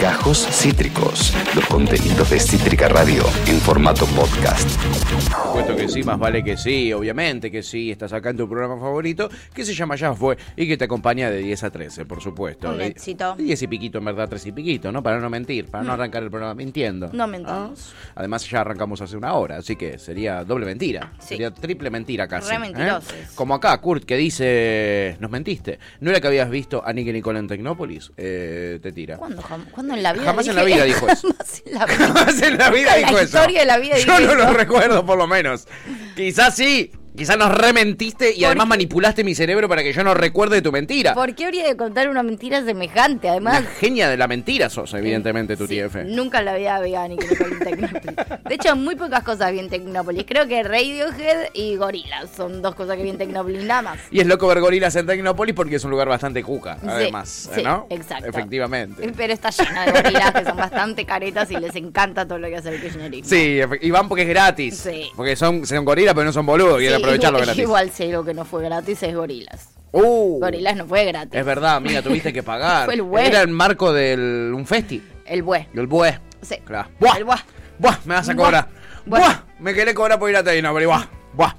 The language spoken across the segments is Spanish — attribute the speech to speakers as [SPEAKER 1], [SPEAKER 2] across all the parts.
[SPEAKER 1] Gajos Cítricos, los contenidos de Cítrica Radio en formato podcast.
[SPEAKER 2] Por supuesto que sí, más vale que sí, obviamente que sí, estás acá en tu programa favorito, que se llama Ya Fue, y que te acompaña de 10 a 13, por supuesto.
[SPEAKER 3] Un
[SPEAKER 2] De-
[SPEAKER 3] éxito. Mm.
[SPEAKER 2] 10 y piquito, en verdad, 3 y piquito, ¿no? Para no mentir, para no arrancar el programa mintiendo.
[SPEAKER 3] No mentamos.
[SPEAKER 2] Ah, Además, ya arrancamos hace una hora, así que sería doble mentira.
[SPEAKER 3] Sí.
[SPEAKER 2] Sería triple mentira casi.
[SPEAKER 3] Re
[SPEAKER 2] ¿eh?
[SPEAKER 3] mentirosos.
[SPEAKER 2] Como acá, Kurt, que dice, nos mentiste. ¿No era que habías visto a Nicky Nicole en Tecnópolis? Eh, te tira.
[SPEAKER 3] ¿Cuándo, jam- cuándo en la vida?
[SPEAKER 2] Jamás en la
[SPEAKER 3] dije-
[SPEAKER 2] vida dijo eso.
[SPEAKER 3] Jamás en la vida.
[SPEAKER 2] Jamás en la vida
[SPEAKER 3] Nunca en
[SPEAKER 2] dijo
[SPEAKER 3] la
[SPEAKER 2] eso.
[SPEAKER 3] historia de la vida
[SPEAKER 2] Yo
[SPEAKER 3] dijo
[SPEAKER 2] no lo
[SPEAKER 3] eso.
[SPEAKER 2] recuerdo, por lo menos. Quizás sí. Quizás nos rementiste y
[SPEAKER 3] ¿Por
[SPEAKER 2] además
[SPEAKER 3] qué?
[SPEAKER 2] manipulaste mi cerebro para que yo no recuerde tu mentira.
[SPEAKER 3] ¿Por qué habría de contar una mentira semejante?
[SPEAKER 2] Una
[SPEAKER 3] Además,
[SPEAKER 2] genia de la mentira sos, evidentemente, tu
[SPEAKER 3] sí,
[SPEAKER 2] TF.
[SPEAKER 3] nunca en la vida había ni que en Tecnópolis. De hecho, muy pocas cosas bien Tecnópolis. Creo que Radiohead y Gorillaz son dos cosas que bien Tecnópolis, nada más.
[SPEAKER 2] Y es loco ver gorilas en Tecnópolis porque es un lugar bastante cuca,
[SPEAKER 3] Sí,
[SPEAKER 2] además,
[SPEAKER 3] sí,
[SPEAKER 2] ¿no?
[SPEAKER 3] Exacto. Eh,
[SPEAKER 2] Efectivamente.
[SPEAKER 3] Pero está llena de gorilas que son bastante caretas y les encanta todo lo que hace el kirchnerismo.
[SPEAKER 2] Sí, efe- y van porque es gratis.
[SPEAKER 3] Sí.
[SPEAKER 2] Porque son, son gorilas, pero no son boludos, quieren
[SPEAKER 3] Sí,
[SPEAKER 2] aprovecharlo
[SPEAKER 3] igual,
[SPEAKER 2] gratis.
[SPEAKER 3] Igual si algo que no fue gratis es Gorilas.
[SPEAKER 2] Uh,
[SPEAKER 3] Gorilas no fue gratis.
[SPEAKER 2] es verdad, amiga, tuviste que pagar.
[SPEAKER 3] Fue el buey.
[SPEAKER 2] Era el marco del un festi.
[SPEAKER 3] El buey.
[SPEAKER 2] El buey.
[SPEAKER 3] Sí.
[SPEAKER 2] Claro. Buah.
[SPEAKER 3] El buah.
[SPEAKER 2] Buah, me vas a
[SPEAKER 3] Buah.
[SPEAKER 2] cobrar. Buah.
[SPEAKER 3] Buah.
[SPEAKER 2] Me querés cobrar por ir a Taino, pero buah. Buah.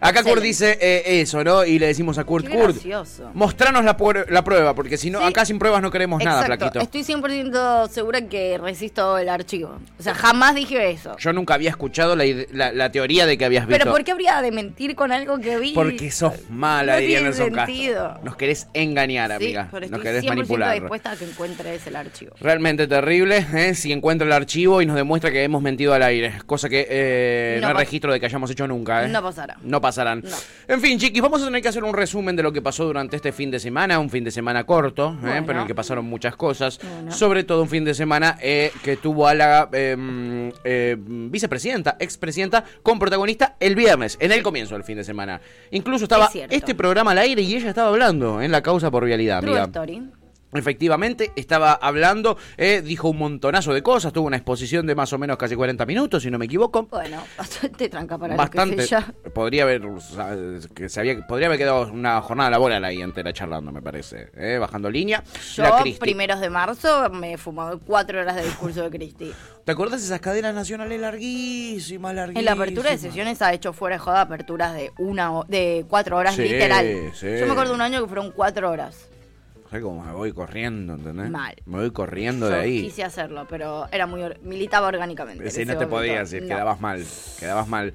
[SPEAKER 2] Acá Kurt
[SPEAKER 3] Excelente.
[SPEAKER 2] dice eh, eso, ¿no? Y le decimos a Kurt,
[SPEAKER 3] Qué
[SPEAKER 2] Kurt,
[SPEAKER 3] gracioso.
[SPEAKER 2] mostranos la, puer- la prueba, porque si no,
[SPEAKER 3] Sí.
[SPEAKER 2] acá sin pruebas no queremos nada, Flaquito.
[SPEAKER 3] Estoy 100% segura que resisto el archivo. O sea, jamás dije eso.
[SPEAKER 2] Yo nunca había escuchado la, ide- la- la teoría de que habías visto.
[SPEAKER 3] Pero ¿por qué habría de mentir con algo que vi?
[SPEAKER 2] Porque sos mala,
[SPEAKER 3] No
[SPEAKER 2] diría
[SPEAKER 3] tiene
[SPEAKER 2] Nelson
[SPEAKER 3] sentido.
[SPEAKER 2] Castro. Nos querés engañar,
[SPEAKER 3] Sí,
[SPEAKER 2] amiga.
[SPEAKER 3] pero
[SPEAKER 2] Nos
[SPEAKER 3] estoy
[SPEAKER 2] querés
[SPEAKER 3] 100%
[SPEAKER 2] manipular.
[SPEAKER 3] dispuesta a que encuentre ese el archivo.
[SPEAKER 2] Realmente terrible, ¿eh? si encuentra el archivo y nos demuestra que hemos mentido al aire, cosa que eh, no,
[SPEAKER 3] No
[SPEAKER 2] hay
[SPEAKER 3] pas-
[SPEAKER 2] registro de que hayamos hecho nunca. ¿eh?
[SPEAKER 3] No pasará.
[SPEAKER 2] No pasarán.
[SPEAKER 3] No.
[SPEAKER 2] En fin, chiquis, vamos a tener que hacer un resumen de lo que pasó durante este fin de semana, un fin de semana corto, ¿eh?
[SPEAKER 3] Bueno.
[SPEAKER 2] pero en el que pasaron muchas cosas,
[SPEAKER 3] Bueno.
[SPEAKER 2] sobre todo un fin de semana eh, que tuvo a la eh, eh, vicepresidenta, expresidenta, con protagonista el viernes, en el comienzo del fin de semana. Incluso estaba
[SPEAKER 3] Es cierto.
[SPEAKER 2] este programa al aire y ella estaba hablando en la causa por vialidad,
[SPEAKER 3] True
[SPEAKER 2] amiga.
[SPEAKER 3] story.
[SPEAKER 2] Efectivamente, estaba hablando, eh, dijo un montonazo de cosas, tuvo una exposición de más o menos casi 40 minutos, si no me equivoco.
[SPEAKER 3] Bueno, bastante tranca para lo que
[SPEAKER 2] Bastante.
[SPEAKER 3] sé ya.
[SPEAKER 2] Podría haber, o sea, que se había- podría haber quedado una jornada laboral ahí entera charlando, me parece, eh, bajando línea. La
[SPEAKER 3] Yo,
[SPEAKER 2] Cristi.
[SPEAKER 3] primeros de marzo, me he fumado cuatro horas de discurso de Cristi.
[SPEAKER 2] ¿Te acordás de esas cadenas nacionales larguísimas, larguísimas?
[SPEAKER 3] En la apertura de sesiones ha hecho fuera de joda aperturas de una ho- de cuatro horas
[SPEAKER 2] Sí,
[SPEAKER 3] literal.
[SPEAKER 2] sí.
[SPEAKER 3] Yo me acuerdo un año que fueron cuatro horas.
[SPEAKER 2] ¿Sabés cómo me voy corriendo, ¿entendés?
[SPEAKER 3] Mal.
[SPEAKER 2] Me voy corriendo
[SPEAKER 3] Yo
[SPEAKER 2] de ahí.
[SPEAKER 3] quise hacerlo, pero era muy or- militaba orgánicamente. en
[SPEAKER 2] Sí,
[SPEAKER 3] ese
[SPEAKER 2] no te
[SPEAKER 3] momento.
[SPEAKER 2] podías ir,
[SPEAKER 3] No.
[SPEAKER 2] quedabas mal, quedabas mal.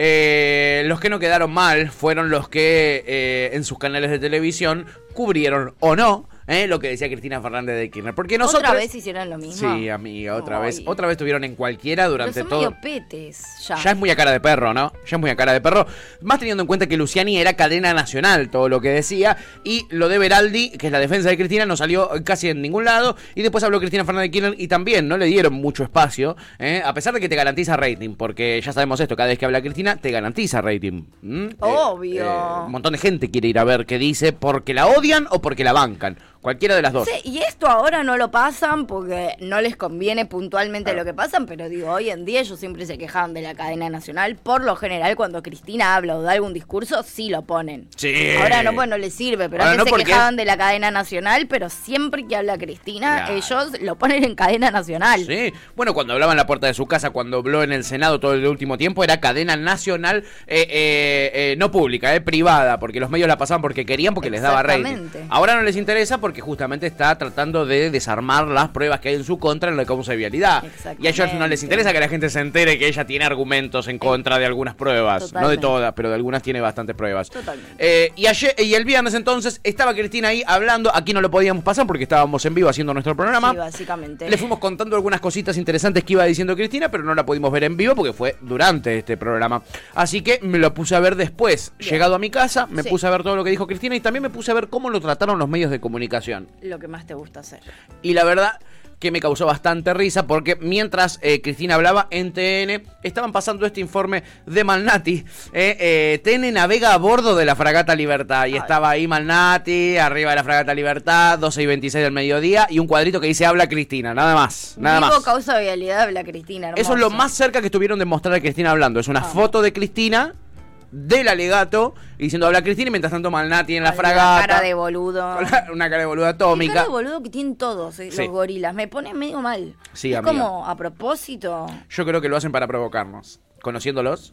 [SPEAKER 2] Eh, los que no quedaron mal fueron los que eh, en sus canales de televisión cubrieron o no eh, lo que decía Cristina Fernández de Kirchner. Porque nosotros...
[SPEAKER 3] Otra vez hicieron lo mismo.
[SPEAKER 2] Sí, amiga, otra vez.
[SPEAKER 3] Ay.
[SPEAKER 2] Otra vez tuvieron en cualquiera
[SPEAKER 3] Pero
[SPEAKER 2] durante
[SPEAKER 3] son
[SPEAKER 2] todo...
[SPEAKER 3] medio petes ya.
[SPEAKER 2] Ya es muy a cara de perro, ¿no? Ya es muy a cara de perro. Más teniendo en cuenta que Luciani era cadena nacional, todo lo que decía. Y lo de Beraldi, que es la defensa de Cristina, no salió casi en ningún lado. Y después habló Cristina Fernández de Kirchner y también no le dieron mucho espacio. ¿eh? A pesar de que te garantiza rating, porque ya sabemos esto, cada vez que habla Cristina, te garantiza rating. ¿Mm? Eh,
[SPEAKER 3] Obvio.
[SPEAKER 2] eh, un montón de gente quiere ir a ver qué dice, porque la odian o porque la bancan. Cualquiera de las dos.
[SPEAKER 3] Sí, y esto ahora no lo pasan porque no les conviene puntualmente lo que pasan, pero digo, hoy en día ellos siempre se quejaban de la cadena nacional. Por lo general, cuando Cristina habla o da algún discurso, sí lo ponen.
[SPEAKER 2] Sí.
[SPEAKER 3] Ahora no, bueno, les sirve, pero
[SPEAKER 2] Ahora
[SPEAKER 3] antes
[SPEAKER 2] no,
[SPEAKER 3] se
[SPEAKER 2] porque-
[SPEAKER 3] quejaban de la cadena nacional, pero siempre que habla Cristina,
[SPEAKER 2] Claro.
[SPEAKER 3] ellos lo ponen en cadena nacional.
[SPEAKER 2] Sí, bueno, cuando hablaba en la puerta de su casa, cuando habló en el Senado todo el último tiempo, era cadena nacional, eh, eh, eh, no pública, eh, privada, porque los medios la pasaban porque querían, porque les daba rating.
[SPEAKER 3] Exactamente.
[SPEAKER 2] Ahora no les interesa porque justamente está tratando de desarmar las pruebas que hay en su contra en la causa de vialidad. Y a ellos no les
[SPEAKER 3] Exactamente.
[SPEAKER 2] interesa que la gente se entere que ella tiene argumentos en contra de algunas pruebas. No de
[SPEAKER 3] Totalmente.
[SPEAKER 2] todas, pero de algunas tiene bastantes pruebas.
[SPEAKER 3] Totalmente.
[SPEAKER 2] Eh, y, ayer, y el viernes entonces estaba Cristina ahí hablando, aquí no lo podíamos pasar porque estábamos en vivo haciendo nuestro programa.
[SPEAKER 3] Sí, básicamente.
[SPEAKER 2] Le fuimos contando algunas cositas interesantes que iba diciendo Cristina, pero no la pudimos ver en vivo porque fue durante este programa. Así que me lo puse a ver después.
[SPEAKER 3] Bien.
[SPEAKER 2] Llegado a mi casa, me
[SPEAKER 3] Sí.
[SPEAKER 2] puse a ver todo lo que dijo Cristina y también me puse a ver cómo lo trataron los medios de comunicación.
[SPEAKER 3] Lo que más te gusta hacer.
[SPEAKER 2] Y la verdad que me causó bastante risa porque mientras eh, Cristina hablaba en TN, estaban pasando este informe de Malnati. Eh, eh, TN navega a bordo de la Fragata Libertad y estaba ahí Malnati, arriba de la Fragata Libertad, 12 y 26 del mediodía y un cuadrito que dice habla Cristina, nada más, nada
[SPEAKER 3] Vivo
[SPEAKER 2] más.
[SPEAKER 3] causa vialidad, habla Cristina.
[SPEAKER 2] Eso es lo
[SPEAKER 3] hermoso.
[SPEAKER 2] más cerca que estuvieron de mostrar a Cristina hablando. Es una
[SPEAKER 3] Ah.
[SPEAKER 2] foto de Cristina del alegato y diciendo habla Cristina y mientras tanto Malnati en la
[SPEAKER 3] Con
[SPEAKER 2] fragata.
[SPEAKER 3] cara de boludo.
[SPEAKER 2] Con la- una cara de boludo
[SPEAKER 3] Qué cara
[SPEAKER 2] atómica.
[SPEAKER 3] de boludo que tienen todos eh,
[SPEAKER 2] Sí.
[SPEAKER 3] los gorilas. Me pone medio mal.
[SPEAKER 2] Sí,
[SPEAKER 3] es
[SPEAKER 2] amiga.
[SPEAKER 3] como a propósito.
[SPEAKER 2] Yo creo que lo hacen para provocarnos. Conociéndolos,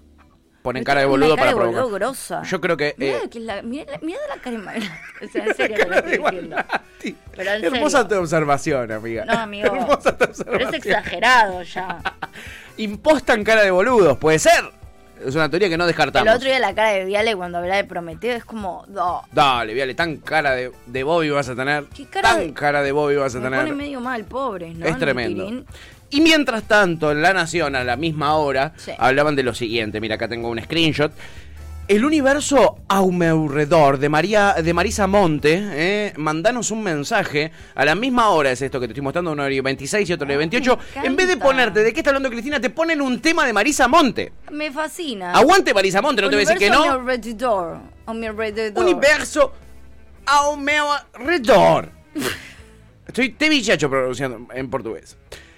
[SPEAKER 2] ponen
[SPEAKER 3] Pero
[SPEAKER 2] cara
[SPEAKER 3] tiene
[SPEAKER 2] de
[SPEAKER 3] una
[SPEAKER 2] boludo
[SPEAKER 3] cara
[SPEAKER 2] para
[SPEAKER 3] de boludo
[SPEAKER 2] provocar.
[SPEAKER 3] grosa.
[SPEAKER 2] Yo creo que.
[SPEAKER 3] Mirá,
[SPEAKER 2] eh,
[SPEAKER 3] que es la, mirá la- mirá la cara de mal. O sea, en serio, te lo
[SPEAKER 2] cara de
[SPEAKER 3] estoy diciendo.
[SPEAKER 2] Malnati.
[SPEAKER 3] Pero en
[SPEAKER 2] Hermosa
[SPEAKER 3] serio.
[SPEAKER 2] tu observación, amiga.
[SPEAKER 3] No, amigo.
[SPEAKER 2] Hermosa tu
[SPEAKER 3] Pero es
[SPEAKER 2] observación.
[SPEAKER 3] exagerado ya.
[SPEAKER 2] Impostan cara de boludos, puede ser. Es una teoría que no descartamos.
[SPEAKER 3] El otro día la cara de Viale cuando hablaba de Prometeo es como. No,
[SPEAKER 2] Dale, viale, tan cara de, de Bobby vas a tener.
[SPEAKER 3] ¿Qué cara
[SPEAKER 2] tan
[SPEAKER 3] de-
[SPEAKER 2] cara de Bobby vas a
[SPEAKER 3] me
[SPEAKER 2] tener.
[SPEAKER 3] pone medio mal, pobre, ¿no?
[SPEAKER 2] es
[SPEAKER 3] El
[SPEAKER 2] tremendo.
[SPEAKER 3] Pirín.
[SPEAKER 2] Y mientras tanto, en La Nación, a la misma hora,
[SPEAKER 3] Sí.
[SPEAKER 2] hablaban de lo siguiente. Mira, acá tengo un screenshot. El universo a meu redor de, María, de Marisa Monte, eh, mandanos un mensaje. A la misma hora es esto que te estoy mostrando, una hora y 26 y otra hora y 28.
[SPEAKER 3] me
[SPEAKER 2] En vez de
[SPEAKER 3] encanta.
[SPEAKER 2] ponerte de qué está hablando Cristina, te ponen un tema de Marisa Monte.
[SPEAKER 3] Me fascina.
[SPEAKER 2] Aguante Marisa Monte, no te voy a decir que
[SPEAKER 3] Ah. Universo
[SPEAKER 2] no.
[SPEAKER 3] a mi alrededor, a mi alrededor.
[SPEAKER 2] universo ao meu redor. Estoy tevichacho pronunciando en portugués.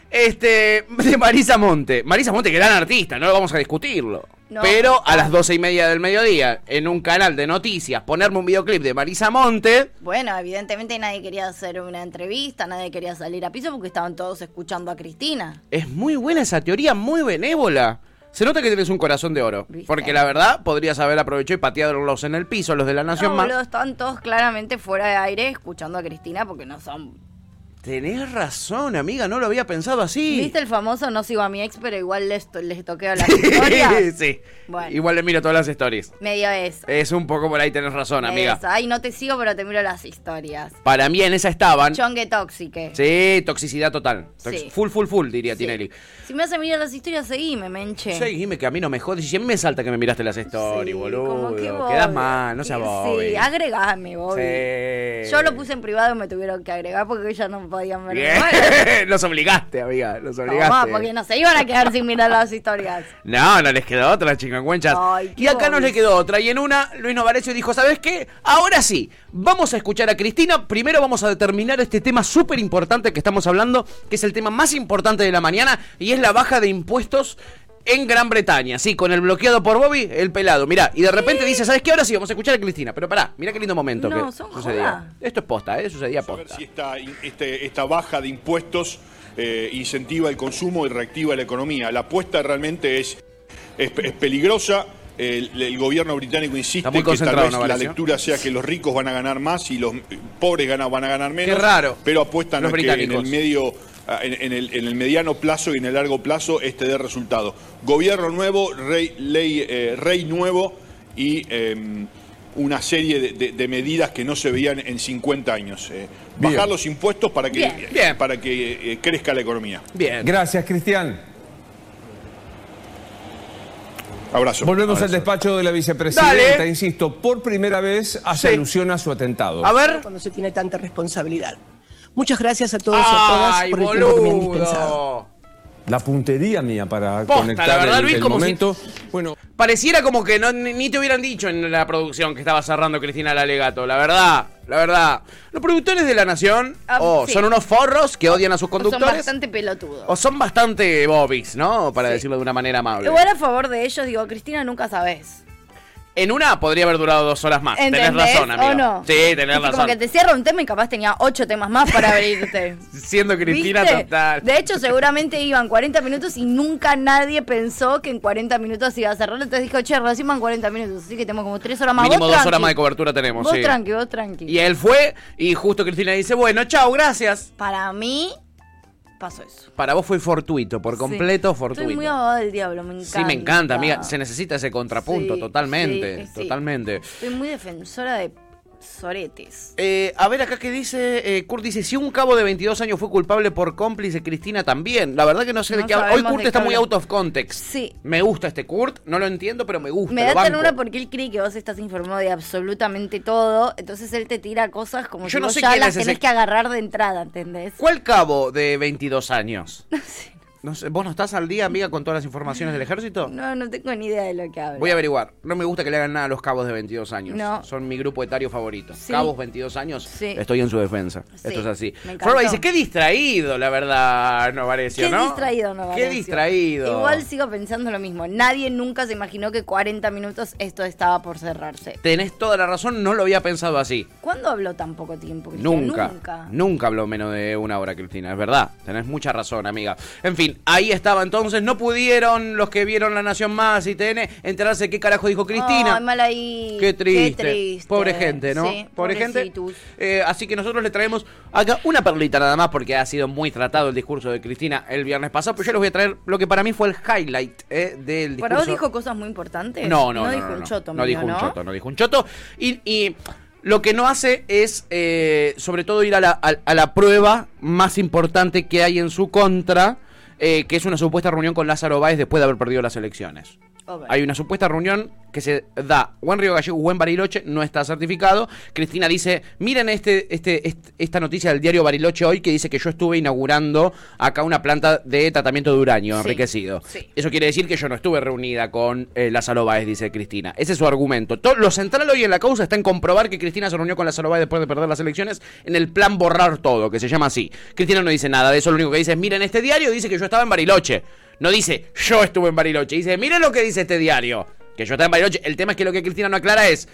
[SPEAKER 2] Este, de Marisa Monte. Marisa Monte, gran artista, no vamos a discutirlo.
[SPEAKER 3] No.
[SPEAKER 2] Pero a las doce y media del mediodía, en un canal de noticias, ponerme un videoclip de Marisa Monte.
[SPEAKER 3] Bueno, evidentemente nadie quería hacer una entrevista, nadie quería salir a piso porque estaban todos escuchando a Cristina.
[SPEAKER 2] Es muy buena esa teoría, muy benévola. Se nota que tienes un corazón de oro.
[SPEAKER 3] ¿Viste?
[SPEAKER 2] Porque la verdad, podrías haber aprovechado y patearlos en el piso, los de la Nación
[SPEAKER 3] No,
[SPEAKER 2] más.
[SPEAKER 3] boludo, estaban todos claramente fuera de aire escuchando a Cristina porque no son.
[SPEAKER 2] Tenés razón, amiga, no lo había pensado así.
[SPEAKER 3] ¿Viste el famoso no sigo a mi ex, pero igual les, to- les toqueo las
[SPEAKER 2] sí,
[SPEAKER 3] historias?
[SPEAKER 2] sí.
[SPEAKER 3] Bueno.
[SPEAKER 2] Igual le miro todas las stories.
[SPEAKER 3] Medio eso.
[SPEAKER 2] Es un poco por ahí, tenés razón, amiga.
[SPEAKER 3] Eso. Ay, no te sigo, pero te miro las historias.
[SPEAKER 2] Para mí en esa estaban.
[SPEAKER 3] Chongue tóxique.
[SPEAKER 2] Sí, toxicidad total. Tox-
[SPEAKER 3] Sí.
[SPEAKER 2] Full, full, full, diría
[SPEAKER 3] Sí.
[SPEAKER 2] Tinelli.
[SPEAKER 3] Si me hace mirar las historias, seguime, menche.
[SPEAKER 2] Seguime que a mí no me jodes. Y si a mí me salta que me miraste las stories,
[SPEAKER 3] Sí,
[SPEAKER 2] boludo.
[SPEAKER 3] como que
[SPEAKER 2] Quedás
[SPEAKER 3] Bobby.
[SPEAKER 2] mal, no seas
[SPEAKER 3] Sí,
[SPEAKER 2] Bobby.
[SPEAKER 3] Sí, agregame, Bobby.
[SPEAKER 2] Sí.
[SPEAKER 3] Yo lo puse en privado y me tuvieron que agregar porque ya no podían ver.
[SPEAKER 2] Bien.
[SPEAKER 3] Bueno,
[SPEAKER 2] Los obligaste, amiga. Los obligaste.
[SPEAKER 3] Tomá, ah, porque no se iban a quedar sin mirar las historias.
[SPEAKER 2] No, no les quedó otra, chingancuenchas.
[SPEAKER 3] Ay, qué
[SPEAKER 2] Y acá no
[SPEAKER 3] bolis.
[SPEAKER 2] le quedó otra. Y en una, Luis Novarecio dijo, ¿sabes qué? Ahora sí, vamos a escuchar a Cristina. Primero vamos a determinar este tema súper importante que estamos hablando, que es el tema más importante de la mañana, y es la baja de impuestos en Gran Bretaña. Sí, con el bloqueado por Bobby, el pelado. Mirá, y de repente dice, ¿sabes qué? Ahora sí, vamos a escuchar a Cristina. Pero pará, mirá qué lindo momento
[SPEAKER 3] No,
[SPEAKER 2] que
[SPEAKER 3] son
[SPEAKER 2] sucedía.
[SPEAKER 3] joda.
[SPEAKER 2] Esto es posta, ¿eh? Sucedía
[SPEAKER 4] A ver
[SPEAKER 2] posta.
[SPEAKER 4] si esta, este- esta baja de impuestos eh, incentiva el consumo y reactiva la economía. La apuesta realmente es, es, es peligrosa. El, el gobierno británico insiste
[SPEAKER 2] Está muy
[SPEAKER 4] que tal
[SPEAKER 2] concentrado,
[SPEAKER 4] vez la
[SPEAKER 2] Novares, ¿no?
[SPEAKER 4] lectura sea que los ricos van a ganar más y los eh, pobres ganan- van a ganar menos.
[SPEAKER 2] Qué raro.
[SPEAKER 4] Pero apuestan
[SPEAKER 2] Los
[SPEAKER 4] a que en el
[SPEAKER 2] británicos.
[SPEAKER 4] medio, ah, en, en el, en el mediano plazo y en el largo plazo este dé resultado. Gobierno nuevo, rey, ley, eh, rey nuevo y em, una serie de, de- de medidas que no se veían en 50 años. eh.
[SPEAKER 2] Bien.
[SPEAKER 4] Bajar los impuestos para que, eh,
[SPEAKER 3] Bien.
[SPEAKER 2] Bien.
[SPEAKER 4] Para que eh, crezca la economía.
[SPEAKER 2] Bien.
[SPEAKER 5] Gracias, Cristian.
[SPEAKER 4] Abrazo.
[SPEAKER 5] Volvemos al despacho de la vicepresidenta.
[SPEAKER 2] Dale.
[SPEAKER 5] Insisto, por primera vez hace
[SPEAKER 2] Sí.
[SPEAKER 5] alusión a su atentado.
[SPEAKER 2] A ver.
[SPEAKER 6] cuando se tiene tanta responsabilidad. Muchas gracias a todos y a todas
[SPEAKER 2] ¡Ay,
[SPEAKER 6] por el tiempo que me han dispensado.
[SPEAKER 2] boludo!
[SPEAKER 5] La puntería mía para
[SPEAKER 2] Posta,
[SPEAKER 5] conectar
[SPEAKER 2] la verdad,
[SPEAKER 5] el,
[SPEAKER 2] Luis,
[SPEAKER 5] el
[SPEAKER 2] como si-
[SPEAKER 5] momento. Bueno,
[SPEAKER 2] Pareciera como que no, ni ni te hubieran dicho en la producción que estaba cerrando Cristina el alegato. La verdad, la verdad. Los productores de La Nación
[SPEAKER 3] Ah,
[SPEAKER 2] o
[SPEAKER 3] sí.
[SPEAKER 2] son unos forros que odian a sus
[SPEAKER 3] Son
[SPEAKER 2] conductores
[SPEAKER 3] bastante pelotudos.
[SPEAKER 2] o son bastante bobbies, ¿no? Para
[SPEAKER 3] Sí.
[SPEAKER 2] decirlo de una manera amable.
[SPEAKER 3] Igual a favor de ellos, digo, Cristina nunca sabes.
[SPEAKER 2] En una podría haber durado dos horas más. Ah, Tenés
[SPEAKER 3] ¿Entendés
[SPEAKER 2] razón, amigo.
[SPEAKER 3] ¿O no?
[SPEAKER 2] Sí, tenés
[SPEAKER 3] Es
[SPEAKER 2] razón.
[SPEAKER 3] Como que te cierra un tema y capaz tenía ocho temas más para abrirte.
[SPEAKER 2] Siendo Cristina
[SPEAKER 3] ¿Viste?
[SPEAKER 2] total.
[SPEAKER 3] De hecho, seguramente iban 40 minutos y nunca nadie pensó que en 40 minutos iba a cerrar. Entonces dijo, che, recién van 40 minutos, así que tenemos como 3 horas más.
[SPEAKER 2] Mínimo
[SPEAKER 3] Vos
[SPEAKER 2] dos
[SPEAKER 3] tranqui.
[SPEAKER 2] horas más de cobertura tenemos,
[SPEAKER 3] Vos
[SPEAKER 2] sí.
[SPEAKER 3] tranqui, vos tranqui.
[SPEAKER 2] Y él fue y justo Cristina dice, bueno, chao, gracias.
[SPEAKER 3] Para mí, pasó eso.
[SPEAKER 2] Para vos fue fortuito, por completo
[SPEAKER 3] Sí.
[SPEAKER 2] fortuito.
[SPEAKER 3] Estoy muy abogado del diablo, me encanta.
[SPEAKER 2] Sí, me encanta, amiga. Se necesita ese contrapunto,
[SPEAKER 3] Sí,
[SPEAKER 2] totalmente.
[SPEAKER 3] sí, sí.
[SPEAKER 2] Totalmente.
[SPEAKER 3] Estoy muy defensora de soretes.
[SPEAKER 2] Eh, a ver, acá que dice eh, Kurt, dice, si un cabo de 22 años fue culpable por cómplice, Cristina también. La verdad que no sé de
[SPEAKER 3] No
[SPEAKER 2] qué habla. Hoy
[SPEAKER 3] sabemos
[SPEAKER 2] Kurt
[SPEAKER 3] de
[SPEAKER 2] está
[SPEAKER 3] qué
[SPEAKER 2] muy
[SPEAKER 3] habla.
[SPEAKER 2] out of context.
[SPEAKER 3] Sí.
[SPEAKER 2] Me gusta este Kurt, no lo entiendo, pero me gusta.
[SPEAKER 3] Me
[SPEAKER 2] lo
[SPEAKER 3] da
[SPEAKER 2] banco.
[SPEAKER 3] ternura porque él cree que vos estás informado de absolutamente todo, entonces él te tira cosas como
[SPEAKER 2] Yo
[SPEAKER 3] si
[SPEAKER 2] no
[SPEAKER 3] vos
[SPEAKER 2] sé
[SPEAKER 3] ya
[SPEAKER 2] quién
[SPEAKER 3] las
[SPEAKER 2] es ese-
[SPEAKER 3] tenés que agarrar de entrada, ¿entendés?
[SPEAKER 2] ¿Cuál cabo de 22 años? No sé, ¿Vos no estás al día, amiga, con todas las informaciones del ejército?
[SPEAKER 3] No, no tengo ni idea de lo que hablo.
[SPEAKER 2] Voy a averiguar. No me gusta que le hagan nada a los cabos de 22 años.
[SPEAKER 3] No.
[SPEAKER 2] Son mi grupo etario favorito.
[SPEAKER 3] Sí.
[SPEAKER 2] Cabos 22 años.
[SPEAKER 3] Sí.
[SPEAKER 2] Estoy en su defensa.
[SPEAKER 3] Sí,
[SPEAKER 2] Esto es así.
[SPEAKER 3] me encantó.
[SPEAKER 2] Forba dice, qué distraído, la verdad, Novarecio,
[SPEAKER 3] Qué
[SPEAKER 2] ¿no?
[SPEAKER 3] distraído, no
[SPEAKER 2] Qué distraído.
[SPEAKER 3] Igual sigo pensando lo mismo. Nadie nunca se imaginó que 40 minutos esto estaba por cerrarse.
[SPEAKER 2] Tenés toda la razón, no lo había pensado así.
[SPEAKER 3] ¿Cuándo habló tan poco tiempo, Cristian?
[SPEAKER 2] Nunca, nunca,
[SPEAKER 3] Nunca.
[SPEAKER 2] habló menos de una hora, Cristina, es verdad, tenés mucha razón, amiga. En fin, ahí estaba entonces, no pudieron los que vieron La Nación Más y TN enterarse qué carajo dijo Cristina.
[SPEAKER 3] Ay, mal ahí.
[SPEAKER 2] Qué triste.
[SPEAKER 3] Qué triste.
[SPEAKER 2] Pobre gente, ¿no?
[SPEAKER 3] Sí,
[SPEAKER 2] Pobre gente.
[SPEAKER 3] pobrecitos.
[SPEAKER 2] Eh, así que nosotros le traemos acá una perlita nada más porque ha sido muy tratado el discurso de Cristina el viernes pasado, pero yo les voy a traer lo que para mí fue el highlight eh, del discurso.
[SPEAKER 3] ¿Para vos dijo cosas muy importantes?
[SPEAKER 2] No, no, no.
[SPEAKER 3] dijo
[SPEAKER 2] no,
[SPEAKER 3] un
[SPEAKER 2] no.
[SPEAKER 3] choto,
[SPEAKER 2] No
[SPEAKER 3] amigo,
[SPEAKER 2] dijo un choto, no dijo un choto. Y, y lo que no hace es, eh, sobre todo, ir a la, a- a la prueba más importante que hay en su contra, eh, que es una supuesta reunión con Lázaro Báez después de haber perdido las elecciones.
[SPEAKER 3] Ok.
[SPEAKER 2] Hay una supuesta reunión que se da o en Río Gallego o en Bariloche, no está certificado. Cristina dice, miren este, este, est- esta noticia del diario Bariloche hoy que dice que yo estuve inaugurando acá una planta de tratamiento de uranio
[SPEAKER 3] Sí,
[SPEAKER 2] enriquecido.
[SPEAKER 3] sí.
[SPEAKER 2] Eso quiere decir que yo no estuve reunida con eh, Lázaro Báez, dice Cristina. Ese es su argumento. To- lo central hoy en la causa está en comprobar que Cristina se reunió con Lázaro Báez después de perder las elecciones en el plan borrar todo, que se llama así. Cristina no dice nada de eso, lo único que dice es, miren este diario, dice que yo estaba en Bariloche. No dice, yo estuve en Bariloche. Dice, miren lo que dice este diario, que yo estaba en Bariloche. El tema es que lo que Cristina no aclara es,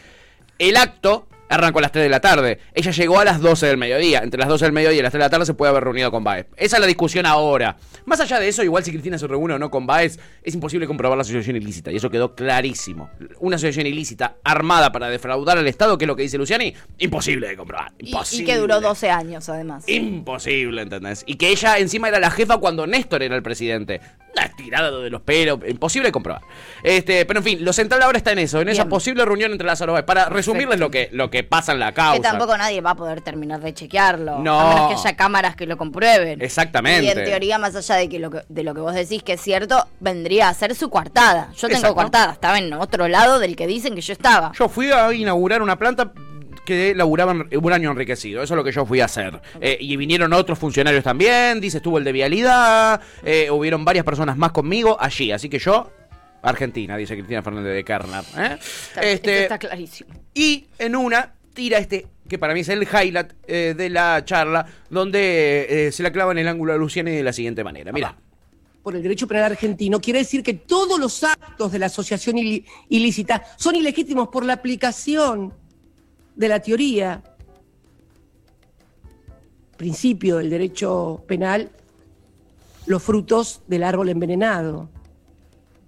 [SPEAKER 2] el acto arrancó a las 3 de la tarde. Ella llegó a las 12 del mediodía. Entre las 12 del mediodía y las 3 de la tarde se puede haber reunido con Baez. Esa es la discusión ahora. Más allá de eso, igual si Cristina se reúne o no con Baez, es imposible comprobar la asociación ilícita. Y eso quedó clarísimo. Una asociación ilícita armada para defraudar al Estado, que es lo que dice Luciani, imposible de comprobar.
[SPEAKER 3] Y,
[SPEAKER 2] Imposible.
[SPEAKER 3] y que duró 12 años, además.
[SPEAKER 2] Imposible, ¿entendés? Y que ella encima era la jefa cuando Néstor era el presidente. Una tirada de los pelos, imposible comprobar. Este, pero en fin, lo central ahora está en eso, en esa
[SPEAKER 3] Bien.
[SPEAKER 2] posible reunión entre Lázaro Báez. Para resumirles lo que, lo que pasa en la causa.
[SPEAKER 3] Que tampoco nadie va a poder terminar de chequearlo.
[SPEAKER 2] No.
[SPEAKER 3] A menos que haya cámaras que lo comprueben.
[SPEAKER 2] Exactamente.
[SPEAKER 3] Y en teoría, más allá de, que lo que, de lo que vos decís que es cierto, vendría a ser su coartada. Yo tengo
[SPEAKER 2] Exacto.
[SPEAKER 3] coartada, estaba en otro lado del que dicen que yo estaba.
[SPEAKER 2] Yo fui a inaugurar una planta que laburaban uranio enriquecido. Eso es lo que yo fui a hacer. Eh, y vinieron otros funcionarios también. Dice, estuvo el de vialidad. eh, hubieron varias personas más conmigo allí. Así que yo, Argentina, dice Cristina Fernández de Kerner. ¿eh?
[SPEAKER 3] Está-
[SPEAKER 2] Este,
[SPEAKER 3] esto está clarísimo.
[SPEAKER 2] Y en una tira este, que para mí es el highlight eh, de la charla, donde eh, se la clava en el ángulo a Luciani de la siguiente manera. Mira.
[SPEAKER 6] por el derecho penal argentino quiere decir que todos los actos de la asociación ili- ilícita son ilegítimos por la aplicación de la teoría, principio del derecho penal, los frutos del árbol envenenado.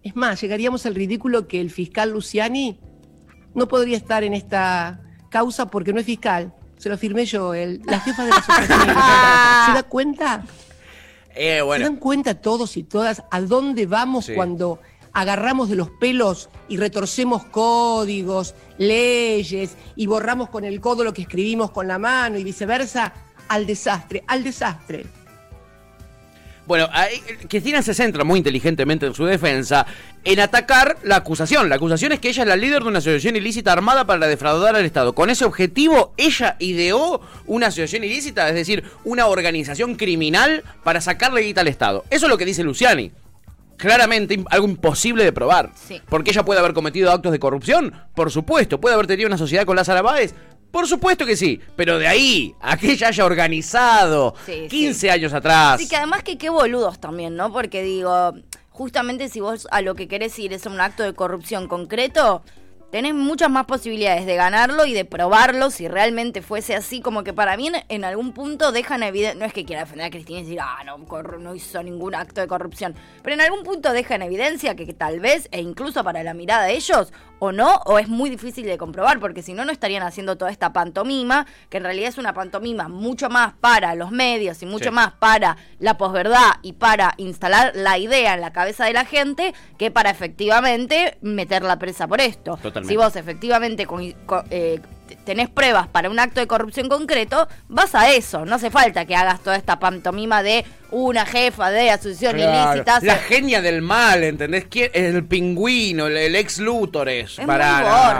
[SPEAKER 6] Es más, llegaríamos al ridículo que el fiscal Luciani no podría estar en esta causa porque no es fiscal. Se lo firmé yo, el, la jefa de la asociación. ilícita. ¿Se da cuenta?
[SPEAKER 2] Eh,
[SPEAKER 6] ¿Se dan cuenta todos y todas a dónde vamos
[SPEAKER 2] Sí.
[SPEAKER 6] cuando agarramos de los pelos y retorcemos códigos, leyes y borramos con el codo lo que escribimos con la mano y viceversa? Al desastre, al desastre.
[SPEAKER 2] Bueno, ahí, eh, Cristina se centra muy inteligentemente en su defensa en atacar la acusación. La acusación es que ella es la líder de una asociación ilícita armada para defraudar al Estado. Con ese objetivo, ella ideó una asociación ilícita, es decir, una organización criminal para sacarle guita al Estado. Eso es lo que dice Luciani. Claramente im- algo imposible de probar.
[SPEAKER 3] Sí.
[SPEAKER 2] Porque ella puede haber cometido actos de corrupción, por supuesto. Puede haber tenido una sociedad con Lázaro Báez, por supuesto que sí. Pero de ahí a que ella haya organizado
[SPEAKER 3] Sí, sí.
[SPEAKER 2] 15 años atrás.
[SPEAKER 3] Así que además que qué boludos también, ¿no? Porque digo, justamente si vos a lo que querés ir es un acto de corrupción concreto, tenés muchas más posibilidades de ganarlo y de probarlo si realmente fuese así. Como que para mí en, en algún punto dejan evidencia, no es que quiera defender a Cristina y decir, ah, no, corru- no hizo ningún acto de corrupción, pero en algún punto deja en evidencia que, que tal vez, e incluso para la mirada de ellos, o no, o es muy difícil de comprobar, porque si no, no estarían haciendo toda esta pantomima, que en realidad es una pantomima mucho más para los medios y mucho
[SPEAKER 2] Sí.
[SPEAKER 3] más para la posverdad y para instalar la idea en la cabeza de la gente que para efectivamente meter la presa por esto.
[SPEAKER 2] Totalmente.
[SPEAKER 3] Si vos efectivamente co- co- eh, te- tenés pruebas para un acto de corrupción concreto, vas a eso. No hace falta que hagas toda esta pantomima de una jefa de asociación
[SPEAKER 2] Claro.
[SPEAKER 3] ilícita.
[SPEAKER 2] La
[SPEAKER 3] hace-
[SPEAKER 2] genia del mal, ¿entendés? ¿Quién? El pingüino, el, el ex Luthor es.
[SPEAKER 3] muy
[SPEAKER 2] Pará,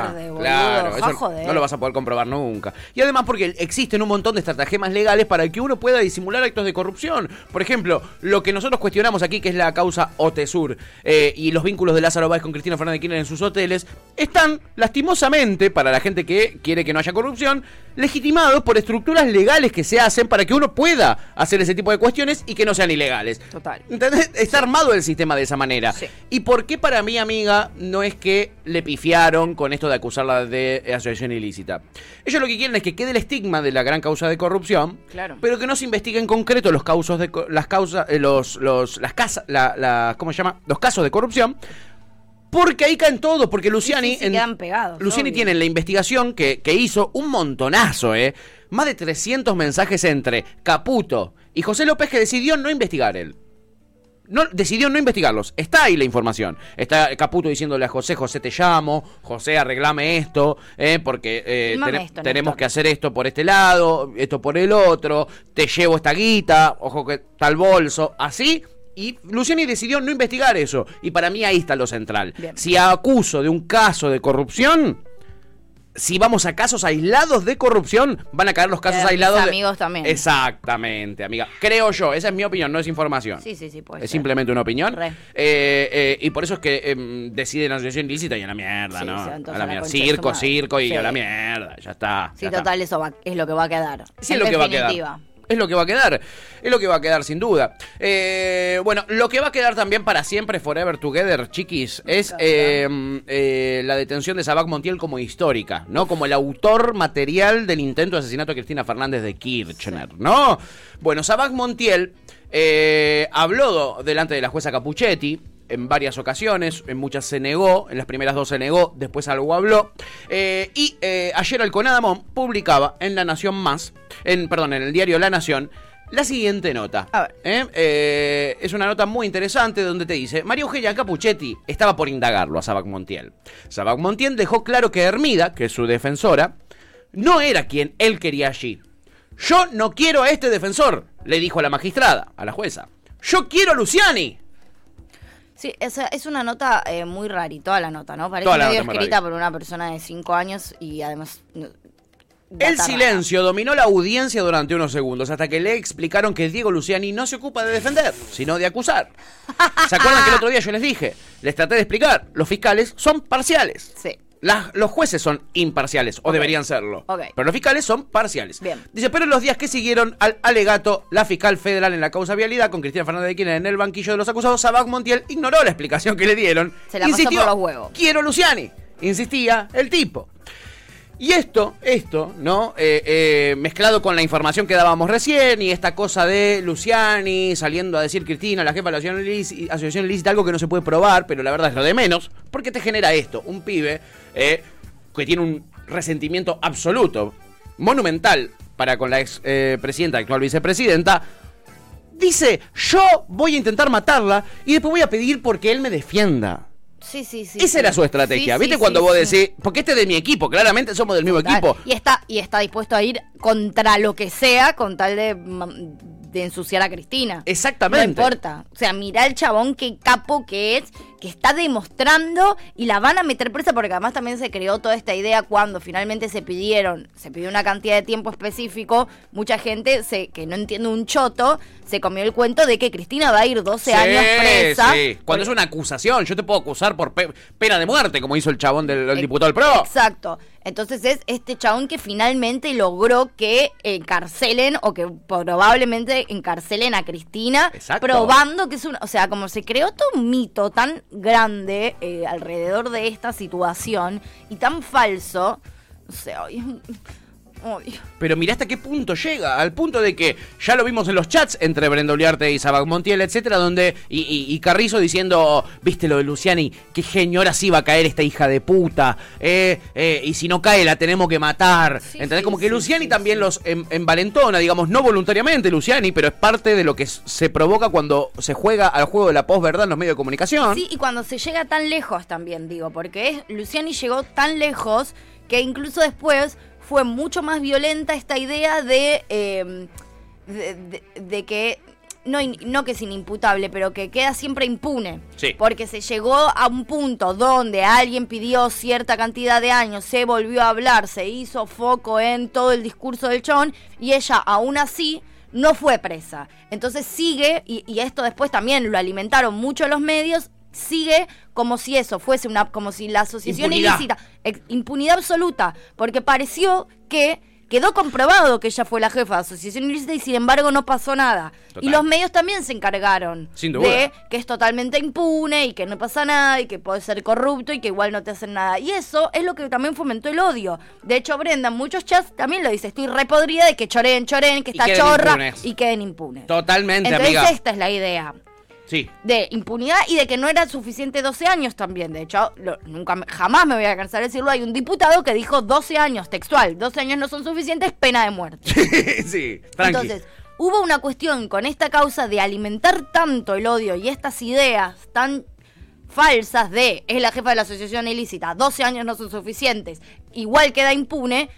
[SPEAKER 3] borde,
[SPEAKER 2] nah.
[SPEAKER 3] boludo, eh.
[SPEAKER 2] Claro,
[SPEAKER 3] ja,
[SPEAKER 2] eso
[SPEAKER 3] joder.
[SPEAKER 2] no lo vas a poder comprobar nunca. Y además porque existen un montón de estratagemas legales para que uno pueda disimular actos de corrupción. Por ejemplo, lo que nosotros cuestionamos aquí, que es la causa OTESUR eh, y los vínculos de Lázaro Báez con Cristina Fernández de Kirchner en sus hoteles, están, lastimosamente, para la gente que quiere que no haya corrupción, legitimados por estructuras legales que se hacen para que uno pueda hacer ese tipo de cuestiones y que no sean ilegales.
[SPEAKER 3] Total.
[SPEAKER 2] ¿Entendés? Está armado el sistema de esa manera.
[SPEAKER 3] Sí.
[SPEAKER 2] ¿Y por qué para mí, amiga, no es que le pifiaron con esto de acusarla de asociación ilícita? Ellos lo que quieren es que quede el estigma de la gran causa de corrupción,
[SPEAKER 3] Claro.
[SPEAKER 2] pero que no se investigue en concreto los causos de co- las causas, eh, los, los, las casas, la, la- ¿cómo se llama? Los casos de corrupción. Porque ahí caen todos, porque Luciani.
[SPEAKER 3] sí, se quedan pegados,
[SPEAKER 2] Luciani
[SPEAKER 3] obvio.
[SPEAKER 2] tiene en la investigación que, que hizo un montonazo, ¿eh? Más de 300 mensajes entre Caputo y José López que decidió no investigar él. No, decidió no investigarlos. Está ahí la información. Está Caputo diciéndole a José, José te llamo, José arreglame esto, eh, porque eh,
[SPEAKER 3] Filmame
[SPEAKER 2] tene-
[SPEAKER 3] esto,
[SPEAKER 2] tenemos
[SPEAKER 3] Néstor.
[SPEAKER 2] que hacer esto por este lado, esto por el otro, te llevo esta guita, ojo que tal bolso, así. Y Luciani decidió no investigar eso. Y para mí ahí está lo central.
[SPEAKER 3] Bien.
[SPEAKER 2] Si acuso de un caso de corrupción, si vamos a casos aislados de corrupción, van a caer los casos
[SPEAKER 3] Eh, mis
[SPEAKER 2] aislados. de-
[SPEAKER 3] amigos también.
[SPEAKER 2] Exactamente, amiga. Creo yo, esa es mi opinión, no es información.
[SPEAKER 3] Sí, sí, sí, puede
[SPEAKER 2] Es
[SPEAKER 3] ser.
[SPEAKER 2] simplemente una opinión.
[SPEAKER 3] Re.
[SPEAKER 2] Eh, eh, y por eso es que em, deciden asociación ilícita y a la mierda,
[SPEAKER 3] Sí,
[SPEAKER 2] ¿no?
[SPEAKER 3] se van todos
[SPEAKER 2] A la
[SPEAKER 3] a la
[SPEAKER 2] mierda.
[SPEAKER 3] concha de
[SPEAKER 2] Circo,
[SPEAKER 3] su madre.
[SPEAKER 2] circo y
[SPEAKER 3] Sí.
[SPEAKER 2] a la mierda. Ya está.
[SPEAKER 3] Sí,
[SPEAKER 2] ya está.
[SPEAKER 3] total, eso va- es lo que va a quedar.
[SPEAKER 2] Sí,
[SPEAKER 3] En
[SPEAKER 2] es lo que va a
[SPEAKER 3] definitiva.
[SPEAKER 2] quedar. Es lo que va a quedar. Es lo que va a quedar, sin duda. Eh, bueno, lo que va a quedar también para siempre, Forever Together, chiquis, es eh, eh, la detención de Sabac Montiel como histórica, ¿no? Como el autor material del intento de asesinato a Cristina Fernández de Kirchner, ¿no? Bueno, Sabac Montiel eh, habló do- delante de la jueza Capuchetti en varias ocasiones, en muchas se negó, en las primeras dos se negó, después algo habló. Eh, y eh, ayer Alconadamón publicaba en La Nación Más, en, perdón, en el diario La Nación, la siguiente nota.
[SPEAKER 3] A ver.
[SPEAKER 2] ¿Eh? Eh, es una nota muy interesante donde te dice, María Eugenia Capuchetti estaba por indagarlo a Sabac Montiel. Sabac Montiel dejó claro que Hermida, que es su defensora, no era quien él quería allí. Yo no quiero a este defensor, le dijo a la magistrada, a la jueza. Yo quiero a Luciani.
[SPEAKER 3] Sí, es, es una nota eh, muy rari, toda la nota, ¿no? Parece
[SPEAKER 2] Toda la
[SPEAKER 3] medio
[SPEAKER 2] nota es muy
[SPEAKER 3] escrita
[SPEAKER 2] rari.
[SPEAKER 3] por una persona de 5 años y además... mm, no,
[SPEAKER 2] El
[SPEAKER 3] data
[SPEAKER 2] silencio dominó la audiencia durante unos segundos hasta que le explicaron que Diego Luciani no se ocupa de defender, sino de acusar. ¿Se acuerdan que el otro día yo les dije? Les traté de explicar, los fiscales son parciales.
[SPEAKER 3] rara. Sí.
[SPEAKER 2] Las- los jueces son imparciales, o deberían serlo.
[SPEAKER 3] Ok.
[SPEAKER 2] Pero los fiscales son parciales.
[SPEAKER 3] Bien.
[SPEAKER 2] Dice, pero en los días que siguieron al alegato, la fiscal federal en la causa vialidad, con Cristina Fernández de Kirchner en el banquillo de los acusados, Sabac Montiel ignoró la explicación que le dieron.
[SPEAKER 3] Se la pasó
[SPEAKER 2] Insistió,
[SPEAKER 3] por los huevos.
[SPEAKER 2] Quiero a Luciani. Insistía el tipo. Y esto, esto, ¿no? Eh, eh, mezclado con la información que dábamos recién y esta cosa de Luciani saliendo a decir Cristina, la jefa de la asociación ilícita, asociación ilícita, algo que no se puede probar, pero la verdad es lo de menos, porque te genera esto, un pibe eh, que tiene un resentimiento absoluto, monumental, para con la ex eh, presidenta, actual vicepresidenta, dice, yo voy a intentar matarla y después voy a pedir porque él me defienda.
[SPEAKER 3] Sí, sí, sí.
[SPEAKER 2] Esa
[SPEAKER 3] sí.
[SPEAKER 2] era su estrategia.
[SPEAKER 3] Sí,
[SPEAKER 2] ¿Viste
[SPEAKER 3] sí,
[SPEAKER 2] cuando
[SPEAKER 3] sí,
[SPEAKER 2] vos
[SPEAKER 3] sí.
[SPEAKER 2] decís, porque este es de mi equipo, claramente somos del mismo
[SPEAKER 3] Total.
[SPEAKER 2] equipo?
[SPEAKER 3] Y está, y está dispuesto a ir contra lo que sea con tal de, mm, de ensuciar a Cristina.
[SPEAKER 2] Exactamente.
[SPEAKER 3] No importa. O sea, mirá el chabón qué capo que es, que está demostrando y la van a meter presa porque además también se creó toda esta idea cuando finalmente se pidieron, se pidió una cantidad de tiempo específico, mucha gente se, que no entiende un choto se comió el cuento de que Cristina va a ir 12
[SPEAKER 2] Sí,
[SPEAKER 3] años presa.
[SPEAKER 2] sí. Cuando es una acusación, yo te puedo acusar por pe- pena de muerte, como hizo el chabón del el diputado del PRO.
[SPEAKER 3] Eh, Exacto. Entonces es este chabón que finalmente logró que encarcelen o que probablemente encarcelen a Cristina,
[SPEAKER 2] Exacto.
[SPEAKER 3] probando que es un... O sea, como se creó todo un mito tan grande eh, alrededor de esta situación y tan falso, no sé, ay, ay.
[SPEAKER 2] Pero mirá hasta qué punto llega, al punto de que ya lo vimos en los chats entre Brenda Uliarte y Sabac Montiel, etcétera, donde. Y, y- y Carrizo diciendo, viste lo de Luciani, qué genio, ahora sí va a caer esta hija de puta. eh, eh, y si no cae, la tenemos que matar.
[SPEAKER 3] Sí,
[SPEAKER 2] ¿Entendés?
[SPEAKER 3] sí,
[SPEAKER 2] Como que
[SPEAKER 3] sí,
[SPEAKER 2] Luciani
[SPEAKER 3] sí,
[SPEAKER 2] también
[SPEAKER 3] sí.
[SPEAKER 2] los en- envalentona, digamos, no voluntariamente Luciani, pero es parte de lo que s- se provoca cuando se juega al juego de la posverdad en los medios de comunicación.
[SPEAKER 3] Sí, y cuando se llega tan lejos también, digo, porque es, Luciani llegó tan lejos que incluso después fue mucho más violenta esta idea de, eh, de, de- de que, no, in- no que es inimputable, pero que queda siempre impune.
[SPEAKER 2] Sí.
[SPEAKER 3] Porque se llegó a un punto donde alguien pidió cierta cantidad de años, se volvió a hablar, se hizo foco en todo el discurso del chon y ella aún así no fue presa. Entonces sigue, y, y esto después también lo alimentaron mucho los medios, sigue como si eso fuese una, como si la asociación
[SPEAKER 2] Impunidad.
[SPEAKER 3] ilícita, ex- impunidad absoluta, porque pareció que quedó comprobado que ella fue la jefa de asociación ilícita y sin embargo no pasó nada.
[SPEAKER 2] Total.
[SPEAKER 3] Y los medios también se encargaron
[SPEAKER 2] Sin duda.
[SPEAKER 3] de que es totalmente impune y que no pasa nada y que puedes ser corrupto y que igual no te hacen nada. Y eso es lo que también fomentó el odio. De hecho, Brenda, en muchos chats también lo dice, estoy repodrida de que choren, choren, que
[SPEAKER 2] Y
[SPEAKER 3] está
[SPEAKER 2] queden
[SPEAKER 3] chorra
[SPEAKER 2] impunes.
[SPEAKER 3] y queden impunes.
[SPEAKER 2] Totalmente,
[SPEAKER 3] Entonces
[SPEAKER 2] amiga.
[SPEAKER 3] esta es la idea
[SPEAKER 2] Sí.
[SPEAKER 3] de impunidad y de que no era suficiente 12 años también. De hecho, lo- nunca me- jamás me voy a cansar de decirlo. Hay un diputado que dijo 12 años, textual, 12 años no son suficientes, pena de muerte.
[SPEAKER 2] sí, tranqui.
[SPEAKER 3] Entonces, hubo una cuestión con esta causa de alimentar tanto el odio y estas ideas tan falsas de es la jefa de la asociación ilícita, 12 años no son suficientes, igual queda impune.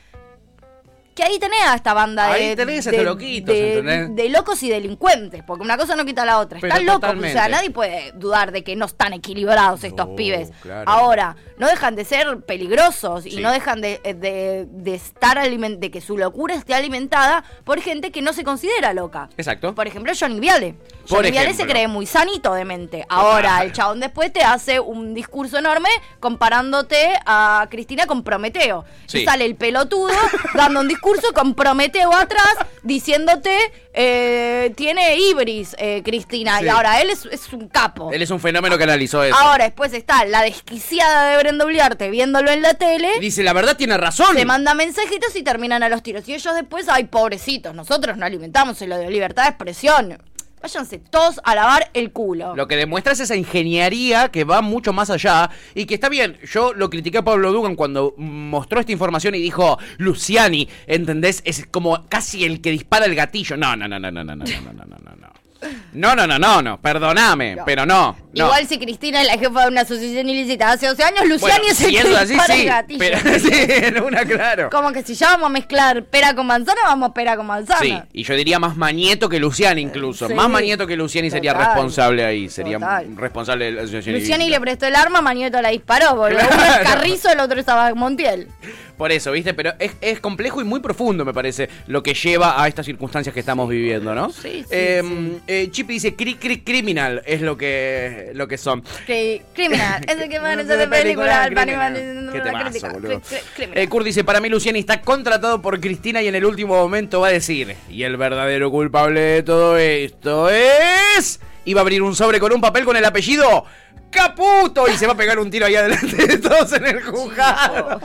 [SPEAKER 3] Que ahí tenés a esta banda de,
[SPEAKER 2] Ahí tenés a
[SPEAKER 3] de,
[SPEAKER 2] estos loquitos,
[SPEAKER 3] de-
[SPEAKER 2] ¿entendés?
[SPEAKER 3] de locos y delincuentes, porque una cosa no quita la otra.
[SPEAKER 2] Pero
[SPEAKER 3] están locos, o sea,
[SPEAKER 2] totalmente.
[SPEAKER 3] nadie puede dudar de que no están equilibrados estos
[SPEAKER 2] No,
[SPEAKER 3] pibes.
[SPEAKER 2] claro.
[SPEAKER 3] Ahora, no dejan de ser peligrosos y
[SPEAKER 2] Sí.
[SPEAKER 3] no dejan de, eh, de- de estar alimen- de que su locura esté alimentada por gente que no se considera loca.
[SPEAKER 2] Exacto.
[SPEAKER 3] Por ejemplo, Johnny Viale.
[SPEAKER 2] Por
[SPEAKER 3] Johnny Viale se
[SPEAKER 2] ejemplo.
[SPEAKER 3] cree muy sanito de mente. Ahora, el chabón después te hace un discurso enorme comparándote a Cristina con Prometeo.
[SPEAKER 2] Sí.
[SPEAKER 3] Y sale el pelotudo dando un discurso con Prometeo atrás diciéndote, eh, tiene ibris eh, Cristina.
[SPEAKER 2] Sí.
[SPEAKER 3] Y ahora él es, es un capo.
[SPEAKER 2] Él es un fenómeno que analizó eso.
[SPEAKER 3] Ahora después está la desquiciada de Brenda Uliarte viéndolo en la tele.
[SPEAKER 2] Y dice, la verdad tiene razón.
[SPEAKER 3] ¿Eh? Te manda mensajitos y terminan a los tiros. Y ellos después, ay, pobrecitos, nosotros no alimentamos el odio. Libertad de expresión. Váyanse todos a lavar el culo.
[SPEAKER 2] Lo que demuestra es esa ingeniería que va mucho más allá y que está bien. Yo lo critiqué a Pablo Dugan cuando mostró esta información y dijo, Luciani, ¿entendés? Es como casi el que dispara el gatillo. No, no, no, no, no, no, no, no, no, no, no, no. No, no, no, no, no, perdoname,
[SPEAKER 3] No.
[SPEAKER 2] pero no. no.
[SPEAKER 3] Igual si Cristina es la jefa de una asociación ilícita hace 12 años, Luciani
[SPEAKER 2] Bueno,
[SPEAKER 3] es el
[SPEAKER 2] si
[SPEAKER 3] que
[SPEAKER 2] es así,
[SPEAKER 3] dispara el
[SPEAKER 2] sí,
[SPEAKER 3] gatillo.
[SPEAKER 2] Pero, sí, en una, claro.
[SPEAKER 3] Como que si ya vamos a mezclar pera con manzana, vamos pera con manzana.
[SPEAKER 2] Sí, y yo diría más Manieto que Luciani incluso.
[SPEAKER 3] Sí.
[SPEAKER 2] Más Manieto que Luciani sería
[SPEAKER 3] Total.
[SPEAKER 2] responsable ahí. Sería
[SPEAKER 3] Total.
[SPEAKER 2] responsable de la asociación
[SPEAKER 3] Luciani
[SPEAKER 2] ilícita.
[SPEAKER 3] le prestó el arma, Manieto la disparó, boludo. Uno es
[SPEAKER 2] Claro.
[SPEAKER 3] Carrizo, el otro es Abad Montiel.
[SPEAKER 2] Por eso, ¿viste? Pero es, es complejo y muy profundo, me parece, lo que lleva a estas circunstancias que estamos viviendo, ¿no?
[SPEAKER 3] Sí, sí,
[SPEAKER 2] Em, eh, Chippy dice, cri, cri, criminal es lo que, lo que son.
[SPEAKER 3] Cri- Criminal, es el que maneja de película, el pan y
[SPEAKER 2] Criminal.
[SPEAKER 3] man- la
[SPEAKER 2] Qué temazo,
[SPEAKER 3] crítica.
[SPEAKER 2] boludo.
[SPEAKER 3] Cri- cri- criminal.
[SPEAKER 2] Eh, Kurt dice, para mí Luciani está contratado por Cristina y en el último momento va a decir, y el verdadero culpable de todo esto es... Y va a abrir un sobre con un papel con el apellido Caputo y se va a pegar un tiro ahí adelante de todos en el juzgado.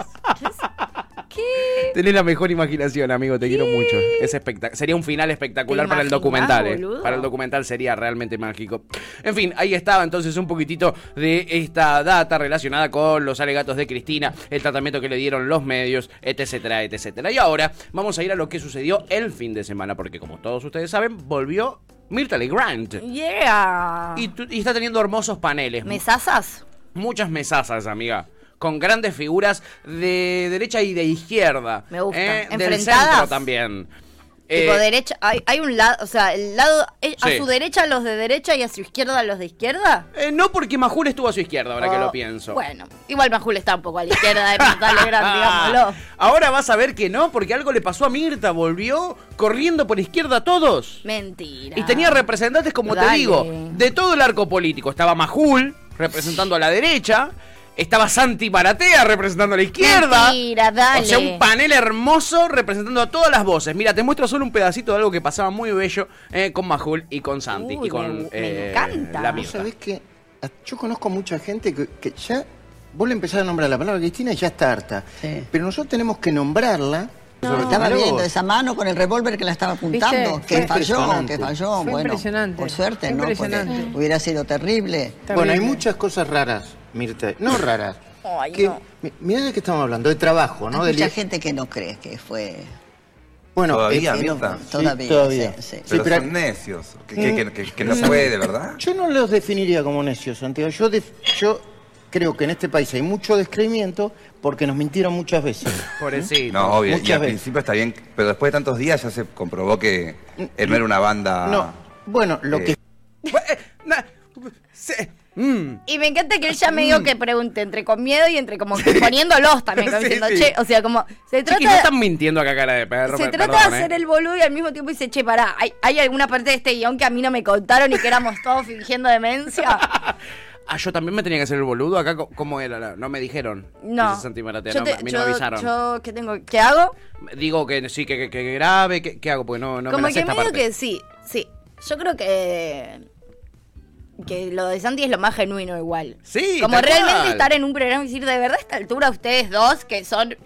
[SPEAKER 3] ¿Qué?
[SPEAKER 2] Tenés la mejor imaginación, amigo, te quiero mucho. Es espectac- sería un final espectacular
[SPEAKER 3] ¿Te
[SPEAKER 2] para el
[SPEAKER 3] imaginás,
[SPEAKER 2] documental. eh.
[SPEAKER 3] boludo?
[SPEAKER 2] Para el documental sería realmente mágico. En fin, ahí estaba entonces un poquitito de esta data relacionada con los alegatos de Cristina, el tratamiento que le dieron los medios, etcétera, etcétera. Y ahora vamos a ir a lo que sucedió el fin de semana, porque como todos ustedes saben, volvió Mirta Legrand.
[SPEAKER 3] Yeah.
[SPEAKER 2] Y, tu- y está teniendo hermosos paneles.
[SPEAKER 3] ¿Mesazas?
[SPEAKER 2] Muchas mesazas, amiga. Con grandes figuras de derecha y de izquierda. ¿eh?
[SPEAKER 3] Me gusta.
[SPEAKER 2] Del
[SPEAKER 3] Enfrentadas.
[SPEAKER 2] centro también.
[SPEAKER 3] tipo
[SPEAKER 2] Eh,
[SPEAKER 3] derecha, hay, hay un lado, o sea, el lado, eh,
[SPEAKER 2] Sí.
[SPEAKER 3] a su derecha los de derecha y a su izquierda los de izquierda.
[SPEAKER 2] eh, no porque Majul estuvo a su izquierda, ahora que
[SPEAKER 3] O-
[SPEAKER 2] lo pienso. Ah,
[SPEAKER 3] Bueno, igual Majul está un poco a la izquierda de Pintale Gran, digámoslo.
[SPEAKER 2] Ahora vas a ver que no, porque algo le pasó a Mirta. Volvió corriendo por izquierda a todos.
[SPEAKER 3] Mentira.
[SPEAKER 2] Y tenía representantes, como te
[SPEAKER 3] Dale.
[SPEAKER 2] digo, de todo el arco político. Estaba Majul representando a la derecha. Estaba Santi Maratea representando a la izquierda.
[SPEAKER 3] Mentira, dale.
[SPEAKER 2] O sea, un panel hermoso representando a todas las voces. Mira, te muestro solo un pedacito de algo que pasaba muy bello eh, con Majul y con Santi.
[SPEAKER 3] Uy,
[SPEAKER 2] y con
[SPEAKER 3] me- me
[SPEAKER 2] eh,
[SPEAKER 3] encanta.
[SPEAKER 2] la
[SPEAKER 7] Vos
[SPEAKER 2] Mirta.
[SPEAKER 7] sabés que a- yo conozco mucha gente que, que ya. Vos le empezás a nombrar la palabra Cristina y ya está harta. Pero nosotros tenemos que nombrarla.
[SPEAKER 8] Lo estaba viendo esa mano con el revólver que la estaba apuntando,
[SPEAKER 9] ¿Viste?
[SPEAKER 8] que
[SPEAKER 7] Fue
[SPEAKER 8] falló,
[SPEAKER 7] impresionante.
[SPEAKER 8] que falló.
[SPEAKER 9] Fue
[SPEAKER 8] bueno,
[SPEAKER 9] impresionante.
[SPEAKER 8] por suerte,
[SPEAKER 9] Fue
[SPEAKER 8] ¿no? Porque
[SPEAKER 9] impresionante.
[SPEAKER 8] hubiera sido terrible.
[SPEAKER 7] Bueno, hay
[SPEAKER 9] Terrible.
[SPEAKER 7] muchas cosas raras, Mirta. No raras.
[SPEAKER 3] Ay,
[SPEAKER 7] que,
[SPEAKER 3] no.
[SPEAKER 7] mi- Mirá de qué estamos hablando, de trabajo, ¿no?
[SPEAKER 8] Hay
[SPEAKER 7] De
[SPEAKER 8] mucha
[SPEAKER 7] li-
[SPEAKER 8] gente que no cree que fue.
[SPEAKER 7] Bueno,
[SPEAKER 10] Todavía,
[SPEAKER 7] eh,
[SPEAKER 8] que no-
[SPEAKER 10] Mirta.
[SPEAKER 7] sí,
[SPEAKER 8] todavía,
[SPEAKER 7] todavía.
[SPEAKER 8] sí, sí.
[SPEAKER 10] Pero
[SPEAKER 7] pero- Mm.
[SPEAKER 10] son necios, que, que- que- que- que no puede, ¿verdad?
[SPEAKER 7] Yo no los definiría como necios, Santiago. Yo, def- yo creo que en este país hay mucho descreimiento porque nos mintieron muchas veces.
[SPEAKER 2] Pobrecito.
[SPEAKER 9] No, obvio.
[SPEAKER 7] Muchas
[SPEAKER 9] y al
[SPEAKER 7] veces.
[SPEAKER 9] principio está bien, pero después de tantos días ya se comprobó que él no era una banda.
[SPEAKER 7] Mm, No, bueno, lo
[SPEAKER 9] eh,
[SPEAKER 7] que
[SPEAKER 2] Eh, na- se- mm.
[SPEAKER 3] Y me encanta que él ya me dijo que pregunte entre con miedo y entre como que poniéndolos también, como
[SPEAKER 2] Sí,
[SPEAKER 3] diciendo,
[SPEAKER 2] sí.
[SPEAKER 3] che, o sea, como se trata
[SPEAKER 2] Chiquis, no están mintiendo acá cara de perro.
[SPEAKER 3] Se
[SPEAKER 2] pe-
[SPEAKER 3] trata
[SPEAKER 2] perdón,
[SPEAKER 3] de
[SPEAKER 2] eh.
[SPEAKER 3] hacer el boludo y al mismo tiempo dice, che, pará, ¿hay, hay alguna parte de este guión que a mí no me contaron y que éramos todos fingiendo demencia?
[SPEAKER 2] Ah, yo también me tenía que hacer el boludo acá. co- ¿Cómo era? la- No me dijeron.
[SPEAKER 3] No.
[SPEAKER 2] Dice Santi Maratea,
[SPEAKER 3] Yo
[SPEAKER 2] no,
[SPEAKER 3] te-
[SPEAKER 2] a mí no
[SPEAKER 3] yo-
[SPEAKER 2] me avisaron.
[SPEAKER 3] yo, ¿qué tengo? ¿Qué hago?
[SPEAKER 2] Digo que sí, que, que, que grave. ¿Qué hago? Porque no, no me
[SPEAKER 3] Como
[SPEAKER 2] la sé
[SPEAKER 3] que
[SPEAKER 2] esta
[SPEAKER 3] medio
[SPEAKER 2] parte.
[SPEAKER 3] que sí, sí. Yo creo que. Que lo de Santi es lo más genuino igual.
[SPEAKER 2] Sí,
[SPEAKER 3] Como
[SPEAKER 2] tal
[SPEAKER 3] realmente
[SPEAKER 2] cual.
[SPEAKER 3] estar en un programa y decir, de verdad a esta altura ustedes dos, que son.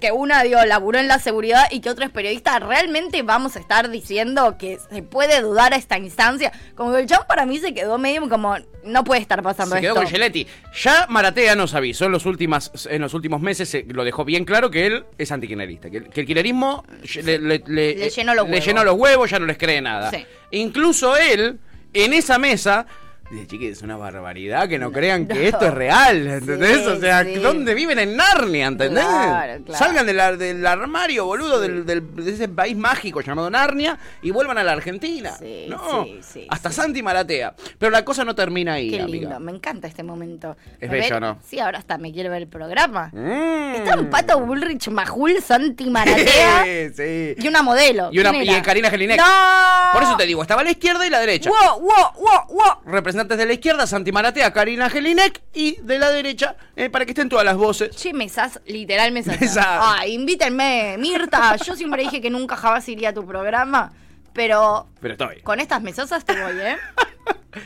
[SPEAKER 3] Que una dio, laburó en la seguridad y que otra es periodista, realmente vamos a estar diciendo que se puede dudar a esta instancia. Como que el chabón para mí se quedó medio como, no puede estar pasando
[SPEAKER 2] Se quedó
[SPEAKER 3] esto.
[SPEAKER 2] con Giletti. Ya Maratea nos avisó en los, últimas, en los últimos meses, eh, lo dejó bien claro que él es antiquinerista. Que, el- que el kirchnerismo le, le- le- eh,
[SPEAKER 3] Le llenó los
[SPEAKER 2] le
[SPEAKER 3] huevos.
[SPEAKER 2] llenó los huevos, ya no les cree nada.
[SPEAKER 3] Sí.
[SPEAKER 2] Incluso él, en esa mesa, dice, chiquis, es una barbaridad que no crean que
[SPEAKER 3] No.
[SPEAKER 2] esto es real. ¿Entendés? o sea,
[SPEAKER 3] sí.
[SPEAKER 2] ¿dónde viven en Narnia? ¿Entendés?
[SPEAKER 3] Claro, claro.
[SPEAKER 2] Salgan del, ar- del armario, boludo, del, del- de ese país mágico llamado Narnia y vuelvan a la Argentina.
[SPEAKER 3] Sí,
[SPEAKER 2] no.
[SPEAKER 3] sí, sí,
[SPEAKER 2] Hasta
[SPEAKER 3] sí.
[SPEAKER 2] Santi Maratea. Pero la cosa no termina ahí,
[SPEAKER 3] Qué
[SPEAKER 2] amiga.
[SPEAKER 3] lindo, me encanta este momento.
[SPEAKER 2] Es
[SPEAKER 3] ¿Me
[SPEAKER 2] bello,
[SPEAKER 3] ven?
[SPEAKER 2] ¿no?
[SPEAKER 3] Sí, ahora hasta me quiere ver el programa.
[SPEAKER 2] Mm.
[SPEAKER 3] Están Pato Bullrich, Majul, Santi Maratea
[SPEAKER 2] Sí, sí.
[SPEAKER 3] y una modelo.
[SPEAKER 2] Y, una,
[SPEAKER 3] ¿Quién
[SPEAKER 2] y
[SPEAKER 3] era?
[SPEAKER 2] Karina Gelinek.
[SPEAKER 3] ¡No!
[SPEAKER 2] Por eso te digo, estaba la izquierda y la derecha.
[SPEAKER 3] ¡Wow, wow, wow, wow!
[SPEAKER 2] Representantes de la izquierda, Santi Maratea, Karina Gelinek y de la derecha, eh, para que estén todas las voces.
[SPEAKER 3] Che, mesas, literal mesas.
[SPEAKER 2] Mesas.
[SPEAKER 3] Ay, invítenme, Mirta. Yo siempre dije que nunca jamás iría a tu programa, pero
[SPEAKER 2] Pero estoy.
[SPEAKER 3] con estas mesosas te voy, ¿eh?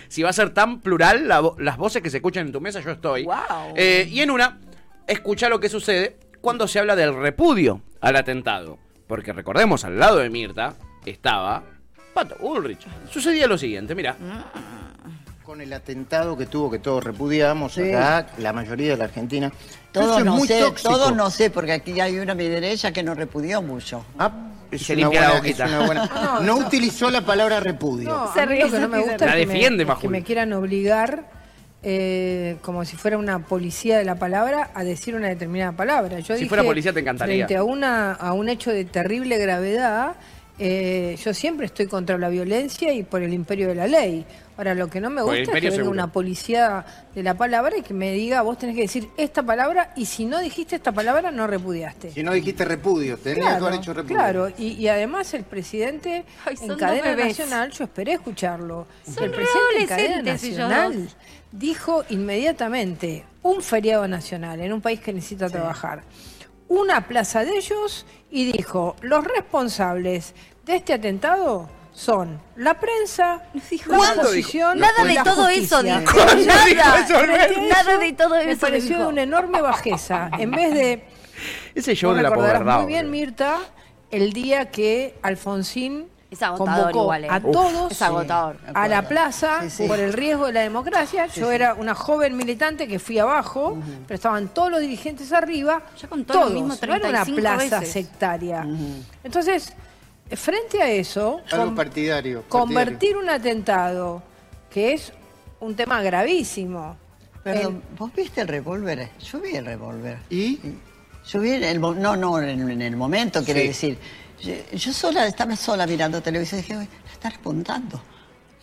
[SPEAKER 2] Si va a ser tan plural la vo- las voces que se escuchan en tu mesa, yo estoy.
[SPEAKER 3] Guau.
[SPEAKER 2] Eh, y en una, escucha lo que sucede cuando se habla del repudio al atentado. Porque recordemos, al lado de Mirta estaba Pato Ulrich. Sucedía lo siguiente, mira.
[SPEAKER 10] Mm.
[SPEAKER 7] Con el atentado que tuvo, que todos repudiamos acá, la mayoría de la Argentina. Eso
[SPEAKER 8] Todos
[SPEAKER 7] es
[SPEAKER 8] no
[SPEAKER 7] muy
[SPEAKER 8] sé,
[SPEAKER 7] tóxico.
[SPEAKER 8] todos no sé, porque aquí hay una a mi derecha que nos repudió mucho.
[SPEAKER 7] Ah, es
[SPEAKER 2] se
[SPEAKER 7] una
[SPEAKER 2] limpia la
[SPEAKER 7] buena-
[SPEAKER 2] boquita.
[SPEAKER 7] es una buena- No utilizó la palabra repudio.
[SPEAKER 10] No,
[SPEAKER 3] Se
[SPEAKER 10] a mí
[SPEAKER 3] ríe,
[SPEAKER 10] lo que no me
[SPEAKER 3] Santi, se
[SPEAKER 2] ríe.
[SPEAKER 10] gusta es
[SPEAKER 2] La
[SPEAKER 10] que me-
[SPEAKER 2] defiende,
[SPEAKER 10] es que, me,
[SPEAKER 2] Majul.
[SPEAKER 10] quieran obligar, eh, como si fuera una policía de la palabra, a decir una determinada palabra. Yo
[SPEAKER 2] Si
[SPEAKER 10] dije,
[SPEAKER 2] fuera policía, te encantaría.
[SPEAKER 10] Frente a, una, a un hecho de terrible gravedad, eh, yo siempre estoy contra la violencia y por el imperio de la ley. Ahora, lo que no me
[SPEAKER 2] Por el
[SPEAKER 10] gusta es que
[SPEAKER 2] imperio
[SPEAKER 10] venga
[SPEAKER 2] seguro.
[SPEAKER 10] una policía de la palabra y que me diga, vos tenés que decir esta palabra y si no dijiste esta palabra, no repudiaste.
[SPEAKER 7] Si no dijiste repudio, tenías que haber hecho repudio.
[SPEAKER 10] Claro, y, y además el presidente
[SPEAKER 3] Ay, son
[SPEAKER 10] en
[SPEAKER 3] dos
[SPEAKER 10] cadena
[SPEAKER 3] bebés.
[SPEAKER 10] nacional, yo esperé escucharlo.
[SPEAKER 3] Son
[SPEAKER 10] el presidente en cadena
[SPEAKER 3] readolescentes ellos
[SPEAKER 10] nacional dijo inmediatamente un feriado nacional en un país que necesita trabajar, una plaza de ellos y dijo los responsables de este atentado son la prensa,
[SPEAKER 3] dijo
[SPEAKER 10] la
[SPEAKER 3] nada.
[SPEAKER 10] oposición,
[SPEAKER 3] Nada de
[SPEAKER 10] la
[SPEAKER 3] todo eso
[SPEAKER 10] justicia.
[SPEAKER 3] dijo. Nada, nada de todo
[SPEAKER 10] Me
[SPEAKER 3] eso
[SPEAKER 10] pareció de
[SPEAKER 3] dijo.
[SPEAKER 10] una enorme bajeza. En vez de
[SPEAKER 2] Ese show
[SPEAKER 10] Vos
[SPEAKER 2] de la
[SPEAKER 10] recordarás
[SPEAKER 2] posverdad.
[SPEAKER 10] Muy bien,
[SPEAKER 2] boludo.
[SPEAKER 10] Mirta, el día que Alfonsín
[SPEAKER 3] Es agotador
[SPEAKER 10] convocó
[SPEAKER 3] igual, ¿eh?
[SPEAKER 10] a
[SPEAKER 3] Uf.
[SPEAKER 10] todos
[SPEAKER 3] Es agotador.
[SPEAKER 10] a la plaza
[SPEAKER 8] Sí, sí.
[SPEAKER 10] por el riesgo de la democracia. Yo era una joven militante que fui abajo, pero estaban todos los dirigentes arriba.
[SPEAKER 3] Ya contó lo
[SPEAKER 10] todos,
[SPEAKER 3] mismo
[SPEAKER 10] no era una
[SPEAKER 3] 35
[SPEAKER 10] plaza
[SPEAKER 3] veces.
[SPEAKER 10] sectaria. Entonces, frente a eso,
[SPEAKER 7] Algo
[SPEAKER 10] con-
[SPEAKER 7] partidario,
[SPEAKER 10] convertir un atentado, que es un tema gravísimo,
[SPEAKER 8] Pero,
[SPEAKER 10] en-
[SPEAKER 8] ¿vos viste el revólver? Yo vi el revólver.
[SPEAKER 7] ¿Y?
[SPEAKER 8] Yo vi en el, mo- no, no, en, en el momento, quiere decir. Yo, yo sola, estaba sola mirando televisión y dije, "Uy, la están apuntando.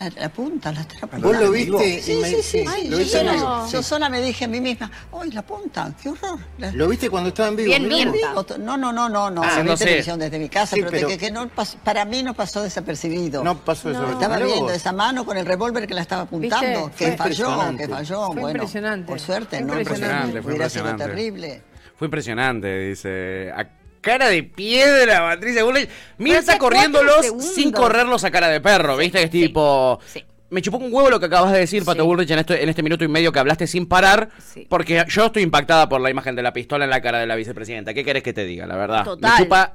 [SPEAKER 8] La, la apunta, la están apuntando.
[SPEAKER 7] lo viste
[SPEAKER 8] Sí,
[SPEAKER 7] en
[SPEAKER 8] sí,
[SPEAKER 7] vivo?
[SPEAKER 8] sí.
[SPEAKER 7] Ay,
[SPEAKER 8] yo,
[SPEAKER 7] lo viste en
[SPEAKER 8] sola,
[SPEAKER 7] vivo.
[SPEAKER 8] yo sola me dije a mí misma, ¡ay, la apunta! ¡Qué horror! La-
[SPEAKER 7] ¿Lo viste cuando estaba en vivo?
[SPEAKER 3] Bien,
[SPEAKER 7] Mirá
[SPEAKER 3] bien.
[SPEAKER 8] en
[SPEAKER 7] vos.
[SPEAKER 3] mierda.
[SPEAKER 8] vivo, to- No, no, no, no, no.
[SPEAKER 2] Ah,
[SPEAKER 8] se ve
[SPEAKER 2] no sé.
[SPEAKER 8] televisión desde mi casa,
[SPEAKER 7] Sí,
[SPEAKER 8] pero,
[SPEAKER 7] pero-
[SPEAKER 8] te- que, que no pasó- para mí no pasó desapercibido.
[SPEAKER 7] No pasó eso.
[SPEAKER 8] Estaba
[SPEAKER 7] Mirá
[SPEAKER 8] viendo
[SPEAKER 7] vos.
[SPEAKER 8] esa mano con el revólver que la estaba apuntando,
[SPEAKER 10] ¿Viste?
[SPEAKER 8] que
[SPEAKER 10] Fue
[SPEAKER 8] falló,
[SPEAKER 7] impresionante.
[SPEAKER 8] que falló.
[SPEAKER 10] Fue
[SPEAKER 8] bueno,
[SPEAKER 10] impresionante.
[SPEAKER 8] por suerte,
[SPEAKER 10] Fue
[SPEAKER 8] ¿no?
[SPEAKER 10] impresionante,
[SPEAKER 2] fue
[SPEAKER 8] Hubiera sido
[SPEAKER 2] impresionante.
[SPEAKER 8] terrible.
[SPEAKER 2] Fue impresionante, dice. A cara de piedra, Patricia Bullrich. Mira, está
[SPEAKER 3] hacía cuatro
[SPEAKER 2] corriéndolos
[SPEAKER 3] segundos.
[SPEAKER 2] sin correrlos a cara de perro, ¿viste? Que es tipo.
[SPEAKER 3] sí.
[SPEAKER 2] Me chupó un huevo lo que acabas de decir, Pato
[SPEAKER 3] Sí.
[SPEAKER 2] Bullrich, en, esto- en este minuto y medio que hablaste sin parar,
[SPEAKER 3] Sí.
[SPEAKER 2] porque yo estoy impactada por la imagen de la pistola en la cara de la vicepresidenta. ¿Qué querés que te diga, la verdad?
[SPEAKER 3] Total.
[SPEAKER 2] Me chupa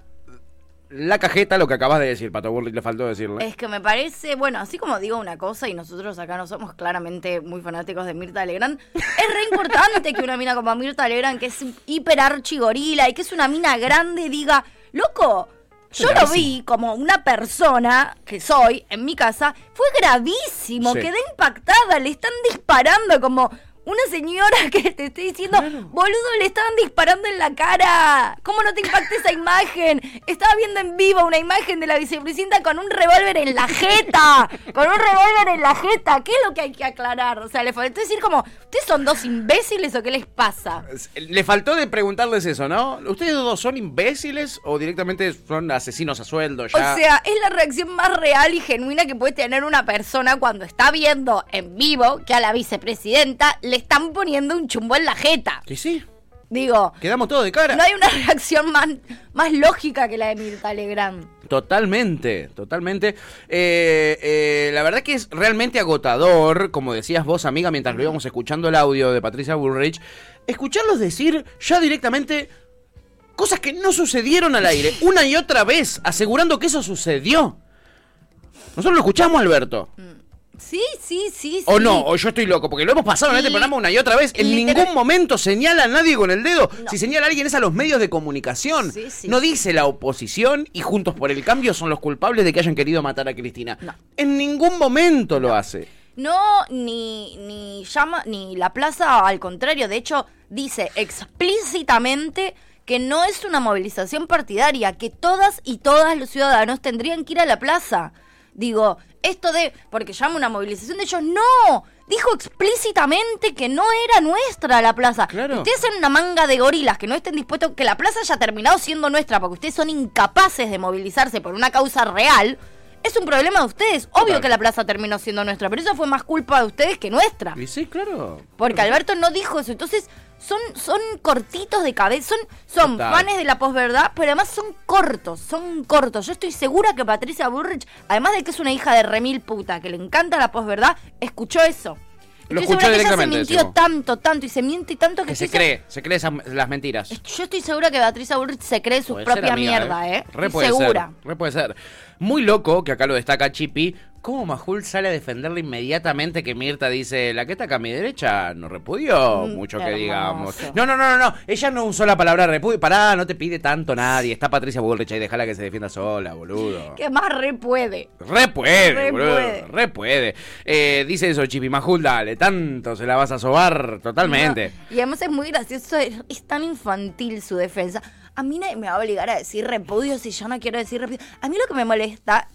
[SPEAKER 2] la cajeta lo que acabas de decir, Pato Bullrich, le faltó decirle.
[SPEAKER 3] Es que me parece, bueno, así como digo una cosa y nosotros acá no somos claramente muy fanáticos de Mirta Legrand, es re importante que una mina como Mirta Legrand, que es hiper archigorila y que es una mina grande, diga, loco, yo lo vi como una persona que soy en mi casa, fue gravísimo,
[SPEAKER 2] Sí.
[SPEAKER 3] quedé impactada, le están disparando como... Una señora que te esté diciendo, boludo, le estaban disparando en la cara. ¿Cómo no te impacta esa imagen? Estaba viendo en vivo una imagen de la vicepresidenta con un revólver en la jeta. Con un revólver en la jeta. ¿Qué es lo que hay que aclarar? O sea, le faltó decir como, ¿ustedes son dos imbéciles o qué les pasa?
[SPEAKER 2] Le faltó de preguntarles eso, ¿no? ¿Ustedes dos son imbéciles o directamente son asesinos a sueldo ya?
[SPEAKER 3] O sea, es la reacción más real y genuina que puede tener una persona cuando está viendo en vivo que a la vicepresidenta le están poniendo un chumbo en la jeta.
[SPEAKER 2] Que sí,
[SPEAKER 3] Digo,
[SPEAKER 2] quedamos todos de cara.
[SPEAKER 3] no hay una reacción más, más lógica que la de Mirta Legrand.
[SPEAKER 2] Totalmente, totalmente. Eh, eh, la verdad que es realmente agotador, como decías vos, amiga, mientras lo íbamos escuchando el audio de Patricia Bullrich, escucharlos decir ya directamente cosas que no sucedieron al aire, una y otra vez, asegurando que eso sucedió. Nosotros lo escuchamos, Alberto.
[SPEAKER 3] Sí, sí, sí, sí.
[SPEAKER 2] O no, o yo estoy loco, porque lo hemos pasado en este
[SPEAKER 3] Li-
[SPEAKER 2] programa una y otra vez. En
[SPEAKER 3] literal-
[SPEAKER 2] ningún momento señala a nadie con el dedo. Si señala a alguien es a los medios de comunicación.
[SPEAKER 3] Sí, sí,
[SPEAKER 2] no
[SPEAKER 3] sí.
[SPEAKER 2] dice la oposición y Juntos por el Cambio son los culpables de que hayan querido matar a Cristina. En ningún momento lo hace.
[SPEAKER 3] No, ni, ni llama, ni la plaza, al contrario, de hecho, dice explícitamente que no es una movilización partidaria, que todas y todas los ciudadanos tendrían que ir a la plaza. Digo, esto de, porque llama una movilización de ellos, no, dijo explícitamente que no era nuestra la plaza.
[SPEAKER 2] Claro.
[SPEAKER 3] Ustedes son una manga de gorilas que no estén dispuestos, que la plaza haya terminado siendo nuestra, porque ustedes son incapaces de movilizarse por una causa real. Es un problema de ustedes. Obvio que la plaza terminó siendo nuestra, pero eso fue más culpa de ustedes que nuestra.
[SPEAKER 2] Y sí, claro.
[SPEAKER 3] Porque Alberto no dijo eso. Entonces, son, son cortitos de cabeza. Son, son
[SPEAKER 2] Total.
[SPEAKER 3] fanes de la posverdad, pero además son cortos. Son cortos. Yo estoy segura que Patricia Burrich, además de que es una hija de remil puta, que le encanta la posverdad, escuchó eso.
[SPEAKER 2] Lo
[SPEAKER 3] Estoy
[SPEAKER 2] escuchó
[SPEAKER 3] segura que ella se
[SPEAKER 2] directamente,
[SPEAKER 3] mintió
[SPEAKER 2] decimos.
[SPEAKER 3] tanto, tanto y se miente tanto que,
[SPEAKER 2] Que se
[SPEAKER 3] estoy
[SPEAKER 2] cree, se cree esas- las mentiras.
[SPEAKER 3] yo estoy segura que Beatriz Bullrich se cree su
[SPEAKER 2] Puede ser,
[SPEAKER 3] propia
[SPEAKER 2] amiga,
[SPEAKER 3] mierda, ¿eh?
[SPEAKER 2] Re
[SPEAKER 3] Estoy
[SPEAKER 2] puede
[SPEAKER 3] segura.
[SPEAKER 2] ser. Re puede ser. Muy loco, que acá lo destaca Chipi, cómo Majul sale a defenderle inmediatamente que Mirta dice, la que está acá a mi derecha no repudió
[SPEAKER 11] Mm,
[SPEAKER 2] mucho que
[SPEAKER 11] hermoso.
[SPEAKER 2] digamos. No, no, no, no, no, ella no usó la palabra repudio. Pará, no te pide tanto nadie. Está Patricia Bullrich ahí, déjala que se defienda sola, boludo.
[SPEAKER 3] Que más re puede.
[SPEAKER 2] Re puede,
[SPEAKER 3] Re
[SPEAKER 2] boludo,
[SPEAKER 3] puede.
[SPEAKER 2] re puede. Eh, dice eso Chipi Majul, dale, tanto se la vas a sobar, totalmente.
[SPEAKER 3] Y además es muy gracioso, es, es tan infantil su defensa. A mí nadie me va a obligar a decir repudio si yo no quiero decir repudio. A mí lo que me molesta,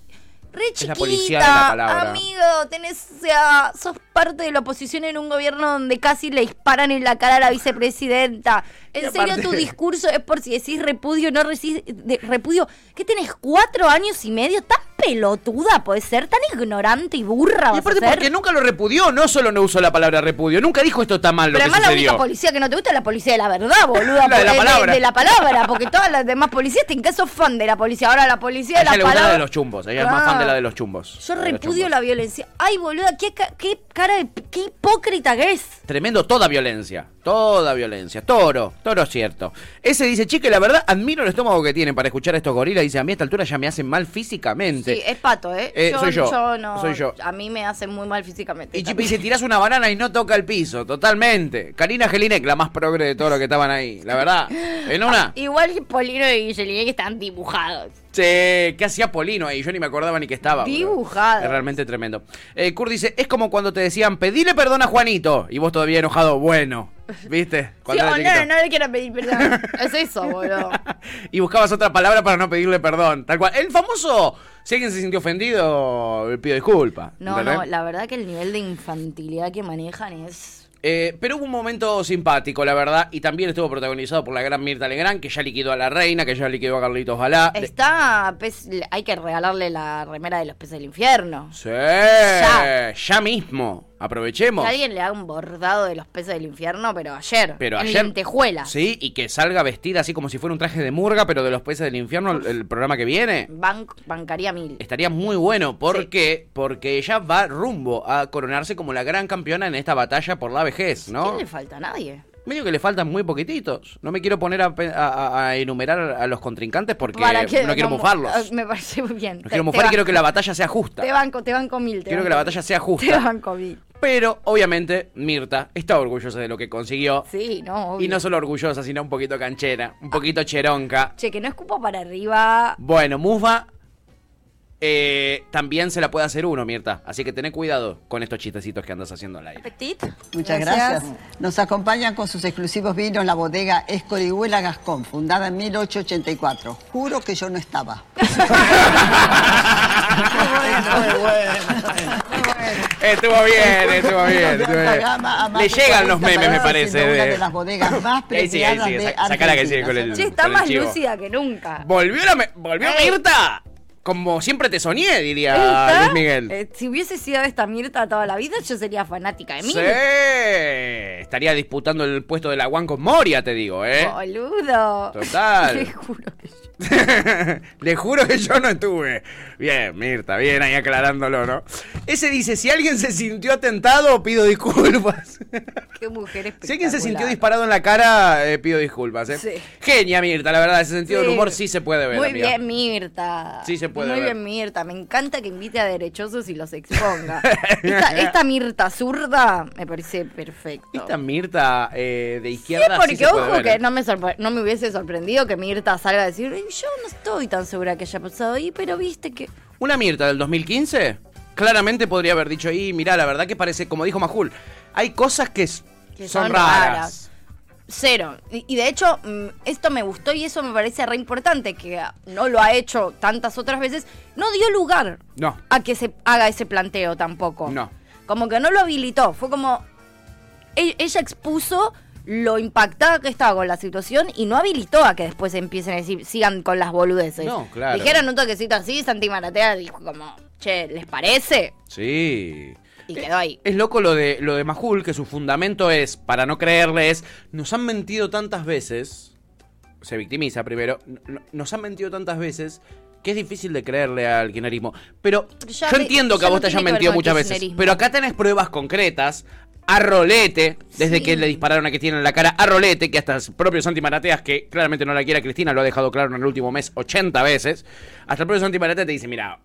[SPEAKER 3] re
[SPEAKER 2] Es
[SPEAKER 3] chiquita,
[SPEAKER 2] la policía de la palabra.
[SPEAKER 3] amigo, tenés, o sea, sos parte de la oposición en un gobierno donde casi le disparan en la cara a la vicepresidenta. En
[SPEAKER 12] Y
[SPEAKER 3] serio,
[SPEAKER 12] aparte-
[SPEAKER 3] tu discurso es por si decís repudio, no recís- de- repudio. ¿Qué tenés, cuatro años y medio? Tan pelotuda puede ser, tan ignorante y burra
[SPEAKER 2] Y
[SPEAKER 3] vas a
[SPEAKER 2] aparte
[SPEAKER 3] ser.
[SPEAKER 2] porque nunca lo repudió, no solo no usó la palabra repudio, nunca dijo esto está mal lo
[SPEAKER 3] Pero
[SPEAKER 2] que
[SPEAKER 3] además la única
[SPEAKER 2] sucedió.
[SPEAKER 3] policía que no te gusta es la policía de la verdad, boluda.
[SPEAKER 2] La de la
[SPEAKER 3] porque-
[SPEAKER 2] palabra.
[SPEAKER 3] de la palabra, porque todas las demás policías te caso fan de la policía. Ahora la policía
[SPEAKER 2] A
[SPEAKER 3] de
[SPEAKER 2] ella
[SPEAKER 3] la
[SPEAKER 2] le gusta la de
[SPEAKER 3] palabra.
[SPEAKER 2] los chumbos, ella es más
[SPEAKER 3] Ah.
[SPEAKER 2] fan de la de los chumbos.
[SPEAKER 3] Yo
[SPEAKER 2] La de los
[SPEAKER 3] repudio
[SPEAKER 2] chumbos.
[SPEAKER 3] la violencia. Ay, boluda, qué, ca- qué cara de. qué hipócrita que es.
[SPEAKER 2] Tremendo, toda violencia, toda violencia. Toro, toro es cierto. Ese dice, chique, la verdad, admiro el estómago que tienen para escuchar a estos gorilas. Dice, a mí a esta altura ya me hacen mal físicamente.
[SPEAKER 3] Sí, es pato, ¿eh?
[SPEAKER 2] Eh, soy yo,
[SPEAKER 3] no,
[SPEAKER 2] soy yo.
[SPEAKER 3] A mí me hace muy mal físicamente.
[SPEAKER 2] Y Chipi dice, tirás una banana y no toca el piso, totalmente. Karina Gelinek, la más progre de todos los que estaban ahí, la verdad. En una...
[SPEAKER 3] Igual que Polino y Guillermina que están dibujados.
[SPEAKER 2] Che, ¿qué hacía Polino ahí? Yo ni me acordaba ni que estaba. boludo.
[SPEAKER 3] Dibujados.
[SPEAKER 2] Es realmente tremendo. Eh, Kurt dice, es como cuando te decían, pedile perdón a Juanito. Y vos todavía enojado, bueno. ¿Viste?
[SPEAKER 3] Sí,
[SPEAKER 2] Cuando
[SPEAKER 3] oh,
[SPEAKER 2] era chiquito.
[SPEAKER 3] no, no le quiero pedir perdón. es eso, boludo.
[SPEAKER 2] Y buscabas otra palabra para no pedirle perdón. Tal cual. El famoso, si alguien se sintió ofendido, le pido disculpa.
[SPEAKER 3] No,
[SPEAKER 2] ¿entendés?
[SPEAKER 3] no, la verdad que el nivel de infantilidad que manejan es.
[SPEAKER 2] Eh, pero hubo un momento simpático, la verdad, y también estuvo protagonizado por la gran Mirta Legrand, que ya liquidó a la reina, que ya liquidó a Carlitos Balá. De-
[SPEAKER 3] Está, pez- le- hay que regalarle la remera de los peces del infierno.
[SPEAKER 2] Sí, ya mismo. Aprovechemos.
[SPEAKER 3] Que alguien le haga un bordado de los peces del infierno, pero ayer.
[SPEAKER 2] Pero
[SPEAKER 3] en
[SPEAKER 2] ayer.
[SPEAKER 3] lentejuela.
[SPEAKER 2] Sí, y que salga vestida así como si fuera un traje de murga, pero de los peces del infierno, el, el programa que viene.
[SPEAKER 3] Banc- bancaría mil.
[SPEAKER 2] Estaría muy bueno. ¿Por qué? Porque ella va rumbo a coronarse como la gran campeona en esta batalla por la vejez, ¿no?
[SPEAKER 3] No le falta a nadie.
[SPEAKER 2] Medio que le faltan muy poquititos. No me quiero poner a, pe- a- a- a enumerar a los contrincantes porque
[SPEAKER 3] Para que-
[SPEAKER 2] no quiero
[SPEAKER 3] como-
[SPEAKER 2] mufarlos.
[SPEAKER 3] Ah, Me parece muy bien.
[SPEAKER 2] No quiero mufar, quiero que la batalla sea justa.
[SPEAKER 3] Te banco, te banco mil. te
[SPEAKER 2] Quiero
[SPEAKER 3] banco
[SPEAKER 2] que la batalla sea
[SPEAKER 3] mil. Te
[SPEAKER 2] justa.
[SPEAKER 3] banco mil.
[SPEAKER 2] Pero, obviamente, Mirta está orgullosa de lo que consiguió.
[SPEAKER 3] Sí, no, obvio.
[SPEAKER 2] Y no solo orgullosa, sino un poquito canchera, un poquito cheronca.
[SPEAKER 3] Che, que no escupo para arriba.
[SPEAKER 2] Bueno, Musba eh, también se la puede hacer uno, Mirta. Así que tené cuidado con estos chistecitos que andas haciendo al aire.
[SPEAKER 8] Muchas
[SPEAKER 2] Gracias.
[SPEAKER 8] gracias. Nos acompañan con sus exclusivos vinos la bodega Escorihuela Gascón, fundada en 1884. Juro que yo no estaba.
[SPEAKER 2] Estuvo bien, estuvo bien. estuvo bien. Le llegan los memes, me parece.
[SPEAKER 8] Una
[SPEAKER 2] de-
[SPEAKER 8] de las bodegas más
[SPEAKER 2] Ahí sigue, ahí
[SPEAKER 8] preciadas
[SPEAKER 2] sigue.
[SPEAKER 8] de
[SPEAKER 2] Sa- Sacala que sigue
[SPEAKER 8] Argentina.
[SPEAKER 2] con el.
[SPEAKER 3] Che, está
[SPEAKER 2] con el
[SPEAKER 3] más
[SPEAKER 2] chivo.
[SPEAKER 3] lúcida que nunca.
[SPEAKER 2] Volvió, la me- volvió Mirta. Como siempre te soñé, diría
[SPEAKER 3] Mirta,
[SPEAKER 2] Luis Miguel.
[SPEAKER 3] eh, si hubiese sido esta Mirta toda la vida, yo sería fanática de mí.
[SPEAKER 2] Sí. ¿eh? Estaría disputando el puesto de la Juan con Moria, te digo, ¿eh?
[SPEAKER 3] Boludo.
[SPEAKER 2] Total.
[SPEAKER 3] Te juro.
[SPEAKER 2] Le juro que yo no estuve. Bien, Mirta, bien ahí aclarándolo, ¿no? Ese dice, si alguien se sintió atentado, pido disculpas.
[SPEAKER 3] Qué mujer
[SPEAKER 2] Si alguien se sintió
[SPEAKER 3] espectacular.
[SPEAKER 2] disparado en la cara, eh, pido disculpas, ¿eh?
[SPEAKER 3] Sí.
[SPEAKER 2] Genia, Mirta, la verdad, ese sentido del
[SPEAKER 3] Sí.
[SPEAKER 2] humor sí se puede ver,
[SPEAKER 3] Muy
[SPEAKER 2] amiga.
[SPEAKER 3] bien, Mirta.
[SPEAKER 2] Sí se puede
[SPEAKER 3] Muy
[SPEAKER 2] ver.
[SPEAKER 3] bien, Mirta. Me encanta que invite a derechosos y los exponga. esta, esta Mirta zurda me parece perfecto.
[SPEAKER 2] Esta Mirta eh, de
[SPEAKER 3] Sí,
[SPEAKER 2] izquierda sí,
[SPEAKER 3] porque
[SPEAKER 2] se puede
[SPEAKER 3] ojo
[SPEAKER 2] ver,
[SPEAKER 3] que
[SPEAKER 2] ¿eh?
[SPEAKER 3] no me, sorpre- no me hubiese sorprendido que Mirta salga a decir, "Ey, yo no estoy tan segura que haya pasado ahí, pero viste que...
[SPEAKER 2] Una Mirta del 2015 claramente podría haber dicho, y mirá, la verdad que parece, como dijo Majul, hay cosas que, s-
[SPEAKER 3] Que
[SPEAKER 2] son,
[SPEAKER 3] son
[SPEAKER 2] raras.
[SPEAKER 3] raras. Cero. Y, y de hecho, mm, esto me gustó y eso me parece re importante, que ah, no lo ha hecho tantas otras veces. No dio lugar
[SPEAKER 2] No,
[SPEAKER 3] a que se haga ese planteo tampoco.
[SPEAKER 2] no.
[SPEAKER 3] Como que no lo habilitó. Fue como. e- Ella expuso lo impactada que estaba con la situación y no habilitó a que después empiecen a decir, sigan con las boludeces.
[SPEAKER 2] No, claro.
[SPEAKER 3] Dijeron un toquecito así, Santi Maratea dijo como, che, ¿les parece?
[SPEAKER 2] Sí.
[SPEAKER 3] Y quedó ahí.
[SPEAKER 2] Es loco lo de, lo de Majul, que su fundamento es, para no creerles, nos han mentido tantas veces, se victimiza primero, "N- n- nos han mentido tantas veces que es difícil de creerle al kirchnerismo. Pero
[SPEAKER 3] Ya
[SPEAKER 2] yo
[SPEAKER 3] me-
[SPEAKER 2] entiendo que
[SPEAKER 3] ya
[SPEAKER 2] a vos
[SPEAKER 3] no
[SPEAKER 2] te hayan
[SPEAKER 3] tiene que ver
[SPEAKER 2] mentido
[SPEAKER 3] con el
[SPEAKER 2] muchas veces,
[SPEAKER 3] kirchnerismo.
[SPEAKER 2] pero acá tenés pruebas concretas. A Rolete, desde
[SPEAKER 3] Sí.
[SPEAKER 2] que le dispararon a Cristina en la cara, a Rolete, que hasta el propio Santi Marateas, que claramente no la quiere a Cristina, lo ha dejado claro en el último mes 80 veces, hasta el propio Santi Marateas te dice, mira,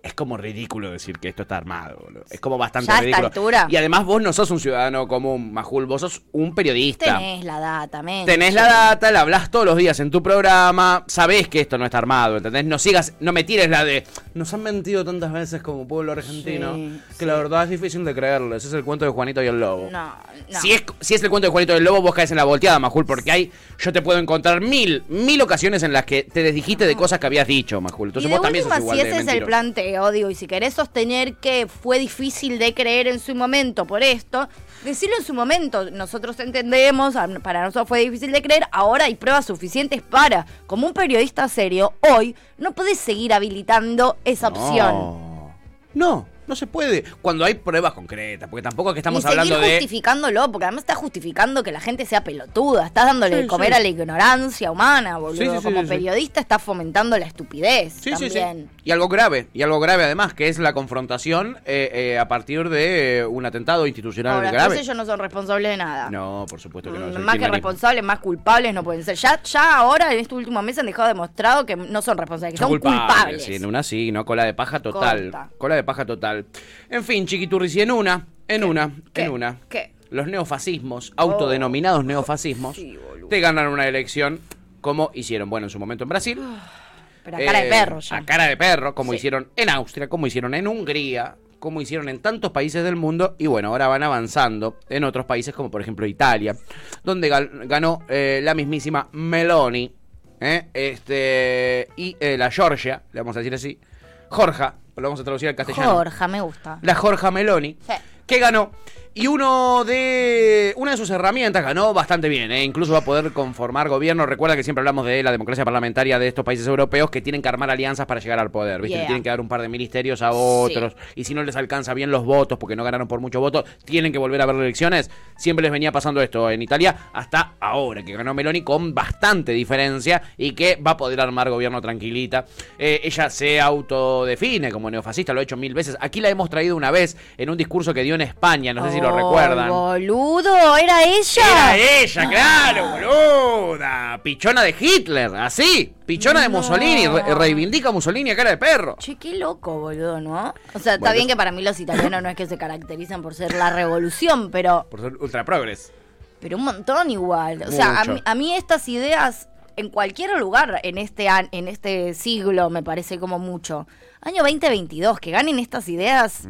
[SPEAKER 2] es como ridículo decir que esto está armado, boludo. Es como bastante
[SPEAKER 3] Ya a esta
[SPEAKER 2] ridículo.
[SPEAKER 3] altura.
[SPEAKER 2] Y además vos no sos un ciudadano común, Majul, vos sos un periodista.
[SPEAKER 3] Tenés la data, men.
[SPEAKER 2] Tenés la data, la hablas todos los días en tu programa, sabés que esto no está armado, ¿entendés? No sigas, no me tires la de. Nos han mentido tantas veces como pueblo argentino
[SPEAKER 3] Sí,
[SPEAKER 2] que la verdad es difícil de creerles. Es el cuento de Juanito y el Lobo.
[SPEAKER 3] No, no.
[SPEAKER 2] Si, es, si es el cuento de Juanito del Lobo, vos caes en la volteada, Majul, porque hay, yo te puedo encontrar mil, mil ocasiones en las que te desdijiste de cosas que habías dicho, Majul. Entonces
[SPEAKER 3] y de
[SPEAKER 2] vos también
[SPEAKER 3] última,
[SPEAKER 2] sos igual
[SPEAKER 3] si
[SPEAKER 2] de
[SPEAKER 3] ese es el
[SPEAKER 2] mentiroso.
[SPEAKER 3] planteo, digo, y si querés sostener que fue difícil de creer en su momento por esto, decirlo en su momento. Nosotros entendemos, a- para nosotros fue difícil de creer, ahora hay pruebas suficientes para. Como un periodista serio, hoy no podés seguir habilitando esa opción.
[SPEAKER 2] No, no se puede. Cuando hay pruebas concretas, porque tampoco es que estamos
[SPEAKER 3] Ni seguir
[SPEAKER 2] hablando de.
[SPEAKER 3] justificándolo, porque además estás justificando que la gente sea pelotuda, estás dándole
[SPEAKER 2] Sí,
[SPEAKER 3] de comer
[SPEAKER 2] sí.
[SPEAKER 3] a la ignorancia humana, boludo.
[SPEAKER 2] Sí, sí, sí,
[SPEAKER 3] Como
[SPEAKER 2] sí, sí.
[SPEAKER 3] periodista estás fomentando la estupidez
[SPEAKER 2] Sí, sí,
[SPEAKER 3] también.
[SPEAKER 2] sí. Y algo grave, y algo grave además, que es la confrontación eh, eh, a partir de eh, un atentado institucional
[SPEAKER 3] Ahora,
[SPEAKER 2] grave.
[SPEAKER 3] entonces ellos no son responsables de nada.
[SPEAKER 2] No, por supuesto que no. es el
[SPEAKER 3] Mm, más que
[SPEAKER 2] kirchnerismo.
[SPEAKER 3] responsables, más culpables no pueden ser. Ya, ya ahora, en este último mes, han dejado demostrado que no son responsables, que son, culpables.
[SPEAKER 2] sí, en una sí, ¿no? Cola de paja total.
[SPEAKER 3] Corta.
[SPEAKER 2] Cola de paja total. En fin, chiquiturris, y en una, en una, en una.
[SPEAKER 3] ¿Qué? Oh.
[SPEAKER 2] Los neofascismos, autodenominados neofascismos, te ganan una elección como hicieron, bueno, en su momento en Brasil.
[SPEAKER 3] Pero a cara de
[SPEAKER 2] Eh,
[SPEAKER 3] perro ya.
[SPEAKER 2] A cara de perro, como
[SPEAKER 3] Sí.
[SPEAKER 2] hicieron en Austria, como hicieron en Hungría, como hicieron en tantos países del mundo. Y bueno, ahora van avanzando en otros países, como por ejemplo Italia, donde gal- ganó eh, la mismísima Meloni. ¿eh? Este, y eh, la Georgia, le vamos a decir así. Jorja, lo vamos a traducir al castellano.
[SPEAKER 3] Jorge, me gusta.
[SPEAKER 2] La Jorja Meloni
[SPEAKER 3] Sí.
[SPEAKER 2] que ganó. Y uno de, una de sus herramientas ganó bastante bien, ¿eh? incluso va a poder conformar gobierno. Recuerda que siempre hablamos de la democracia parlamentaria de estos países europeos que tienen que armar alianzas para llegar al poder, ¿viste? Le
[SPEAKER 3] Yeah.
[SPEAKER 2] tienen que dar un par de ministerios a otros. Y si no les alcanza bien los votos porque no ganaron por muchos votos, tienen que volver a haber elecciones. Siempre les venía pasando esto en Italia hasta ahora, que ganó Meloni con bastante diferencia y que va a poder armar gobierno tranquilita. Eh, ella se autodefine como neofascista, lo ha hecho mil veces. Aquí la hemos traído una vez en un discurso que dio en España, no sé si lo
[SPEAKER 3] Oh,
[SPEAKER 2] recuerdan.
[SPEAKER 3] Boludo, era ella.
[SPEAKER 2] Era e- ella, claro, boluda. Pichona de Hitler, así. Pichona de
[SPEAKER 3] No.
[SPEAKER 2] Mussolini, re- reivindica a Mussolini a cara de perro.
[SPEAKER 3] Che, qué loco, boludo, ¿no? O sea, está
[SPEAKER 2] Bueno.
[SPEAKER 3] bien que para mí los italianos no es que se caracterizan por ser la revolución, pero,
[SPEAKER 2] Por ser ultra progres.
[SPEAKER 3] pero un montón igual. O sea, a
[SPEAKER 2] Mucho.
[SPEAKER 3] mí, a mí estas ideas en cualquier lugar en este, an- en este siglo, me parece como mucho. Año 2022, que ganen estas ideas.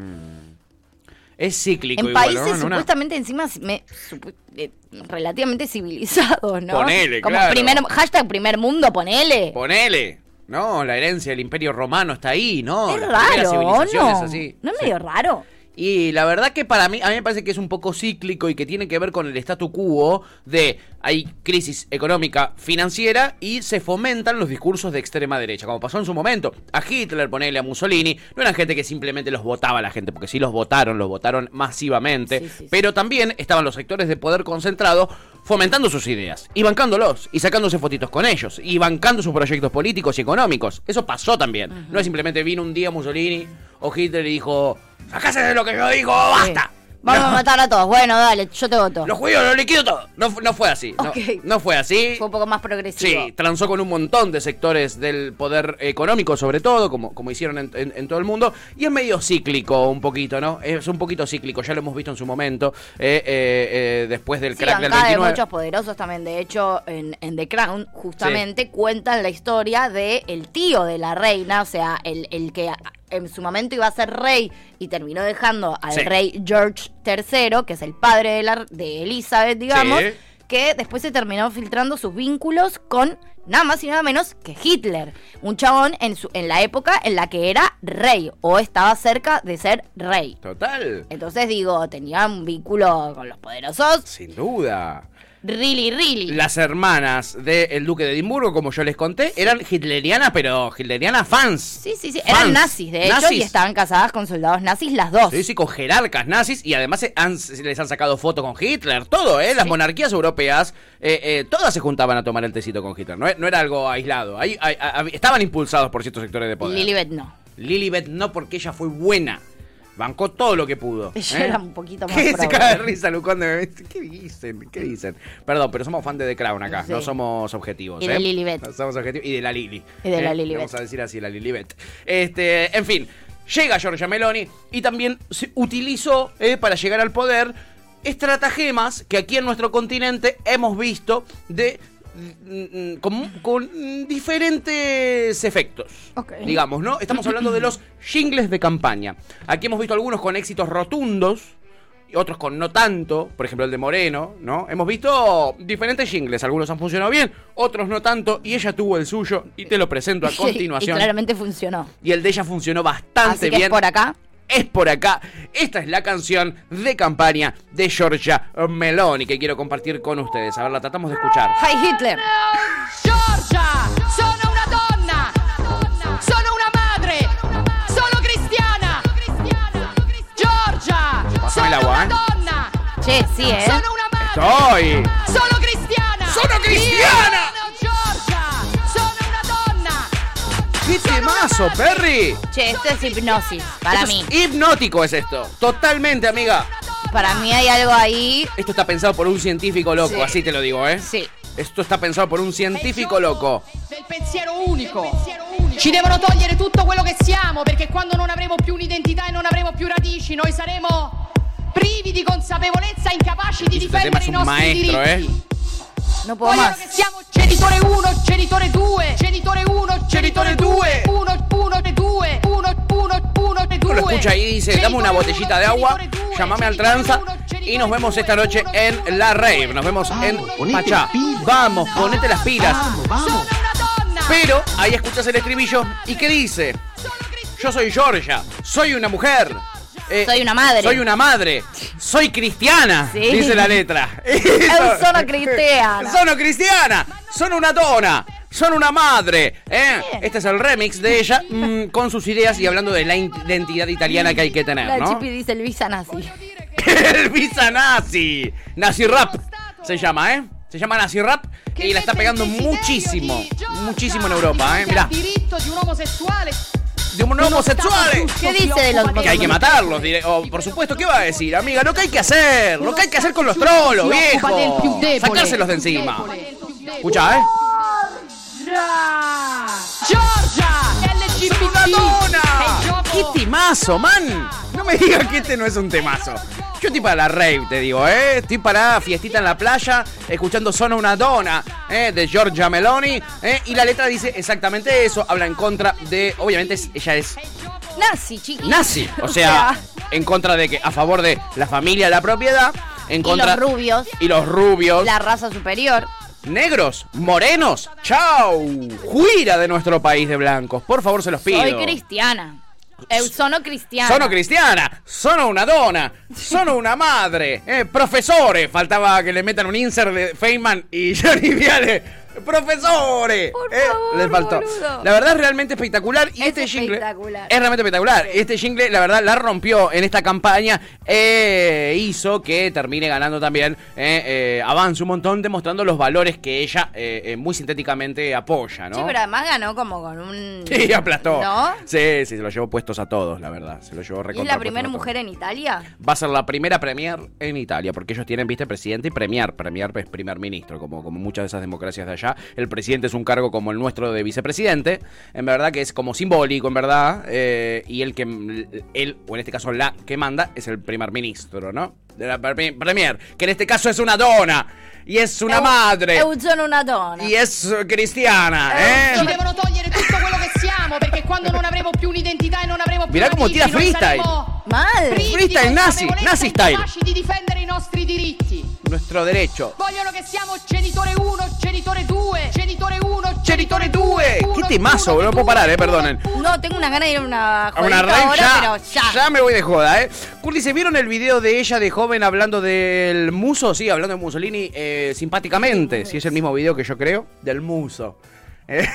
[SPEAKER 2] Es cíclico
[SPEAKER 3] en
[SPEAKER 2] igual,
[SPEAKER 3] países
[SPEAKER 2] ¿no? En una-
[SPEAKER 3] supuestamente encima me- supu- eh, relativamente civilizados, ¿no?
[SPEAKER 2] Ponele,
[SPEAKER 3] Como
[SPEAKER 2] claro.
[SPEAKER 3] primer, hashtag primer mundo, ponele.
[SPEAKER 2] Ponele. No, la herencia del imperio romano está ahí, ¿no?
[SPEAKER 3] Es
[SPEAKER 2] Las primeras
[SPEAKER 3] raro, ¿o
[SPEAKER 2] civilizaciones
[SPEAKER 3] ¿no?
[SPEAKER 2] así.
[SPEAKER 3] ¿No es
[SPEAKER 2] Sí.
[SPEAKER 3] medio raro?
[SPEAKER 2] Y la verdad que para mí, a mí me parece que es un poco cíclico y que tiene que ver con el statu quo de hay crisis económica, financiera y se fomentan los discursos de extrema derecha, como pasó en su momento. A Hitler, ponele a Mussolini, no eran gente que simplemente los votaba la gente, porque sí los votaron, los votaron masivamente, pero también estaban los sectores de poder concentrados fomentando sus ideas y bancándolos y sacándose fotitos con ellos y bancando sus proyectos políticos y económicos. Eso pasó también. No es simplemente vino un día Mussolini o Hitler y dijo, sacáse de lo que yo digo, basta.
[SPEAKER 3] Vamos a matar a todos. Bueno, dale, yo te voto.
[SPEAKER 2] Los judíos los liquido todo. No, fu- no fue así. no-
[SPEAKER 3] Ok.
[SPEAKER 2] No, fue así.
[SPEAKER 3] Fue un poco más progresivo.
[SPEAKER 2] Sí, transó con un montón de sectores del poder económico, sobre todo, como, como hicieron en, en- en todo el mundo. Y es medio cíclico, un poquito, ¿no? Es un poquito cíclico, ya lo hemos visto en su momento, eh, eh, eh, después del
[SPEAKER 3] Sí,
[SPEAKER 2] crack del
[SPEAKER 3] bancada de
[SPEAKER 2] 29.
[SPEAKER 3] muchos poderosos también. De hecho, en, en The Crown, justamente, cuentan la historia de el tío de la reina, o sea, el, el que en su momento iba a ser rey y terminó dejando al
[SPEAKER 11] Sí.
[SPEAKER 3] rey George III, que es el padre de, la, de Elizabeth, digamos,
[SPEAKER 11] Sí.
[SPEAKER 3] que después se terminó filtrando sus vínculos con nada más y nada menos que Hitler. Un chabón en, su, en la época en la que era rey o estaba cerca de ser rey.
[SPEAKER 2] Total.
[SPEAKER 3] Entonces digo, tenía un vínculo con los poderosos.
[SPEAKER 2] Sin duda.
[SPEAKER 3] Really, really.
[SPEAKER 2] Las hermanas del Duque de Edimburgo, como yo les conté, eran hitlerianas, pero hitlerianas fans.
[SPEAKER 3] Sí, sí, sí. Eran
[SPEAKER 2] Fans.
[SPEAKER 3] nazis, de hecho,
[SPEAKER 2] Nazis.
[SPEAKER 3] y estaban casadas con soldados nazis las dos.
[SPEAKER 2] Sí, sí, con jerarcas nazis y además se han- se les han sacado fotos con Hitler, todo, ¿eh? Las monarquías europeas, eh, eh, todas se juntaban a tomar el tecito con Hitler, no, e- no era algo aislado. Ahí, ahí- ahí- estaban impulsados por ciertos sectores de poder.
[SPEAKER 3] Lilibet no.
[SPEAKER 2] Lilibet no, porque ella fue buena. Bancó todo lo que pudo.
[SPEAKER 3] Ella
[SPEAKER 2] ¿eh?
[SPEAKER 3] era un poquito más
[SPEAKER 2] ¿Qué se
[SPEAKER 3] progre.
[SPEAKER 2] cae de risa, Lucuando? ¿Qué dicen? ¿Qué dicen? Perdón, pero somos fan de The Crown acá,
[SPEAKER 3] Sí.
[SPEAKER 2] no somos objetivos.
[SPEAKER 3] Y de
[SPEAKER 2] ¿eh?
[SPEAKER 3] Lilibet.
[SPEAKER 2] No somos objetivos. Y de la Lili.
[SPEAKER 3] Y de la
[SPEAKER 2] ¿eh?
[SPEAKER 3] Lilibet.
[SPEAKER 2] Vamos a decir así, la Lilibet. Este, en fin, llega Giorgia Meloni y también se utilizó eh, para llegar al poder estratagemas que aquí en nuestro continente hemos visto de mm, mm, con, con diferentes efectos. Digamos, ¿no? Estamos hablando de los jingles de campaña. Aquí hemos visto algunos con éxitos rotundos, y otros con no tanto, por ejemplo el de Moreno, ¿no? Hemos visto diferentes jingles, algunos han funcionado bien, otros no tanto, y ella tuvo el suyo, y te lo presento a
[SPEAKER 3] y
[SPEAKER 2] continuación.
[SPEAKER 3] claramente funcionó.
[SPEAKER 2] Y el de ella funcionó bastante
[SPEAKER 3] Así que
[SPEAKER 2] bien.
[SPEAKER 3] es por acá.
[SPEAKER 2] Es por acá. Esta es la canción de campaña de Giorgia Meloni que quiero compartir con ustedes. A ver, la tratamos de escuchar.
[SPEAKER 3] ¡Hi Hitler!
[SPEAKER 11] Giorgia, sono una donna, sono una madre, sono cristiana. Giorgia,
[SPEAKER 2] Pásame
[SPEAKER 11] sono
[SPEAKER 2] el
[SPEAKER 11] una
[SPEAKER 2] agua, ¿eh?
[SPEAKER 11] donna.
[SPEAKER 3] Che, sí, ¿eh?
[SPEAKER 11] Sono una
[SPEAKER 2] Estoy.
[SPEAKER 11] Sono cristiana.
[SPEAKER 2] Sono cristiana.
[SPEAKER 11] Giorgia, sono una donna.
[SPEAKER 2] ¡Qué temazo, Perry!
[SPEAKER 3] Che, esto es hipnosis, para
[SPEAKER 2] Esto
[SPEAKER 3] mí.
[SPEAKER 2] es hipnótico es esto. Totalmente, amiga.
[SPEAKER 3] Para mí hay algo ahí.
[SPEAKER 2] Esto está pensado por un científico loco,
[SPEAKER 11] Sí.
[SPEAKER 2] así te lo digo, ¿eh?
[SPEAKER 3] Sí.
[SPEAKER 2] Esto está pensado por un científico loco.
[SPEAKER 11] Del pensiero unico. Ci devono togliere tutto quello che siamo, perché quando non avremo più un'identità e non avremo più radici, noi saremo privi di consapevolezza, incapaci di
[SPEAKER 2] Este tema
[SPEAKER 11] difendere
[SPEAKER 2] es
[SPEAKER 11] i
[SPEAKER 2] un
[SPEAKER 11] nostri
[SPEAKER 2] maestro,
[SPEAKER 11] diritti.
[SPEAKER 2] ¿eh?
[SPEAKER 3] No puedo
[SPEAKER 11] Vogliono
[SPEAKER 3] más.
[SPEAKER 11] che siamo genitore 1, genitore 2, genitore 1, genitore 2, 1, 1, 2, 1, 1, 1, 2.
[SPEAKER 2] Uno lo
[SPEAKER 3] eh,
[SPEAKER 2] escucha ahí y dice, dame una botellita de agua, llamame al tranza y nos vemos esta noche en La Rave. Nos vemos en Pachá. Vamos, ponete las pilas. Pero ahí escuchas el estribillo y ¿qué dice? Yo soy Georgia, soy una mujer. eh,
[SPEAKER 3] Soy una madre.
[SPEAKER 2] Soy una madre. Soy cristiana,
[SPEAKER 3] Sí.
[SPEAKER 2] dice la letra.
[SPEAKER 3] Es sono cristiana.
[SPEAKER 2] Sono cristiana, sono una dona, sono una madre. ¿eh? Este es el remix de ella mm, con sus ideas y hablando de la identidad italiana que hay que tener,
[SPEAKER 3] La
[SPEAKER 2] ¿no?
[SPEAKER 3] chipi dice Luisa Nazi.
[SPEAKER 2] El visa nazi. Nazi rap se llama, ¿eh? Se llama Nazi rap y la está pegando muchísimo, muchísimo en Europa, ¿eh? Mirá,
[SPEAKER 11] diritto di un omosessuale.
[SPEAKER 2] de un homosexuales.
[SPEAKER 11] ¿Qué dice de los
[SPEAKER 2] Que hay que matarlos, diré. Oh, por supuesto, ¿qué va a decir, amiga? Lo que hay que hacer, lo que hay que hacer con los trolos, viejo. Sacárselos de encima. Escucha, ¿eh?
[SPEAKER 11] Giorgia, LGBT.
[SPEAKER 2] ¡Qué temazo, man! No me digas que este no es un temazo. Yo estoy para la rave, te digo, ¿eh? Estoy para fiestita en la playa, escuchando Sona una dona, ¿eh? De Giorgia Meloni, ¿eh? Y la letra dice exactamente eso, habla en contra de... Obviamente es- ella es
[SPEAKER 3] Nazi, chiqui.
[SPEAKER 2] nazi, o sea, en contra de que... A favor de la familia, la propiedad, en
[SPEAKER 3] y
[SPEAKER 2] contra...
[SPEAKER 3] los rubios,
[SPEAKER 2] Y los rubios.
[SPEAKER 3] la raza superior.
[SPEAKER 2] Negros, morenos, chau. Juira de nuestro país de blancos. Por favor, se los pido.
[SPEAKER 3] Soy cristiana. Eu sono cristiana.
[SPEAKER 2] Sono cristiana, sono una dona, sono una madre, eh, profesores. Faltaba que le metan un insert de Feynman y Johnny Viale. Profesores. eh, les faltó.
[SPEAKER 3] boludo.
[SPEAKER 2] La verdad es realmente espectacular y este jingle
[SPEAKER 3] Espectacular.
[SPEAKER 2] es realmente espectacular. Este jingle, la verdad, la rompió en esta campaña. eh, hizo que termine ganando también. Eh, eh, avance un montón demostrando los valores que ella eh, eh, muy sintéticamente apoya, ¿no?
[SPEAKER 3] Sí, pero además ganó como con un.
[SPEAKER 2] Sí, aplastó.
[SPEAKER 3] ¿No?
[SPEAKER 2] Sí, sí, se lo llevó puestos a todos, la verdad. Se lo llevó
[SPEAKER 3] Y es
[SPEAKER 2] recontra
[SPEAKER 3] la
[SPEAKER 2] puestos
[SPEAKER 3] primera
[SPEAKER 2] a todos.
[SPEAKER 3] mujer en Italia.
[SPEAKER 2] Va a ser la primera premier en Italia, porque ellos tienen, viste, presidente y premier. Premier es primer ministro, como, como muchas de esas democracias de allá. El presidente es un cargo como el nuestro de vicepresidente, en verdad que es como simbólico, en verdad. eh, y el que, él, o en este caso la que manda, es el primer ministro, ¿no? De la pre- premier, que en este caso es una dona, y es una
[SPEAKER 3] Eu-
[SPEAKER 2] madre,
[SPEAKER 3] Eu sono una donna.
[SPEAKER 2] y es eh, cristiana,
[SPEAKER 11] Ci
[SPEAKER 2] ¿eh?
[SPEAKER 11] devono togliere tutto quello che siamo perché quando non avremo più un'identità e non avremo più
[SPEAKER 2] Mirá como
[SPEAKER 11] radici,
[SPEAKER 2] tira
[SPEAKER 11] noi
[SPEAKER 2] freestyle.
[SPEAKER 11] saremo
[SPEAKER 3] Mal.
[SPEAKER 11] privi di
[SPEAKER 2] Freestyle nazi,
[SPEAKER 11] consapevolezza
[SPEAKER 2] nazi
[SPEAKER 11] e
[SPEAKER 2] style.
[SPEAKER 11] incapaci di difendere i nostri diritti.
[SPEAKER 2] Nuestro derecho.
[SPEAKER 11] Vogliono che siamo genitore 1, genitore 2, genitore 1, genitore 2.
[SPEAKER 2] ¿Qué temazo, boludo? No puedo parar, eh, perdonen.
[SPEAKER 3] No, tengo una gana de ir a una
[SPEAKER 2] A una
[SPEAKER 3] jodita
[SPEAKER 2] rave
[SPEAKER 3] ahora,
[SPEAKER 2] ya,
[SPEAKER 3] pero ya.
[SPEAKER 2] ya me voy de joda, ¿eh? Curly, ¿se vieron el video de ella de joven hablando del muso? Sí, hablando de Mussolini eh, simpáticamente. Si es el mismo video que yo creo, del muso. Eh,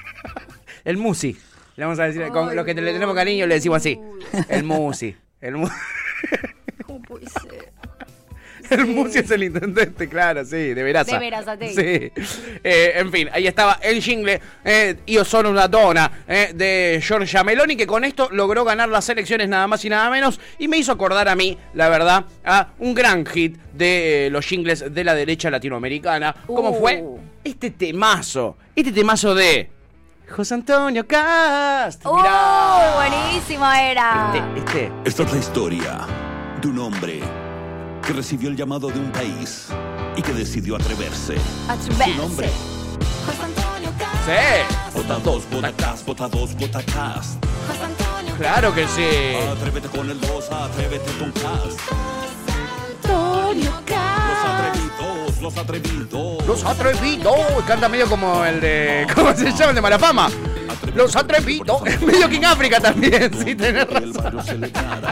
[SPEAKER 2] el musi. Le vamos a decir, con lo que le tenemos cariño le decimos así. El musi. El mu-
[SPEAKER 3] ¿Cómo puede ser?
[SPEAKER 2] El Musi es el intendente, claro, sí, de Veraza.
[SPEAKER 3] De Verazategui.
[SPEAKER 2] Sí. Eh, en fin, ahí estaba el jingle eh, Io sono una donna eh, de Giorgia Meloni, que con esto logró ganar las elecciones nada más y nada menos. Y me hizo acordar a mí, la verdad, a un gran hit de eh, los jingles de la derecha latinoamericana. ¿Cómo
[SPEAKER 12] Uh.
[SPEAKER 2] fue? Este temazo. Este temazo de. José Antonio Cast.
[SPEAKER 3] ¡Uh! Buenísimo era.
[SPEAKER 2] Este, este.
[SPEAKER 13] Esta es la historia de un hombre que recibió el llamado de un país y que decidió atreverse.
[SPEAKER 2] Este
[SPEAKER 3] Atreverse.
[SPEAKER 13] Su nombre.
[SPEAKER 2] Sí.
[SPEAKER 13] Vota dos, vota cast, vota dos, vota cast.
[SPEAKER 2] Claro que sí.
[SPEAKER 13] Atrévete con el dos, atrévete con cast. Los atrevidos, los atrevidos.
[SPEAKER 2] Los atrevidos. Canta medio como el de. ¿Cómo se llama? El de Malafama. Los atrevidos. medio King África también. Sí, tenés razón.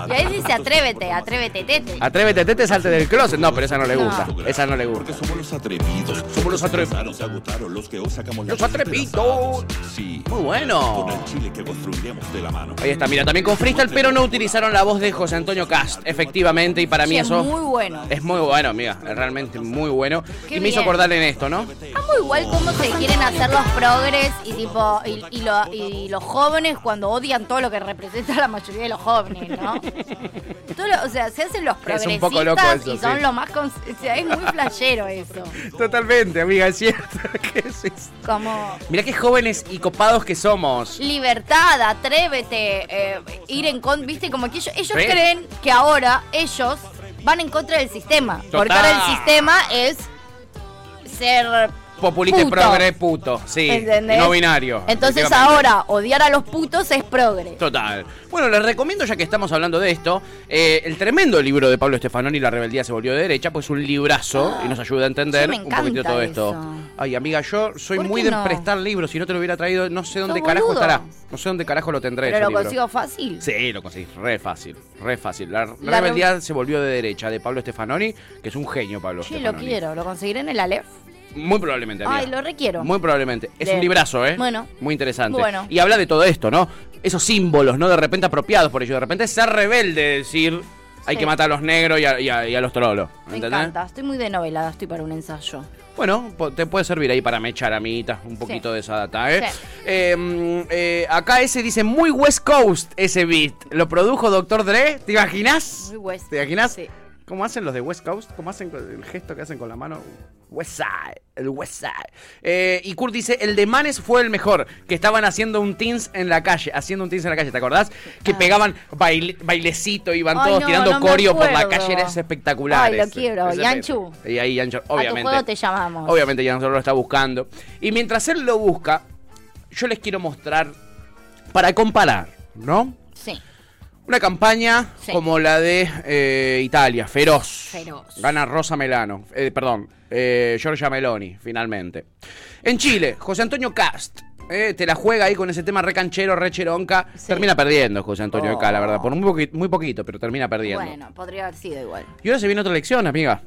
[SPEAKER 3] Y ahí dice atrévete, atrévete, tete.
[SPEAKER 2] Atrévete, tete, salte del closet. No, pero esa no le gusta. Esa no le gusta.
[SPEAKER 13] Porque somos los atrevidos. Somos los atrevidos. Se agotaron los que os sacamos
[SPEAKER 2] Los
[SPEAKER 13] las
[SPEAKER 2] atrevidos.
[SPEAKER 13] Sí.
[SPEAKER 2] Muy bueno.
[SPEAKER 13] Con el Chile que construiremos de la mano.
[SPEAKER 2] Ahí está, mira, también con freestyle, pero no utilizaron la voz de José Antonio Cast, efectivamente, y para mí
[SPEAKER 3] Sí,
[SPEAKER 2] eso
[SPEAKER 3] Es muy bueno.
[SPEAKER 2] es muy bueno, amiga, es realmente muy bueno.
[SPEAKER 3] Qué
[SPEAKER 2] y me hizo
[SPEAKER 3] bien.
[SPEAKER 2] acordar en esto, ¿no?
[SPEAKER 3] Está muy igual cómo se quieren hacer los progres y tipo y, y lo- y los jóvenes cuando odian todo lo que representa la mayoría de los jóvenes, ¿no? Todo lo- o sea, se hacen los
[SPEAKER 2] Es
[SPEAKER 3] progresistas
[SPEAKER 2] un poco loco eso,
[SPEAKER 3] y son
[SPEAKER 2] sí.
[SPEAKER 3] lo más... cons- o sea, es muy flashero eso.
[SPEAKER 2] Totalmente, amiga, es cierto. que es eso.
[SPEAKER 3] Como...
[SPEAKER 2] Mirá qué jóvenes y copados que somos.
[SPEAKER 3] libertad, atrévete, eh, ir en contra, viste, como que ellos, ellos
[SPEAKER 2] Sí.
[SPEAKER 3] creen que ahora ellos van en contra del sistema. Porque
[SPEAKER 2] Total.
[SPEAKER 3] ahora el sistema es ser...
[SPEAKER 2] Populista y
[SPEAKER 3] Puto.
[SPEAKER 2] progre puto, sí.
[SPEAKER 3] ¿Entendés?
[SPEAKER 2] y No binario.
[SPEAKER 3] Entonces
[SPEAKER 2] efectivamente.
[SPEAKER 3] ahora odiar a los putos es progre.
[SPEAKER 2] Total. Bueno, les recomiendo, ya que estamos hablando de esto, eh, el tremendo libro de Pablo Estefanoni, La rebeldía se volvió de derecha, pues un librazo y nos ayuda a entender
[SPEAKER 3] Ah, Sí, me
[SPEAKER 2] un poquitito
[SPEAKER 3] encanta
[SPEAKER 2] todo esto.
[SPEAKER 3] eso.
[SPEAKER 2] Ay, amiga, yo soy
[SPEAKER 3] ¿Por
[SPEAKER 2] muy
[SPEAKER 3] qué
[SPEAKER 2] de
[SPEAKER 3] no?
[SPEAKER 2] prestar libros. Si no te lo hubiera traído, no sé dónde
[SPEAKER 3] Sos
[SPEAKER 2] carajo
[SPEAKER 3] boludo.
[SPEAKER 2] estará. No sé dónde carajo lo tendré.
[SPEAKER 3] Pero
[SPEAKER 2] ese
[SPEAKER 3] lo
[SPEAKER 2] libro.
[SPEAKER 3] consigo fácil.
[SPEAKER 2] Sí, lo conseguís, re fácil, re fácil. La, la
[SPEAKER 3] La
[SPEAKER 2] rebeldía se volvió de derecha, de Pablo Stefanoni, que es un genio, Pablo
[SPEAKER 3] Sí, lo
[SPEAKER 2] Stefanoni.
[SPEAKER 3] quiero, lo conseguiré en el Aleph.
[SPEAKER 2] Muy probablemente, amiga.
[SPEAKER 3] Ay, lo requiero.
[SPEAKER 2] Muy probablemente. Es
[SPEAKER 3] Bien.
[SPEAKER 2] un librazo, ¿eh?
[SPEAKER 3] Bueno.
[SPEAKER 2] Muy interesante.
[SPEAKER 3] Bueno.
[SPEAKER 2] Y habla de todo esto, ¿no? Esos símbolos, ¿no? De repente apropiados por ellos. De repente ser rebelde, decir, hay
[SPEAKER 3] Sí.
[SPEAKER 2] que matar a los negros y a, y a- y a los trolos.
[SPEAKER 3] Me
[SPEAKER 2] ¿Entendés?
[SPEAKER 3] encanta, estoy muy de novelada, estoy para un ensayo.
[SPEAKER 2] Bueno, po- te puede servir ahí para mechar, amiguitas, un poquito de esa data, ¿eh?
[SPEAKER 3] Sí.
[SPEAKER 2] Eh, mm, eh, acá ese dice muy West Coast ese beat. Lo produjo Dr. Dre, ¿te imaginas?
[SPEAKER 3] Muy West.
[SPEAKER 2] ¿Te imaginas? ¿Cómo hacen los de West Coast? ¿Cómo hacen con- el gesto que hacen con la mano? West Side, el West Side. Eh, y Kurt dice, el de Manes fue el mejor, que estaban haciendo un teens en la calle, haciendo un teens en la calle, ¿te acordás? Que pegaban baile- bailecito, iban
[SPEAKER 3] Ah. Ay,
[SPEAKER 2] todos
[SPEAKER 3] no,
[SPEAKER 2] tirando
[SPEAKER 3] no me
[SPEAKER 2] coreo por la
[SPEAKER 3] acuerdo.
[SPEAKER 2] calle, era espectacular.
[SPEAKER 3] Ay, lo
[SPEAKER 2] ese.
[SPEAKER 3] quiero.
[SPEAKER 2] Ese-
[SPEAKER 3] Yanchu,
[SPEAKER 2] Y ahí Yancho,
[SPEAKER 3] a
[SPEAKER 2] obviamente.
[SPEAKER 3] tu juego te llamamos.
[SPEAKER 2] Obviamente ya lo está buscando. Y mientras él lo busca, yo les quiero mostrar para comparar, ¿no?
[SPEAKER 3] Sí,
[SPEAKER 2] Una campaña
[SPEAKER 3] Sí.
[SPEAKER 2] como la de eh, Italia, feroz.
[SPEAKER 3] feroz.
[SPEAKER 2] Gana Rosa Melano, eh, perdón, eh, Giorgia Meloni, finalmente. En Chile, José Antonio Cast. eh, te la juega ahí con ese tema recanchero, recheronca. Termina perdiendo José Antonio
[SPEAKER 3] Oh.
[SPEAKER 2] Cast, la verdad. Por muy, poqui- muy poquito, pero termina perdiendo.
[SPEAKER 3] Bueno, podría haber sido igual.
[SPEAKER 2] Y ahora se viene otra elección, amiga.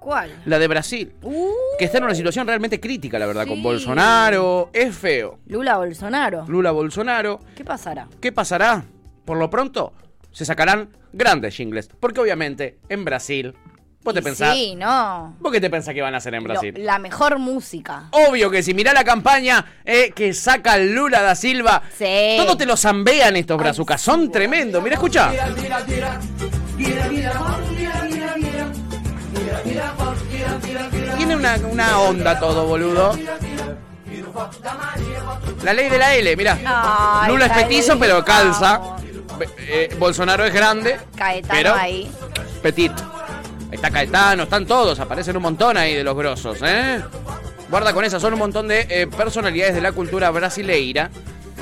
[SPEAKER 3] ¿Cuál?
[SPEAKER 2] La de Brasil.
[SPEAKER 3] Uh,
[SPEAKER 2] Que está en una situación realmente crítica, la verdad, con
[SPEAKER 3] Sí.
[SPEAKER 2] Bolsonaro. Es feo.
[SPEAKER 3] Lula Bolsonaro.
[SPEAKER 2] Lula Bolsonaro.
[SPEAKER 3] ¿Qué pasará?
[SPEAKER 2] ¿Qué pasará? Por lo pronto, se sacarán grandes jingles. Porque obviamente, en Brasil, vos te
[SPEAKER 3] Y
[SPEAKER 2] pensás.
[SPEAKER 3] Sí, no.
[SPEAKER 2] ¿Vos qué te pensás que van a hacer en
[SPEAKER 3] Lo-
[SPEAKER 2] Brasil?
[SPEAKER 3] la mejor música.
[SPEAKER 2] Obvio que si mirá la campaña eh, que saca Lula da Silva,
[SPEAKER 3] Sí.
[SPEAKER 2] todos te lo zambean estos brazucas. Son tremendo. Mira, escucha. Tiene una, una onda todo, boludo. La ley de la L, mira.
[SPEAKER 3] Ay,
[SPEAKER 2] Lula es
[SPEAKER 3] Caetano,
[SPEAKER 2] petizo, pero calza. Eh, Bolsonaro es grande,
[SPEAKER 3] Caetano
[SPEAKER 2] Pero-
[SPEAKER 3] ahí.
[SPEAKER 2] petit. Está Caetano, están todos, aparecen un montón ahí de los grosos, ¿eh? Guarda con esa, son un montón de eh, personalidades de la cultura brasileira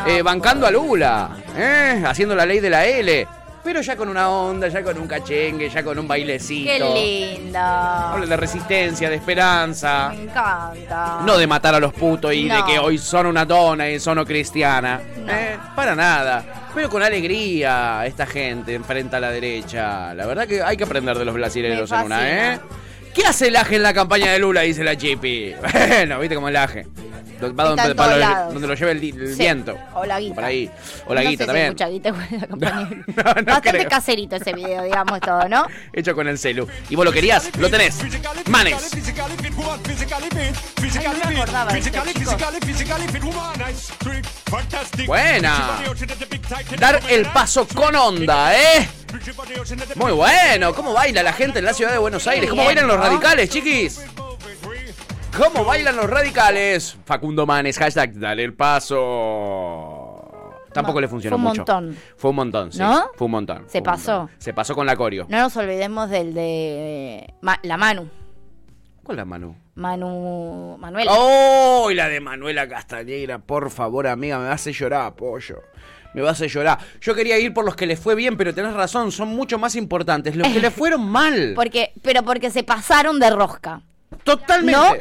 [SPEAKER 2] eh,
[SPEAKER 3] Ah.
[SPEAKER 2] bancando a Lula, ¿eh? Haciendo la ley de la L. Pero ya con una onda, ya con un cachengue, ya con un bailecito.
[SPEAKER 3] Qué lindo.
[SPEAKER 2] Hablan de resistencia, de esperanza.
[SPEAKER 3] Me encanta.
[SPEAKER 2] No de matar a los putos y de
[SPEAKER 3] No.
[SPEAKER 2] que hoy son una dona y son cristiana. Eh, para nada. Pero con alegría esta gente enfrenta a la derecha. La verdad que hay que aprender de los brasileños
[SPEAKER 3] Me
[SPEAKER 2] en una, ¿eh?
[SPEAKER 3] fascina.
[SPEAKER 2] ¿Qué hace el aje en la campaña de Lula? Dice la Chipi. Bueno, viste cómo el aje. Do-
[SPEAKER 3] Está
[SPEAKER 2] Va donde,
[SPEAKER 3] en
[SPEAKER 2] para
[SPEAKER 3] todos
[SPEAKER 2] lo-
[SPEAKER 3] lados.
[SPEAKER 2] donde lo lleva el, di- el
[SPEAKER 3] Sí.
[SPEAKER 2] viento.
[SPEAKER 3] O la guita.
[SPEAKER 2] Por ahí. O la
[SPEAKER 3] No
[SPEAKER 2] guita
[SPEAKER 3] sé si hay
[SPEAKER 2] también.
[SPEAKER 3] mucha guita igual en la campaña.
[SPEAKER 2] No, no
[SPEAKER 3] Bastante
[SPEAKER 2] creo.
[SPEAKER 3] caserito ese video, digamos todo, ¿no?
[SPEAKER 2] Hecho con el celu. ¿Y vos lo querías? Lo tenés. Manes. Buena. Dar el paso con onda, ¿eh? Muy bueno, ¿cómo baila la gente en la ciudad de Buenos Aires? ¿Cómo
[SPEAKER 12] Bien,
[SPEAKER 2] bailan los
[SPEAKER 12] ¿no?
[SPEAKER 2] radicales, chiquis? ¿Cómo bailan los radicales? Facundo Manes, hashtag, dale el paso. Tampoco le funcionó
[SPEAKER 3] Fue un
[SPEAKER 2] mucho.
[SPEAKER 3] montón.
[SPEAKER 2] Fue un montón, sí.
[SPEAKER 3] ¿No?
[SPEAKER 2] Fue un montón.
[SPEAKER 3] Se
[SPEAKER 2] fue un
[SPEAKER 3] pasó.
[SPEAKER 2] montón. Se pasó con la corio.
[SPEAKER 3] No nos olvidemos del de Ma- la Manu.
[SPEAKER 2] ¿Cuál la Manu?
[SPEAKER 3] Manu. Manuel.
[SPEAKER 2] ¡Oh! y la de Manuela Castañeira, por favor, amiga, me vas a llorar, pollo. Me vas a llorar. Yo quería ir por los que les fue bien, pero tenés razón, son mucho más importantes.
[SPEAKER 3] Eh.
[SPEAKER 2] Los que le fueron mal.
[SPEAKER 3] Porque, pero porque se pasaron de rosca.
[SPEAKER 2] Totalmente.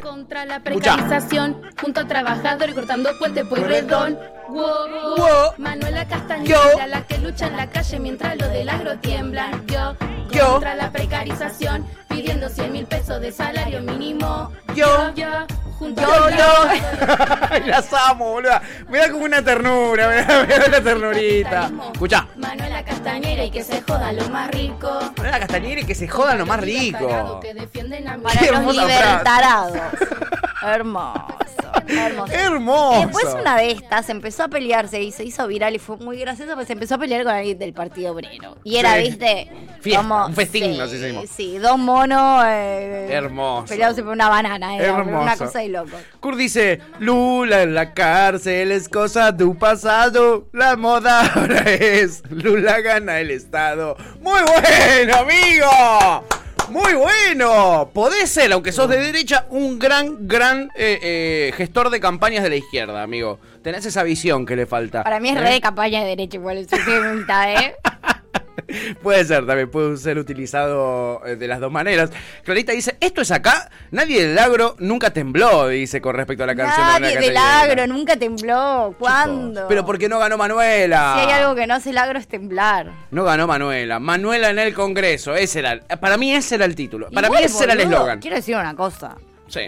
[SPEAKER 3] ¿No?
[SPEAKER 14] Contra la
[SPEAKER 2] Escuchá.
[SPEAKER 14] precarización, junto al trabajador y cortando puentes por redón. Wow,
[SPEAKER 2] Wow.
[SPEAKER 14] Manuela
[SPEAKER 2] Yo.
[SPEAKER 14] Castañeda, la que lucha en la calle mientras los del agro tiemblan. Yo,
[SPEAKER 2] Yo.
[SPEAKER 14] contra la precarización, pidiendo 100 mil pesos de salario mínimo.
[SPEAKER 2] Yo.
[SPEAKER 14] yo, junto
[SPEAKER 2] Yo,
[SPEAKER 14] al
[SPEAKER 2] yo. Ay, Las amo, boluda. Me da como una ternura, me da, me da una ternurita. Escucha.
[SPEAKER 14] Manuela Castañera y que se joda lo más rico.
[SPEAKER 2] Manuela Castañeira y que se joda lo más rico.
[SPEAKER 14] Que defienden a
[SPEAKER 3] Para
[SPEAKER 2] Qué
[SPEAKER 3] los
[SPEAKER 2] hermosa
[SPEAKER 3] libertarados. hermoso. Hermoso.
[SPEAKER 2] Hermoso.
[SPEAKER 3] Y después una de estas empezó a pelearse y se hizo viral y fue muy gracioso porque se empezó a pelear con alguien del Partido Obrero. Y era,
[SPEAKER 2] Sí.
[SPEAKER 3] viste,
[SPEAKER 2] Fiesta,
[SPEAKER 3] como-
[SPEAKER 2] un festín,
[SPEAKER 3] sí,
[SPEAKER 2] nos hicimos.
[SPEAKER 3] Sí, dos monos eh,
[SPEAKER 2] Hermoso.
[SPEAKER 3] peleándose por una banana. Era una
[SPEAKER 2] Hermoso.
[SPEAKER 3] cosa de loco.
[SPEAKER 2] Kurt dice, Lula en la cárcel es cosa de un pasado, la moda ahora es, Lula gana el Estado. Muy bueno, amigo. Muy bueno. Podés ser, aunque sos de derecha, un gran, gran eh, eh, gestor de campañas de la izquierda, amigo. Tenés esa visión que le falta.
[SPEAKER 3] Para mí es
[SPEAKER 2] ¿Eh?
[SPEAKER 3] re de campaña de derecha igual el sujeto, ¿eh?
[SPEAKER 2] Puede ser, también puede ser utilizado eh, de las dos maneras. Clarita dice, esto es acá, nadie del agro nunca tembló, dice con respecto a la canción. de
[SPEAKER 3] Nadie
[SPEAKER 2] Ana
[SPEAKER 3] del
[SPEAKER 2] Catalina.
[SPEAKER 3] agro nunca tembló. ¿Cuándo?
[SPEAKER 2] Pero Ah. porque no ganó Manuela.
[SPEAKER 3] Si hay algo que no hace el agro es temblar.
[SPEAKER 2] No ganó Manuela. Manuela en el Congreso. Ese era, para mí ese era el título. Para
[SPEAKER 3] Igual,
[SPEAKER 2] mí ese era el
[SPEAKER 3] boludo,
[SPEAKER 2] eslogan.
[SPEAKER 3] Quiero decir una cosa.
[SPEAKER 2] Sí.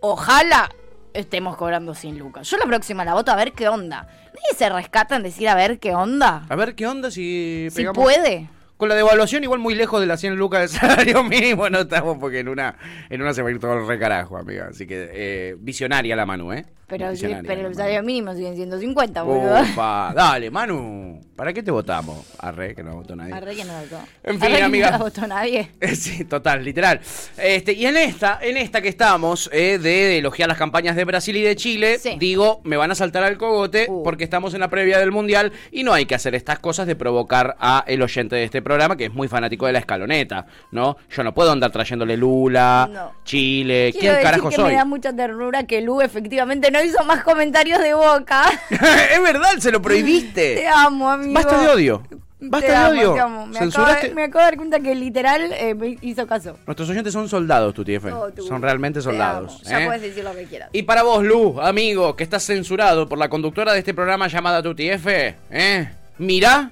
[SPEAKER 3] Ojalá estemos cobrando 100 lucas. Yo la próxima la voto a ver qué onda. Nadie se rescata en decir a ver qué onda.
[SPEAKER 2] A ver qué onda Ah, si
[SPEAKER 3] Si
[SPEAKER 2] pegamos.
[SPEAKER 3] puede.
[SPEAKER 2] Con la devaluación igual muy lejos de las 100 lucas de salario mínimo no estamos porque en una, en una se va a ir todo el recarajo, amiga. Así que eh, visionaria la Manu, ¿eh?
[SPEAKER 3] Pero, sí,
[SPEAKER 2] Visionaria
[SPEAKER 3] pero
[SPEAKER 2] la
[SPEAKER 3] el
[SPEAKER 2] Manu.
[SPEAKER 3] salario mínimo sigue en 150, boludo.
[SPEAKER 2] Ufa, dale, Manu. ¿Para qué te votamos? Arre, que no votó nadie.
[SPEAKER 3] Arre que no votó.
[SPEAKER 2] eh. En fin,
[SPEAKER 3] Arre que
[SPEAKER 2] amiga.
[SPEAKER 3] No la votó nadie.
[SPEAKER 2] Sí, total, literal. Este, y en esta, en esta que estamos, eh, de elogiar las campañas de Brasil y de Chile, digo, me van a saltar al cogote
[SPEAKER 3] Uh.
[SPEAKER 2] porque estamos en la previa del Mundial y no hay que hacer estas cosas de provocar a el oyente de este programa, que es muy fanático de la escaloneta, ¿no? Yo no puedo andar trayéndole Lula,
[SPEAKER 3] No.
[SPEAKER 2] Chile,
[SPEAKER 3] Quiero
[SPEAKER 2] ¿quién
[SPEAKER 3] decir
[SPEAKER 2] carajo
[SPEAKER 3] que
[SPEAKER 2] soy?
[SPEAKER 3] me da mucha ternura que Lu efectivamente no hizo más comentarios de boca.
[SPEAKER 2] es verdad, se lo prohibiste.
[SPEAKER 3] Te amo, amigo.
[SPEAKER 2] Eh, Basta de odio. Basta
[SPEAKER 3] te
[SPEAKER 2] de
[SPEAKER 3] amo,
[SPEAKER 2] odio.
[SPEAKER 3] te amo. Me, acabo
[SPEAKER 2] Censuraste-
[SPEAKER 3] de, me acabo de dar cuenta que literal eh, me hizo caso.
[SPEAKER 2] Nuestros oyentes son soldados, tu TF.
[SPEAKER 3] Todo tú.
[SPEAKER 2] Son realmente
[SPEAKER 3] Te
[SPEAKER 2] soldados.
[SPEAKER 3] amo. Ya
[SPEAKER 2] ¿eh?
[SPEAKER 3] puedes decir lo que quieras.
[SPEAKER 2] Y para vos, Lu, amigo, que estás censurado por la conductora de este programa llamada Tuti F, ¿eh? Mirá,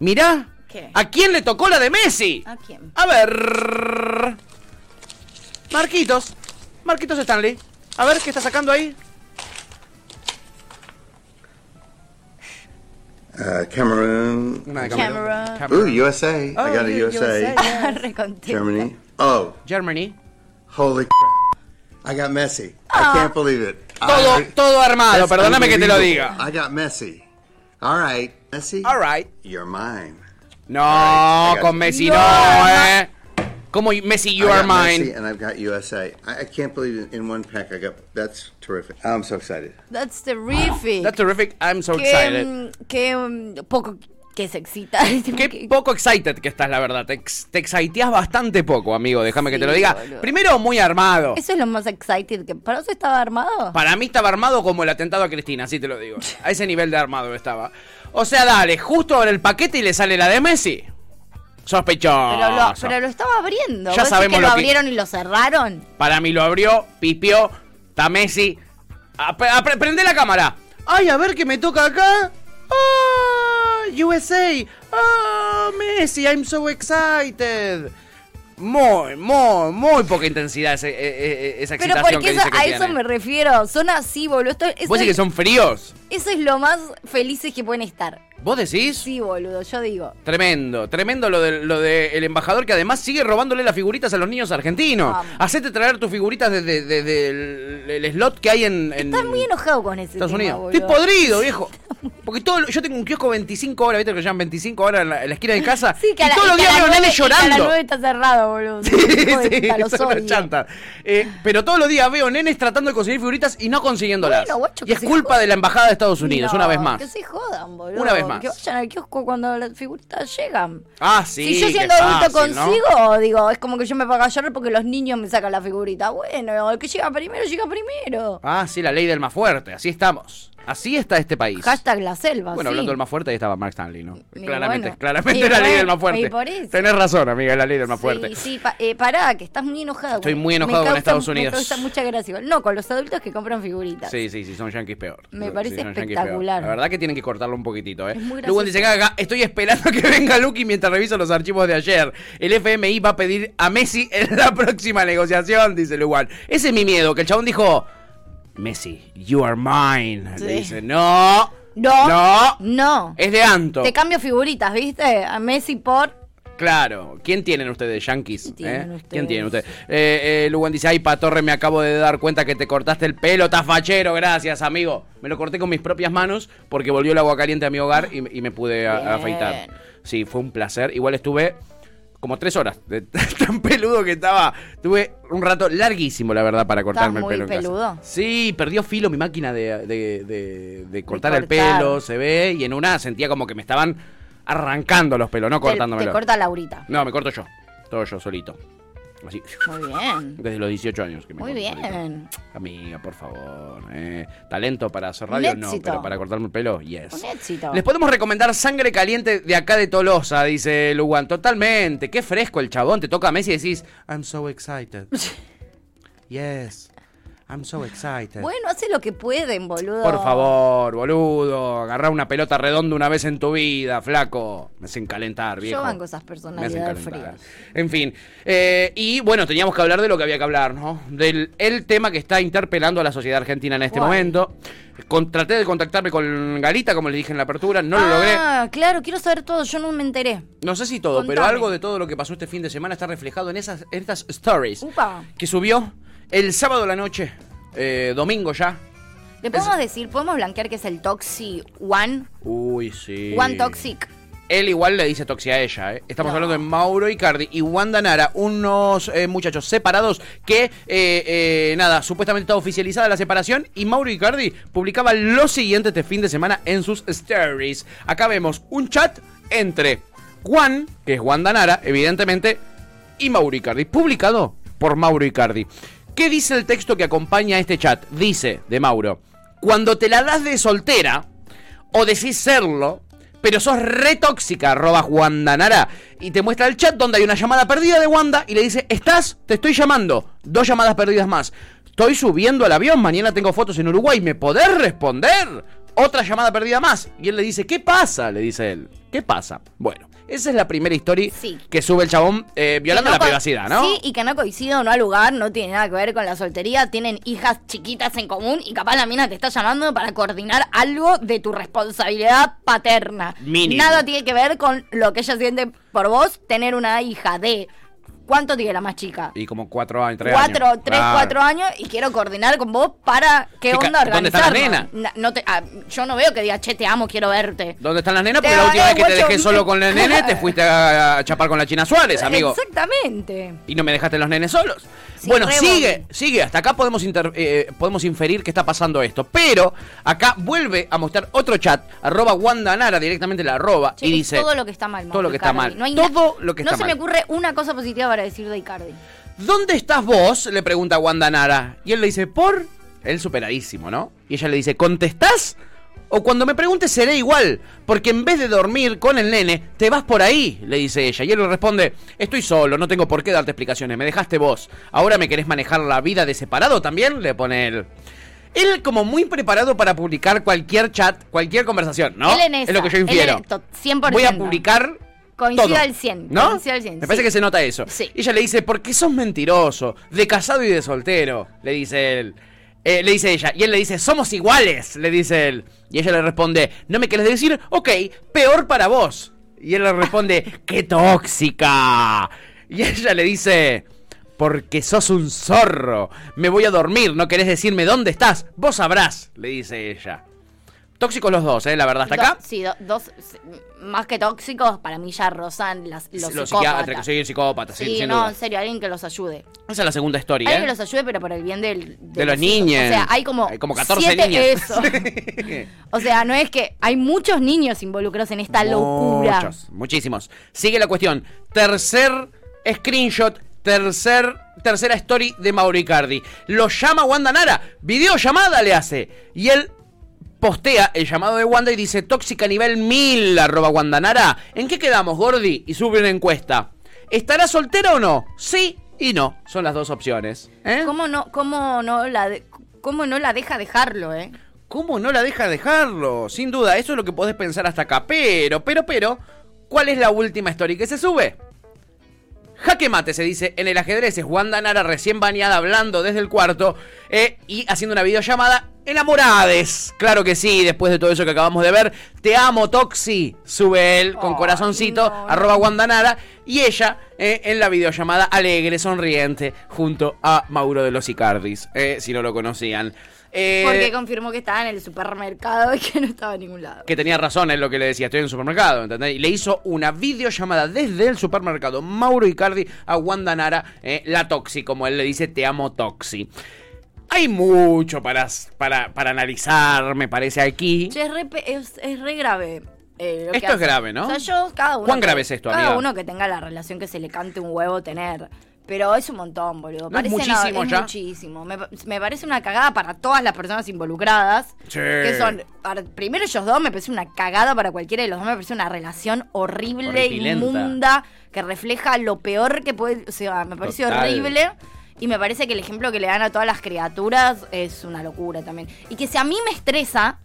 [SPEAKER 2] mirá,
[SPEAKER 3] ¿Qué? Ah.
[SPEAKER 2] ¿a quién le tocó la de Messi?
[SPEAKER 3] ¿A quién?
[SPEAKER 2] A ver. Marquitos, Marquitos Stanley. A ver qué está sacando ahí.
[SPEAKER 12] Uh, Cameroon.
[SPEAKER 3] Cameron.
[SPEAKER 12] Ooh, USA. I got a
[SPEAKER 3] Ay,
[SPEAKER 12] USA.
[SPEAKER 3] Re contenta.
[SPEAKER 12] Germany. Oh,
[SPEAKER 2] Germany.
[SPEAKER 12] holy crap. I got Messi. I can't believe it.
[SPEAKER 2] Todo-
[SPEAKER 12] I-
[SPEAKER 2] todo armado,
[SPEAKER 12] That's
[SPEAKER 2] perdóname que te lo
[SPEAKER 12] unbelievable.
[SPEAKER 2] diga.
[SPEAKER 12] I got Messi. All right, Messi.
[SPEAKER 2] All right.
[SPEAKER 12] You're mine.
[SPEAKER 2] No,
[SPEAKER 12] All right, I got
[SPEAKER 2] con
[SPEAKER 12] you.
[SPEAKER 2] Messi no, ¿eh? Como Messi, you
[SPEAKER 12] I
[SPEAKER 2] are
[SPEAKER 12] got Messi
[SPEAKER 2] mine.
[SPEAKER 12] and I've got USA. I, I can't believe it. in one pack I got. That's terrific. I'm so excited.
[SPEAKER 3] That's terrific.
[SPEAKER 2] That's terrific, I'm so excited.
[SPEAKER 3] Qué, mm, qué, mm, poco que se excita.
[SPEAKER 2] Qué poco excited que estás, la verdad. Te, ex- te exciteás bastante poco, amigo. Déjame que te lo
[SPEAKER 3] Sí,
[SPEAKER 2] diga.
[SPEAKER 3] boludo.
[SPEAKER 2] Primero, muy armado.
[SPEAKER 3] Eso es lo más excited que. ¿Para eso estaba armado?
[SPEAKER 2] Para mí estaba armado como el atentado a Cristina, así te lo digo. A ese nivel de armado estaba. O sea, dale, justo ahora el paquete y le sale la de Messi. Sospechoso.
[SPEAKER 3] Pero lo, pero lo estaba abriendo. ¿Vos
[SPEAKER 2] Ya
[SPEAKER 3] decís
[SPEAKER 2] sabemos
[SPEAKER 3] que
[SPEAKER 2] lo
[SPEAKER 3] lo
[SPEAKER 2] que-
[SPEAKER 3] abrieron y lo cerraron.
[SPEAKER 2] Para mí lo abrió, pipió, está Messi. Ap- apre- prende la cámara. Ay, a ver qué me toca acá. ¡Ah! USA. ¡Ah! Messi, I'm so excited. Muy, muy, muy poca intensidad ese- e- e- e- esa
[SPEAKER 3] Pero
[SPEAKER 2] excitación
[SPEAKER 3] porque
[SPEAKER 2] que
[SPEAKER 3] eso-
[SPEAKER 2] dice que
[SPEAKER 3] a
[SPEAKER 2] tiene.
[SPEAKER 3] eso me refiero. Son así, boludo. Esto- eso,
[SPEAKER 2] ¿Vos decís que
[SPEAKER 3] es,
[SPEAKER 2] son fríos?
[SPEAKER 3] eso es lo más felices que pueden estar.
[SPEAKER 2] ¿Vos decís?
[SPEAKER 3] Sí, boludo, yo digo.
[SPEAKER 2] Tremendo, tremendo lo del lo de el embajador que además sigue robándole las figuritas a los niños argentinos.
[SPEAKER 3] Vamos.
[SPEAKER 2] Hacete traer tus figuritas desde de, de- el, el slot que hay en, en
[SPEAKER 3] Estás muy enojado con ese
[SPEAKER 2] Mm. Estados
[SPEAKER 3] tema,
[SPEAKER 2] Unidos.
[SPEAKER 3] boludo.
[SPEAKER 2] Estoy podrido, viejo. Porque todo, lo- yo tengo un kiosco 25 horas, ¿viste? Que lo llaman 25 horas en la, en la esquina de casa.
[SPEAKER 3] Sí, que a
[SPEAKER 2] y
[SPEAKER 3] la-
[SPEAKER 2] todos los
[SPEAKER 3] que a
[SPEAKER 2] días
[SPEAKER 3] las
[SPEAKER 2] veo
[SPEAKER 3] nueve-
[SPEAKER 2] nenes
[SPEAKER 3] y que A las
[SPEAKER 2] llorando.
[SPEAKER 3] 9 está cerrado, boludo. Hijo de puta, los
[SPEAKER 2] son unas
[SPEAKER 3] odio.
[SPEAKER 2] chantas. Eh, pero todos los días veo nenes tratando de conseguir figuritas y no consiguiéndolas.
[SPEAKER 3] Bueno, guacho,
[SPEAKER 2] y
[SPEAKER 3] que
[SPEAKER 2] es
[SPEAKER 3] se
[SPEAKER 2] culpa
[SPEAKER 3] joda.
[SPEAKER 2] de la embajada de Estados Unidos,
[SPEAKER 3] No,
[SPEAKER 2] una vez más.
[SPEAKER 3] Que se jodan, boludo.
[SPEAKER 2] Una vez más.
[SPEAKER 3] Que vayan al kiosco cuando las figuritas llegan.
[SPEAKER 2] Ah, sí.
[SPEAKER 3] si yo
[SPEAKER 2] qué
[SPEAKER 3] siendo adulto
[SPEAKER 2] fácil, ¿no?
[SPEAKER 3] consigo, digo, es como que yo me pago a llorar porque los niños me sacan la figurita. Bueno, el que llega primero, llega primero.
[SPEAKER 2] Ah, sí, la ley del más fuerte. Así estamos. Así está este país.
[SPEAKER 3] Hashtag la selva,
[SPEAKER 2] bueno,
[SPEAKER 3] sí.
[SPEAKER 2] hablando del más fuerte, ahí estaba Mark Stanley, ¿no?
[SPEAKER 3] Y
[SPEAKER 2] claramente,
[SPEAKER 3] bueno.
[SPEAKER 2] claramente
[SPEAKER 3] Y
[SPEAKER 2] la ley
[SPEAKER 3] bueno,
[SPEAKER 2] del más
[SPEAKER 3] y
[SPEAKER 2] fuerte.
[SPEAKER 3] por eso.
[SPEAKER 2] Tenés razón, amiga, es la ley del más fuerte.
[SPEAKER 3] Sí, sí, pa- eh, pará, que estás muy enojado.
[SPEAKER 2] Estoy
[SPEAKER 3] con-
[SPEAKER 2] muy enojado
[SPEAKER 3] me
[SPEAKER 2] con
[SPEAKER 3] causa-
[SPEAKER 2] Estados Unidos.
[SPEAKER 3] Me causa mucha gracia. igual. No, con los adultos que compran figuritas.
[SPEAKER 2] Sí, sí, sí, son yankees peor.
[SPEAKER 3] Me
[SPEAKER 2] Sí,
[SPEAKER 3] parece
[SPEAKER 2] son yanquis peor.
[SPEAKER 3] espectacular.
[SPEAKER 2] La verdad que tienen que cortarlo un poquitito, ¿eh?
[SPEAKER 3] Es muy
[SPEAKER 2] Luego
[SPEAKER 3] gracioso.
[SPEAKER 2] dice, "Gaga, estoy esperando que venga Lucky mientras reviso los archivos de ayer. El FMI va a pedir a Messi en la próxima negociación, dice Luan. Ese es mi miedo, que el chabón dijo, Messi, you are mine. Le
[SPEAKER 3] Sí.
[SPEAKER 2] dice, no,
[SPEAKER 3] No.
[SPEAKER 2] no,
[SPEAKER 3] No.
[SPEAKER 2] es de Anto.
[SPEAKER 3] Te cambio figuritas, ¿viste? A Messi por.
[SPEAKER 2] Claro, ¿quién tienen ustedes, Yankees?
[SPEAKER 3] tienen
[SPEAKER 2] eh?
[SPEAKER 3] ustedes?
[SPEAKER 2] ¿Quién tienen ustedes? Eh, eh, Luwan dice, ay, Patorre, me acabo de dar cuenta que te cortaste el pelo, tafachero, gracias, amigo. Me lo corté con mis propias manos porque volvió el agua caliente a mi hogar y, y me pude a-
[SPEAKER 3] Bien.
[SPEAKER 2] afeitar. Sí, fue un placer. Igual estuve como tres horas, de- tan peludo que estaba. Tuve un rato larguísimo, la verdad, para cortarme
[SPEAKER 3] Estás muy
[SPEAKER 2] el pelo. en casa.
[SPEAKER 3] peludo.
[SPEAKER 2] Sí, perdió filo mi máquina de, de- de- de cortar el
[SPEAKER 3] cortar.
[SPEAKER 2] pelo, se ve, y en una sentía como que me estaban arrancando los pelos, no
[SPEAKER 3] Te,
[SPEAKER 2] cortándomelo.
[SPEAKER 3] te corta Laurita.
[SPEAKER 2] No, me corto yo. Todo yo solito. Así.
[SPEAKER 3] Muy bien.
[SPEAKER 2] Desde los 18 años que me
[SPEAKER 3] Muy
[SPEAKER 2] corto
[SPEAKER 3] bien.
[SPEAKER 2] solito. Amiga, por favor. eh. Talento para hacer radio,
[SPEAKER 3] Un
[SPEAKER 2] no,
[SPEAKER 3] éxito.
[SPEAKER 2] pero para cortarme el pelo, yes.
[SPEAKER 3] Un éxito.
[SPEAKER 2] Les podemos recomendar sangre caliente de acá de Tolosa, dice Lugan. Totalmente, qué fresco el chabón. Te toca a Messi y decís, I'm so excited. yes. I'm so excited.
[SPEAKER 3] Bueno, hace lo que pueden, boludo.
[SPEAKER 2] Eh. Por favor, boludo. Agarrá una pelota redonda una vez en tu vida, flaco. Me hacen calentar, viejo.
[SPEAKER 3] Yo banco esas
[SPEAKER 2] Me hacen
[SPEAKER 3] personalidades
[SPEAKER 2] calentar.
[SPEAKER 3] frías.
[SPEAKER 2] En fin. eh, y bueno, teníamos que hablar de lo que había que hablar, ¿no? Del el tema que está interpelando a la sociedad argentina en este
[SPEAKER 3] ¿Cuál?
[SPEAKER 2] momento. Con- traté de contactarme con Galita, como le dije en la apertura, no lo logré.
[SPEAKER 3] Ah, claro, quiero saber todo. Yo no me enteré.
[SPEAKER 2] No sé si todo, pero
[SPEAKER 3] Contame.
[SPEAKER 2] algo de todo lo que pasó este fin de semana está reflejado en esas en estas stories
[SPEAKER 3] Upa.
[SPEAKER 2] que subió el sábado a la noche, eh, domingo ya.
[SPEAKER 3] ¿Le podemos decir, podemos blanquear que es el Toxi One?
[SPEAKER 2] Uy, sí.
[SPEAKER 3] One Toxic.
[SPEAKER 2] Él igual le dice toxi a ella. ¿eh? Estamos hablando de Mauro Icardi y Wanda Nara, unos eh, muchachos separados que, eh, eh, nada, supuestamente está oficializada la separación. Y Mauro Icardi publicaba lo siguiente este fin de semana en sus stories. Acá vemos un chat entre Juan, que es Wanda Nara, evidentemente, y Mauro Icardi, publicado por Mauro Icardi. ¿Qué dice el texto que acompaña a este chat? Dice de Mauro: Cuando te la das de soltera o decís serlo, pero sos re tóxica, arroba Wanda Nara. Y te muestra el chat donde hay una llamada perdida de Wanda y le dice, ¿estás? Te estoy llamando. Dos llamadas perdidas más. Estoy subiendo al avión, mañana tengo fotos en Uruguay, ¿me podés responder? Otra llamada perdida más. Y él le dice, ¿qué pasa? Le dice él, ¿qué pasa? Bueno, esa es la primera historia
[SPEAKER 3] Sí.
[SPEAKER 2] que sube el chabón eh, violando
[SPEAKER 3] Que no
[SPEAKER 2] la
[SPEAKER 3] co-
[SPEAKER 2] privacidad, ¿no?
[SPEAKER 3] Sí, y que no coincido, no al lugar, no tiene nada que ver con la soltería, tienen hijas chiquitas en común y capaz la mina te está llamando para coordinar algo de tu responsabilidad paterna.
[SPEAKER 2] Mínimo.
[SPEAKER 3] Nada tiene que ver con lo que ella siente por vos, tener una hija de... ¿Cuánto tiene la más chica?
[SPEAKER 2] Y como cuatro años, tres
[SPEAKER 3] Cuatro,
[SPEAKER 2] años.
[SPEAKER 3] tres,
[SPEAKER 2] Claro.
[SPEAKER 3] cuatro años y quiero coordinar con vos para qué
[SPEAKER 2] Chica,
[SPEAKER 3] onda
[SPEAKER 2] ¿dónde está
[SPEAKER 3] organizar.
[SPEAKER 2] la
[SPEAKER 3] No te- ah, yo no veo que diga, che, te amo, quiero verte.
[SPEAKER 2] ¿Dónde están las nenas?
[SPEAKER 3] Te
[SPEAKER 2] Porque la última vez
[SPEAKER 3] vale
[SPEAKER 2] que te
[SPEAKER 3] guacho, Eh,
[SPEAKER 2] dejé solo con la nene, te fuiste a, a chapar con la China Suárez, amigo.
[SPEAKER 3] Exactamente.
[SPEAKER 2] Y no me dejaste los nenes solos. bueno,
[SPEAKER 3] re
[SPEAKER 2] sigue, sigue. Hasta acá podemos, inter- eh, podemos inferir que está pasando esto. Pero acá vuelve a mostrar otro chat, arroba Wanda Nara, directamente la arroba,
[SPEAKER 3] Che,
[SPEAKER 2] y
[SPEAKER 3] es
[SPEAKER 2] dice...
[SPEAKER 3] todo lo que está mal.
[SPEAKER 2] todo lo que está
[SPEAKER 3] Mauro Icardi.
[SPEAKER 2] mal.
[SPEAKER 3] No hay
[SPEAKER 2] Todo
[SPEAKER 3] na-
[SPEAKER 2] lo que
[SPEAKER 3] no
[SPEAKER 2] está
[SPEAKER 3] se
[SPEAKER 2] mal.
[SPEAKER 3] me ocurre una cosa positiva para decir de Icardi.
[SPEAKER 2] ¿Dónde estás vos? Le pregunta Wanda Nara. Y él le dice, ¿por? Él superadísimo, ¿no? Y ella le dice, ¿contestás? O cuando me preguntes seré igual, porque en vez de dormir con el nene, te vas por ahí, le dice ella. Y él le responde, estoy solo, no tengo por qué darte explicaciones, me dejaste vos. ¿Ahora me querés manejar la vida de separado también? Le pone él. Él como muy preparado para publicar cualquier chat, cualquier conversación, ¿no?
[SPEAKER 3] Él en esa.
[SPEAKER 2] Es lo que yo
[SPEAKER 3] Él en
[SPEAKER 2] infiero.
[SPEAKER 3] to- 100%.
[SPEAKER 2] Voy a publicar
[SPEAKER 3] Coincido
[SPEAKER 2] todo.
[SPEAKER 3] al 100.
[SPEAKER 2] ¿No?
[SPEAKER 3] Coincido al 100.
[SPEAKER 2] Me parece
[SPEAKER 3] sí.
[SPEAKER 2] que se nota eso.
[SPEAKER 3] Sí.
[SPEAKER 2] Y ella le dice, ¿por qué sos mentiroso? De casado y de soltero, le dice él. Eh, le dice ella. Y él le dice, somos iguales, le dice él. Y ella le responde, ¿no me querés decir? Ok, peor para vos. Y él le responde, ¡qué tóxica! Y ella le dice, porque sos un zorro. Me voy a dormir, no querés decirme dónde estás. Vos sabrás, le dice ella. Tóxicos los dos, ¿eh? La verdad, hasta
[SPEAKER 3] Do-
[SPEAKER 2] acá.
[SPEAKER 3] sí, do- dos s- más que tóxicos, para mí ya rozan las, los, psicópatas.
[SPEAKER 2] sí, psicópatas, sí,
[SPEAKER 3] Sí,
[SPEAKER 2] sin
[SPEAKER 3] no,
[SPEAKER 2] duda.
[SPEAKER 3] en serio, alguien que los ayude.
[SPEAKER 2] Esa es la segunda historia.
[SPEAKER 3] Alguien
[SPEAKER 2] ¿eh?
[SPEAKER 3] que los ayude, pero por el bien del,
[SPEAKER 2] De los
[SPEAKER 3] hijos.
[SPEAKER 2] niños.
[SPEAKER 3] O sea, hay como,
[SPEAKER 2] Hay como 14
[SPEAKER 3] siete-
[SPEAKER 2] niños.
[SPEAKER 3] Eso. o sea, no es que hay muchos niños involucrados en esta locura.
[SPEAKER 2] Muchos, muchísimos. Sigue la cuestión. Tercer screenshot, tercer, tercera story de Mauro Icardi. Lo llama Wanda Nara. Videollamada le hace. Y él postea el llamado de Wanda y dice tóxica nivel 1000, arroba Wanda Nara. ¿En qué quedamos, Gordi? Y sube una encuesta. ¿Estará soltera o no? Sí y no. Son las dos opciones. ¿eh?
[SPEAKER 3] ¿Cómo, no, cómo, no la de- ¿Cómo no la deja dejarlo, eh?
[SPEAKER 2] ¿Cómo no la deja dejarlo? Sin duda, eso es lo que podés pensar hasta acá. Pero, pero, pero, ¿cuál es la última story que se sube? Jaque mate, se dice en el ajedrez. Es Wanda Nara recién bañada hablando desde el cuarto eh, y haciendo una videollamada. Enamorades, claro que sí, después de todo eso que acabamos de ver. Te amo, Toxi, sube él con corazoncito, arroba Wanda Nara. Y ella eh, en la videollamada alegre, sonriente, junto a Mauro de los Icardis, eh, si no lo conocían. Eh,
[SPEAKER 3] Porque confirmó que estaba en el supermercado y que no estaba en ningún lado.
[SPEAKER 2] que tenía razón en lo que le decía, estoy en el supermercado, ¿entendés? Y le hizo una videollamada desde el supermercado Mauro Icardi a Wanda Nara, eh, la Toxi, como él le dice, te amo Toxi. Hay mucho para, para, para analizar, me parece, aquí.
[SPEAKER 3] Che, es re, pe- es, es re grave. eh, lo que
[SPEAKER 2] Esto es
[SPEAKER 3] hace.
[SPEAKER 2] grave, ¿no?
[SPEAKER 3] O sea, yo, cada uno.
[SPEAKER 2] ¿Cuán
[SPEAKER 3] que-
[SPEAKER 2] grave es esto,
[SPEAKER 3] Cada
[SPEAKER 2] amiga?
[SPEAKER 3] uno que tenga la relación que se le cante un huevo tener. Pero es un montón, boludo.
[SPEAKER 2] ¿No es
[SPEAKER 3] Parece una-
[SPEAKER 2] muchísimo
[SPEAKER 3] es
[SPEAKER 2] ya?
[SPEAKER 3] muchísimo. Me, pa- me parece una cagada para todas las personas involucradas.
[SPEAKER 2] Sí.
[SPEAKER 3] Que son. para- primero ellos dos me parece una cagada para cualquiera de los dos. Me parece una relación horrible,
[SPEAKER 2] Horripilenta.
[SPEAKER 3] inmunda, que refleja lo peor que puede. O sea, me parece
[SPEAKER 2] Total.
[SPEAKER 3] horrible. Y me parece que el ejemplo que le dan a todas las criaturas es una locura también. Y que si a mí me estresa,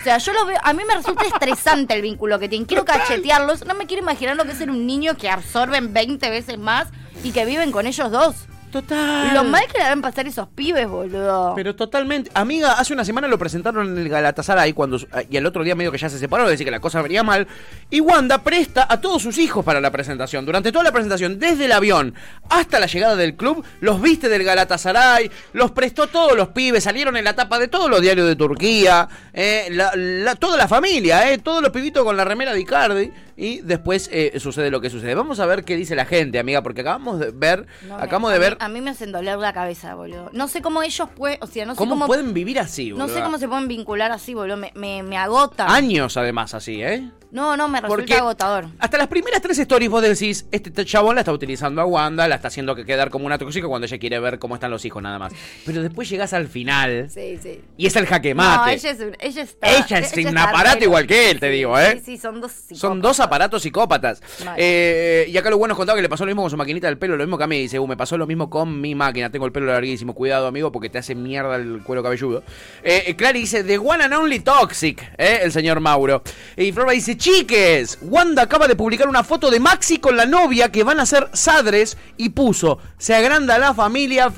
[SPEAKER 3] o sea, yo lo veo, a mí me resulta estresante el vínculo que tienen. Quiero cachetearlos. No me quiero imaginar lo que es ser un niño que absorben 20 veces más y que viven con ellos dos.
[SPEAKER 2] Total.
[SPEAKER 3] Lo mal que le deben pasar esos pibes, boludo.
[SPEAKER 2] Pero totalmente. Amiga, hace una semana lo presentaron en el Galatasaray cuando, ah, y el otro día medio que ya se separaron, decir que la cosa venía mal. Y Wanda presta a todos sus hijos para la presentación. Durante toda la presentación, desde el avión hasta la llegada del club, los viste del Galatasaray, los prestó todos los pibes, salieron en la tapa de todos los diarios de Turquía, eh, la- la- toda la familia, eh, todos los pibitos con la remera de Icardi. Y después eh, sucede lo que sucede. Vamos a ver qué dice la gente, amiga, porque acabamos de ver,
[SPEAKER 3] No, me-
[SPEAKER 2] acabamos
[SPEAKER 3] a
[SPEAKER 2] de
[SPEAKER 3] mí-
[SPEAKER 2] ver
[SPEAKER 3] A mí me hacen doler la cabeza, boludo. No sé cómo ellos pueden. O sea, no sé
[SPEAKER 2] cómo,
[SPEAKER 3] cómo.
[SPEAKER 2] pueden vivir así, boludo.
[SPEAKER 3] no sé cómo se pueden vincular así, boludo. Me, me, me agota.
[SPEAKER 2] Años además así, ¿eh?
[SPEAKER 3] No, no, me resulta
[SPEAKER 2] Porque-
[SPEAKER 3] agotador.
[SPEAKER 2] Hasta las primeras tres stories vos decís, este t- chabón la está utilizando a Wanda, la está haciendo que quedar como una tóxica cuando ella quiere ver cómo están los hijos nada más. Pero después llegás al final
[SPEAKER 3] Sí, sí.
[SPEAKER 2] y es el jaque
[SPEAKER 3] No,
[SPEAKER 2] mate.
[SPEAKER 3] ella es, un- ella está-
[SPEAKER 2] Ella es un
[SPEAKER 3] está
[SPEAKER 2] aparato
[SPEAKER 3] re-
[SPEAKER 2] igual que él, te digo, ¿eh?
[SPEAKER 3] Sí, sí, son dos
[SPEAKER 2] Son dos aparatos psicópatas.
[SPEAKER 3] Mal.
[SPEAKER 2] Eh, y acá lo bueno es contaba que le pasó lo mismo con su maquinita del pelo, lo mismo que a mí. Dice, "Uh, me pasó lo mismo con mi máquina. Tengo el pelo larguísimo. Cuidado, amigo, porque te hace mierda el cuero cabelludo. Eh, eh, Clary dice, The One and Only Toxic, eh, el señor Mauro. Y Florba dice, chiques, Wanda acaba de publicar una foto de Maxi con la novia que van a ser sadres y puso, se agranda la familia,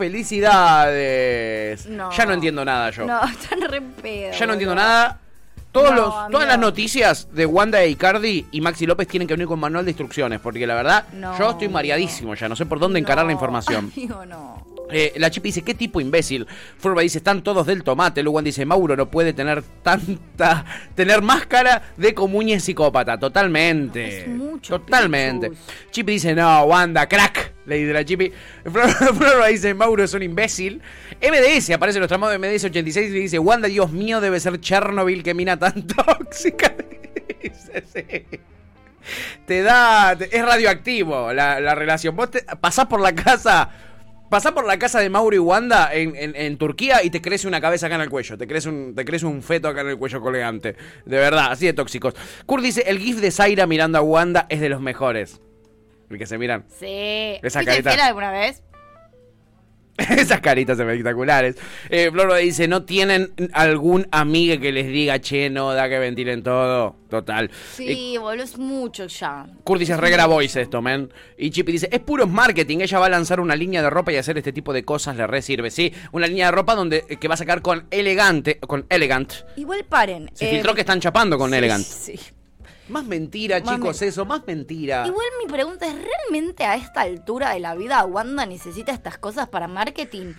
[SPEAKER 2] felicidades.
[SPEAKER 3] No.
[SPEAKER 2] Ya no entiendo nada yo.
[SPEAKER 3] No, están re pedo.
[SPEAKER 2] Ya no
[SPEAKER 3] boludo.
[SPEAKER 2] entiendo nada. Todos
[SPEAKER 3] No,
[SPEAKER 2] los,
[SPEAKER 3] amigo.
[SPEAKER 2] todas las noticias de Wanda e Icardi y Maxi López tienen que venir con manual de instrucciones, porque la verdad,
[SPEAKER 3] No,
[SPEAKER 2] yo estoy mareadísimo ya, no sé por dónde encarar la información.
[SPEAKER 3] Amigo, no.
[SPEAKER 2] Eh, la chipi dice, ¿qué tipo imbécil? Furba dice, están todos del tomate. Luwan dice, Mauro no puede tener tanta, tener máscara de comuñe psicópata. Totalmente. Totalmente. Chipi dice, no, Wanda, crack. Le dice la Chipi. Florba dice, Mauro es un imbécil. MDS, aparece nuestra moda MDS 86 y le dice, Wanda, Dios mío, debe ser Chernobyl que mina tan tóxica. Dice, sí. Te da, te- es radioactivo la, la relación. Vos te, pasás por la casa Pasá por la casa de Mauro y Wanda en, en- en Turquía y te crece una cabeza acá en el cuello. Te crece, un, te crece un feto acá en el cuello colgante. De verdad, así de tóxicos. Kurt dice, el gif de Zaira mirando a Wanda es de los mejores. El que se miran.
[SPEAKER 3] Sí.
[SPEAKER 2] Esa
[SPEAKER 3] ¿Viste
[SPEAKER 2] careta.
[SPEAKER 3] Fiera alguna vez?
[SPEAKER 2] Esas caritas espectaculares. Eh, Floro dice, ¿no tienen algún amigo que les diga, che, no, da que ventilen todo? Total. Eh,
[SPEAKER 3] Sí, boludo, es mucho ya.
[SPEAKER 2] Kurt dice, regra voice esto, men. Y Chippy dice, es puro marketing, ella va a lanzar una línea de ropa y hacer este tipo de cosas le resirve, sí. Una línea de ropa donde eh, que va a sacar con elegante, con elegant.
[SPEAKER 3] Igual paren.
[SPEAKER 2] Se
[SPEAKER 3] eh,
[SPEAKER 2] filtró que están chapando con
[SPEAKER 3] sí,
[SPEAKER 2] elegant.
[SPEAKER 3] sí.
[SPEAKER 2] Más mentira,
[SPEAKER 3] Más
[SPEAKER 2] chicos, eso, más mentira.
[SPEAKER 3] Igual mi pregunta es, ¿realmente a esta altura de la vida Wanda necesita estas cosas para marketing?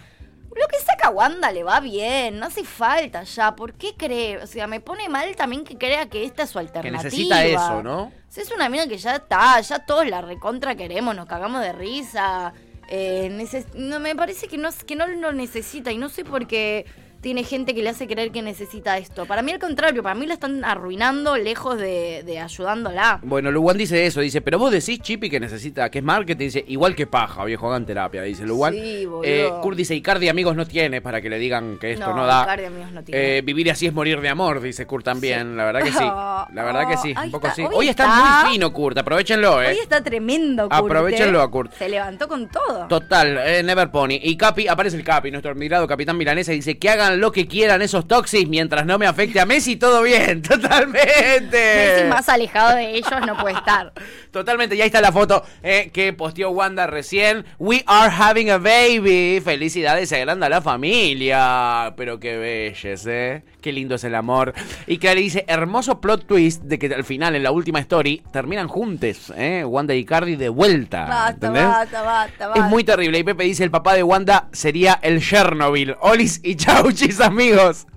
[SPEAKER 3] Lo que saca Wanda le va bien, no hace falta ya. ¿Por qué cree? O sea, me pone mal también que crea que esta es su
[SPEAKER 2] que
[SPEAKER 3] alternativa.
[SPEAKER 2] necesita eso, ¿no?
[SPEAKER 3] Si es una mina que ya está, ya todos la recontra queremos, nos cagamos de risa. Eh, neces- no, me parece que no, que no lo necesita y no sé por qué tiene gente que le hace creer que necesita esto. Para mí al contrario, para mí la están arruinando lejos de, de ayudándola.
[SPEAKER 2] Bueno, Luwan dice eso, dice, pero vos decís, Chippy, que necesita, que es marketing, dice, igual que paja, viejo, hagan terapia, dice Luwan.
[SPEAKER 3] Sí, boludo.
[SPEAKER 2] Eh, Kurt dice, Icardi amigos no tiene, para que le digan que esto no, da.
[SPEAKER 3] Icardi, amigos, no tiene.
[SPEAKER 2] Eh, vivir así es morir de amor, dice Kurt también. La verdad que sí. La verdad que sí.
[SPEAKER 3] Oh,
[SPEAKER 2] Un poco
[SPEAKER 3] está.
[SPEAKER 2] sí.
[SPEAKER 3] Hoy
[SPEAKER 2] Hoy, está,
[SPEAKER 3] está-
[SPEAKER 2] muy fino, Kurt. Aprovechenlo,
[SPEAKER 3] Hoy
[SPEAKER 2] eh.
[SPEAKER 3] está tremendo, Kurt.
[SPEAKER 2] Aprovechenlo
[SPEAKER 3] eh.
[SPEAKER 2] a Kurt.
[SPEAKER 3] Se levantó con todo.
[SPEAKER 2] Total, eh, Never Pony. Y Capi, aparece el Capi, nuestro admirado capitán milanesa, y dice que hagan lo que quieran esos toxis mientras no me afecte a Messi, todo bien,
[SPEAKER 3] Messi
[SPEAKER 2] totalmente.
[SPEAKER 3] más alejado de ellos no puede estar.
[SPEAKER 2] Totalmente, y ahí está la foto eh, que posteó Wanda recién. We are having a baby. Felicidades, se agranda la familia. Pero qué belles, ¿eh? Qué lindo es el amor. Y Clary dice, hermoso plot twist de que al final, en la última story, terminan juntes, ¿eh? Wanda y Cardi de vuelta.
[SPEAKER 3] Basta,
[SPEAKER 2] Ah, ¿entendés?
[SPEAKER 3] basta, basta, basta.
[SPEAKER 2] Es muy terrible. Y Pepe dice, el papá de Wanda sería el Chernobyl. Olis y chauchis, amigos.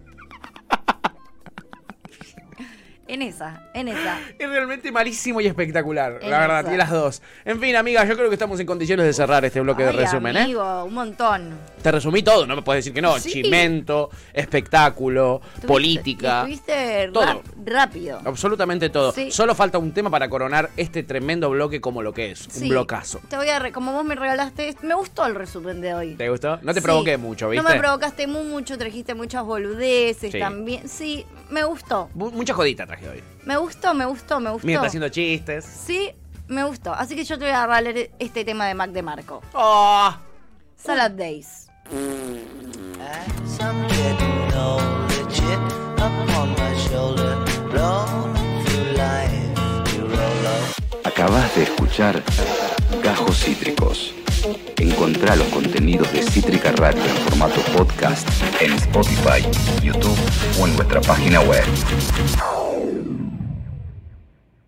[SPEAKER 3] En esa, en esa.
[SPEAKER 2] Es realmente malísimo y espectacular.
[SPEAKER 3] Es
[SPEAKER 2] la verdad,
[SPEAKER 3] verdad.
[SPEAKER 2] tiene las dos. En fin, amigas, yo creo que estamos en condiciones de cerrar este bloque de
[SPEAKER 3] Ay,
[SPEAKER 2] resumen, ¿eh?
[SPEAKER 3] amigo, un montón.
[SPEAKER 2] Te resumí todo, no me puedes decir que no.
[SPEAKER 3] Sí.
[SPEAKER 2] Chimento, espectáculo,
[SPEAKER 3] Tuviste-
[SPEAKER 2] política.
[SPEAKER 3] y Estuviste
[SPEAKER 2] todo.
[SPEAKER 3] rap- rápido.
[SPEAKER 2] Absolutamente todo.
[SPEAKER 3] Sí.
[SPEAKER 2] Solo falta un tema para coronar este tremendo bloque como lo que es.
[SPEAKER 3] Sí.
[SPEAKER 2] Un blocazo.
[SPEAKER 3] Te voy a re- como vos me regalaste, me gustó el resumen de hoy.
[SPEAKER 2] ¿Te gustó? No te
[SPEAKER 3] Sí.
[SPEAKER 2] provoqué mucho, ¿viste?
[SPEAKER 3] No me provocaste mu- mucho, trajiste muchas boludeces
[SPEAKER 2] Sí.
[SPEAKER 3] también. Sí, me gustó.
[SPEAKER 2] Mu- Mucha jodita traje hoy.
[SPEAKER 3] Me gustó, me gustó, me gustó.
[SPEAKER 2] Mirta haciendo chistes.
[SPEAKER 3] Sí, me gustó. Así que yo te voy a regalar este tema de Mac de Marco.
[SPEAKER 2] ¡Oh!
[SPEAKER 3] Salad Days.
[SPEAKER 15] Some getting old, the chip upon my shoulder, blown through life, you roll up.
[SPEAKER 1] Acabas de escuchar Gajos Cítricos. Encontrá los contenidos de Cítrica Radio en formato podcast en Spotify, YouTube o en nuestra página web.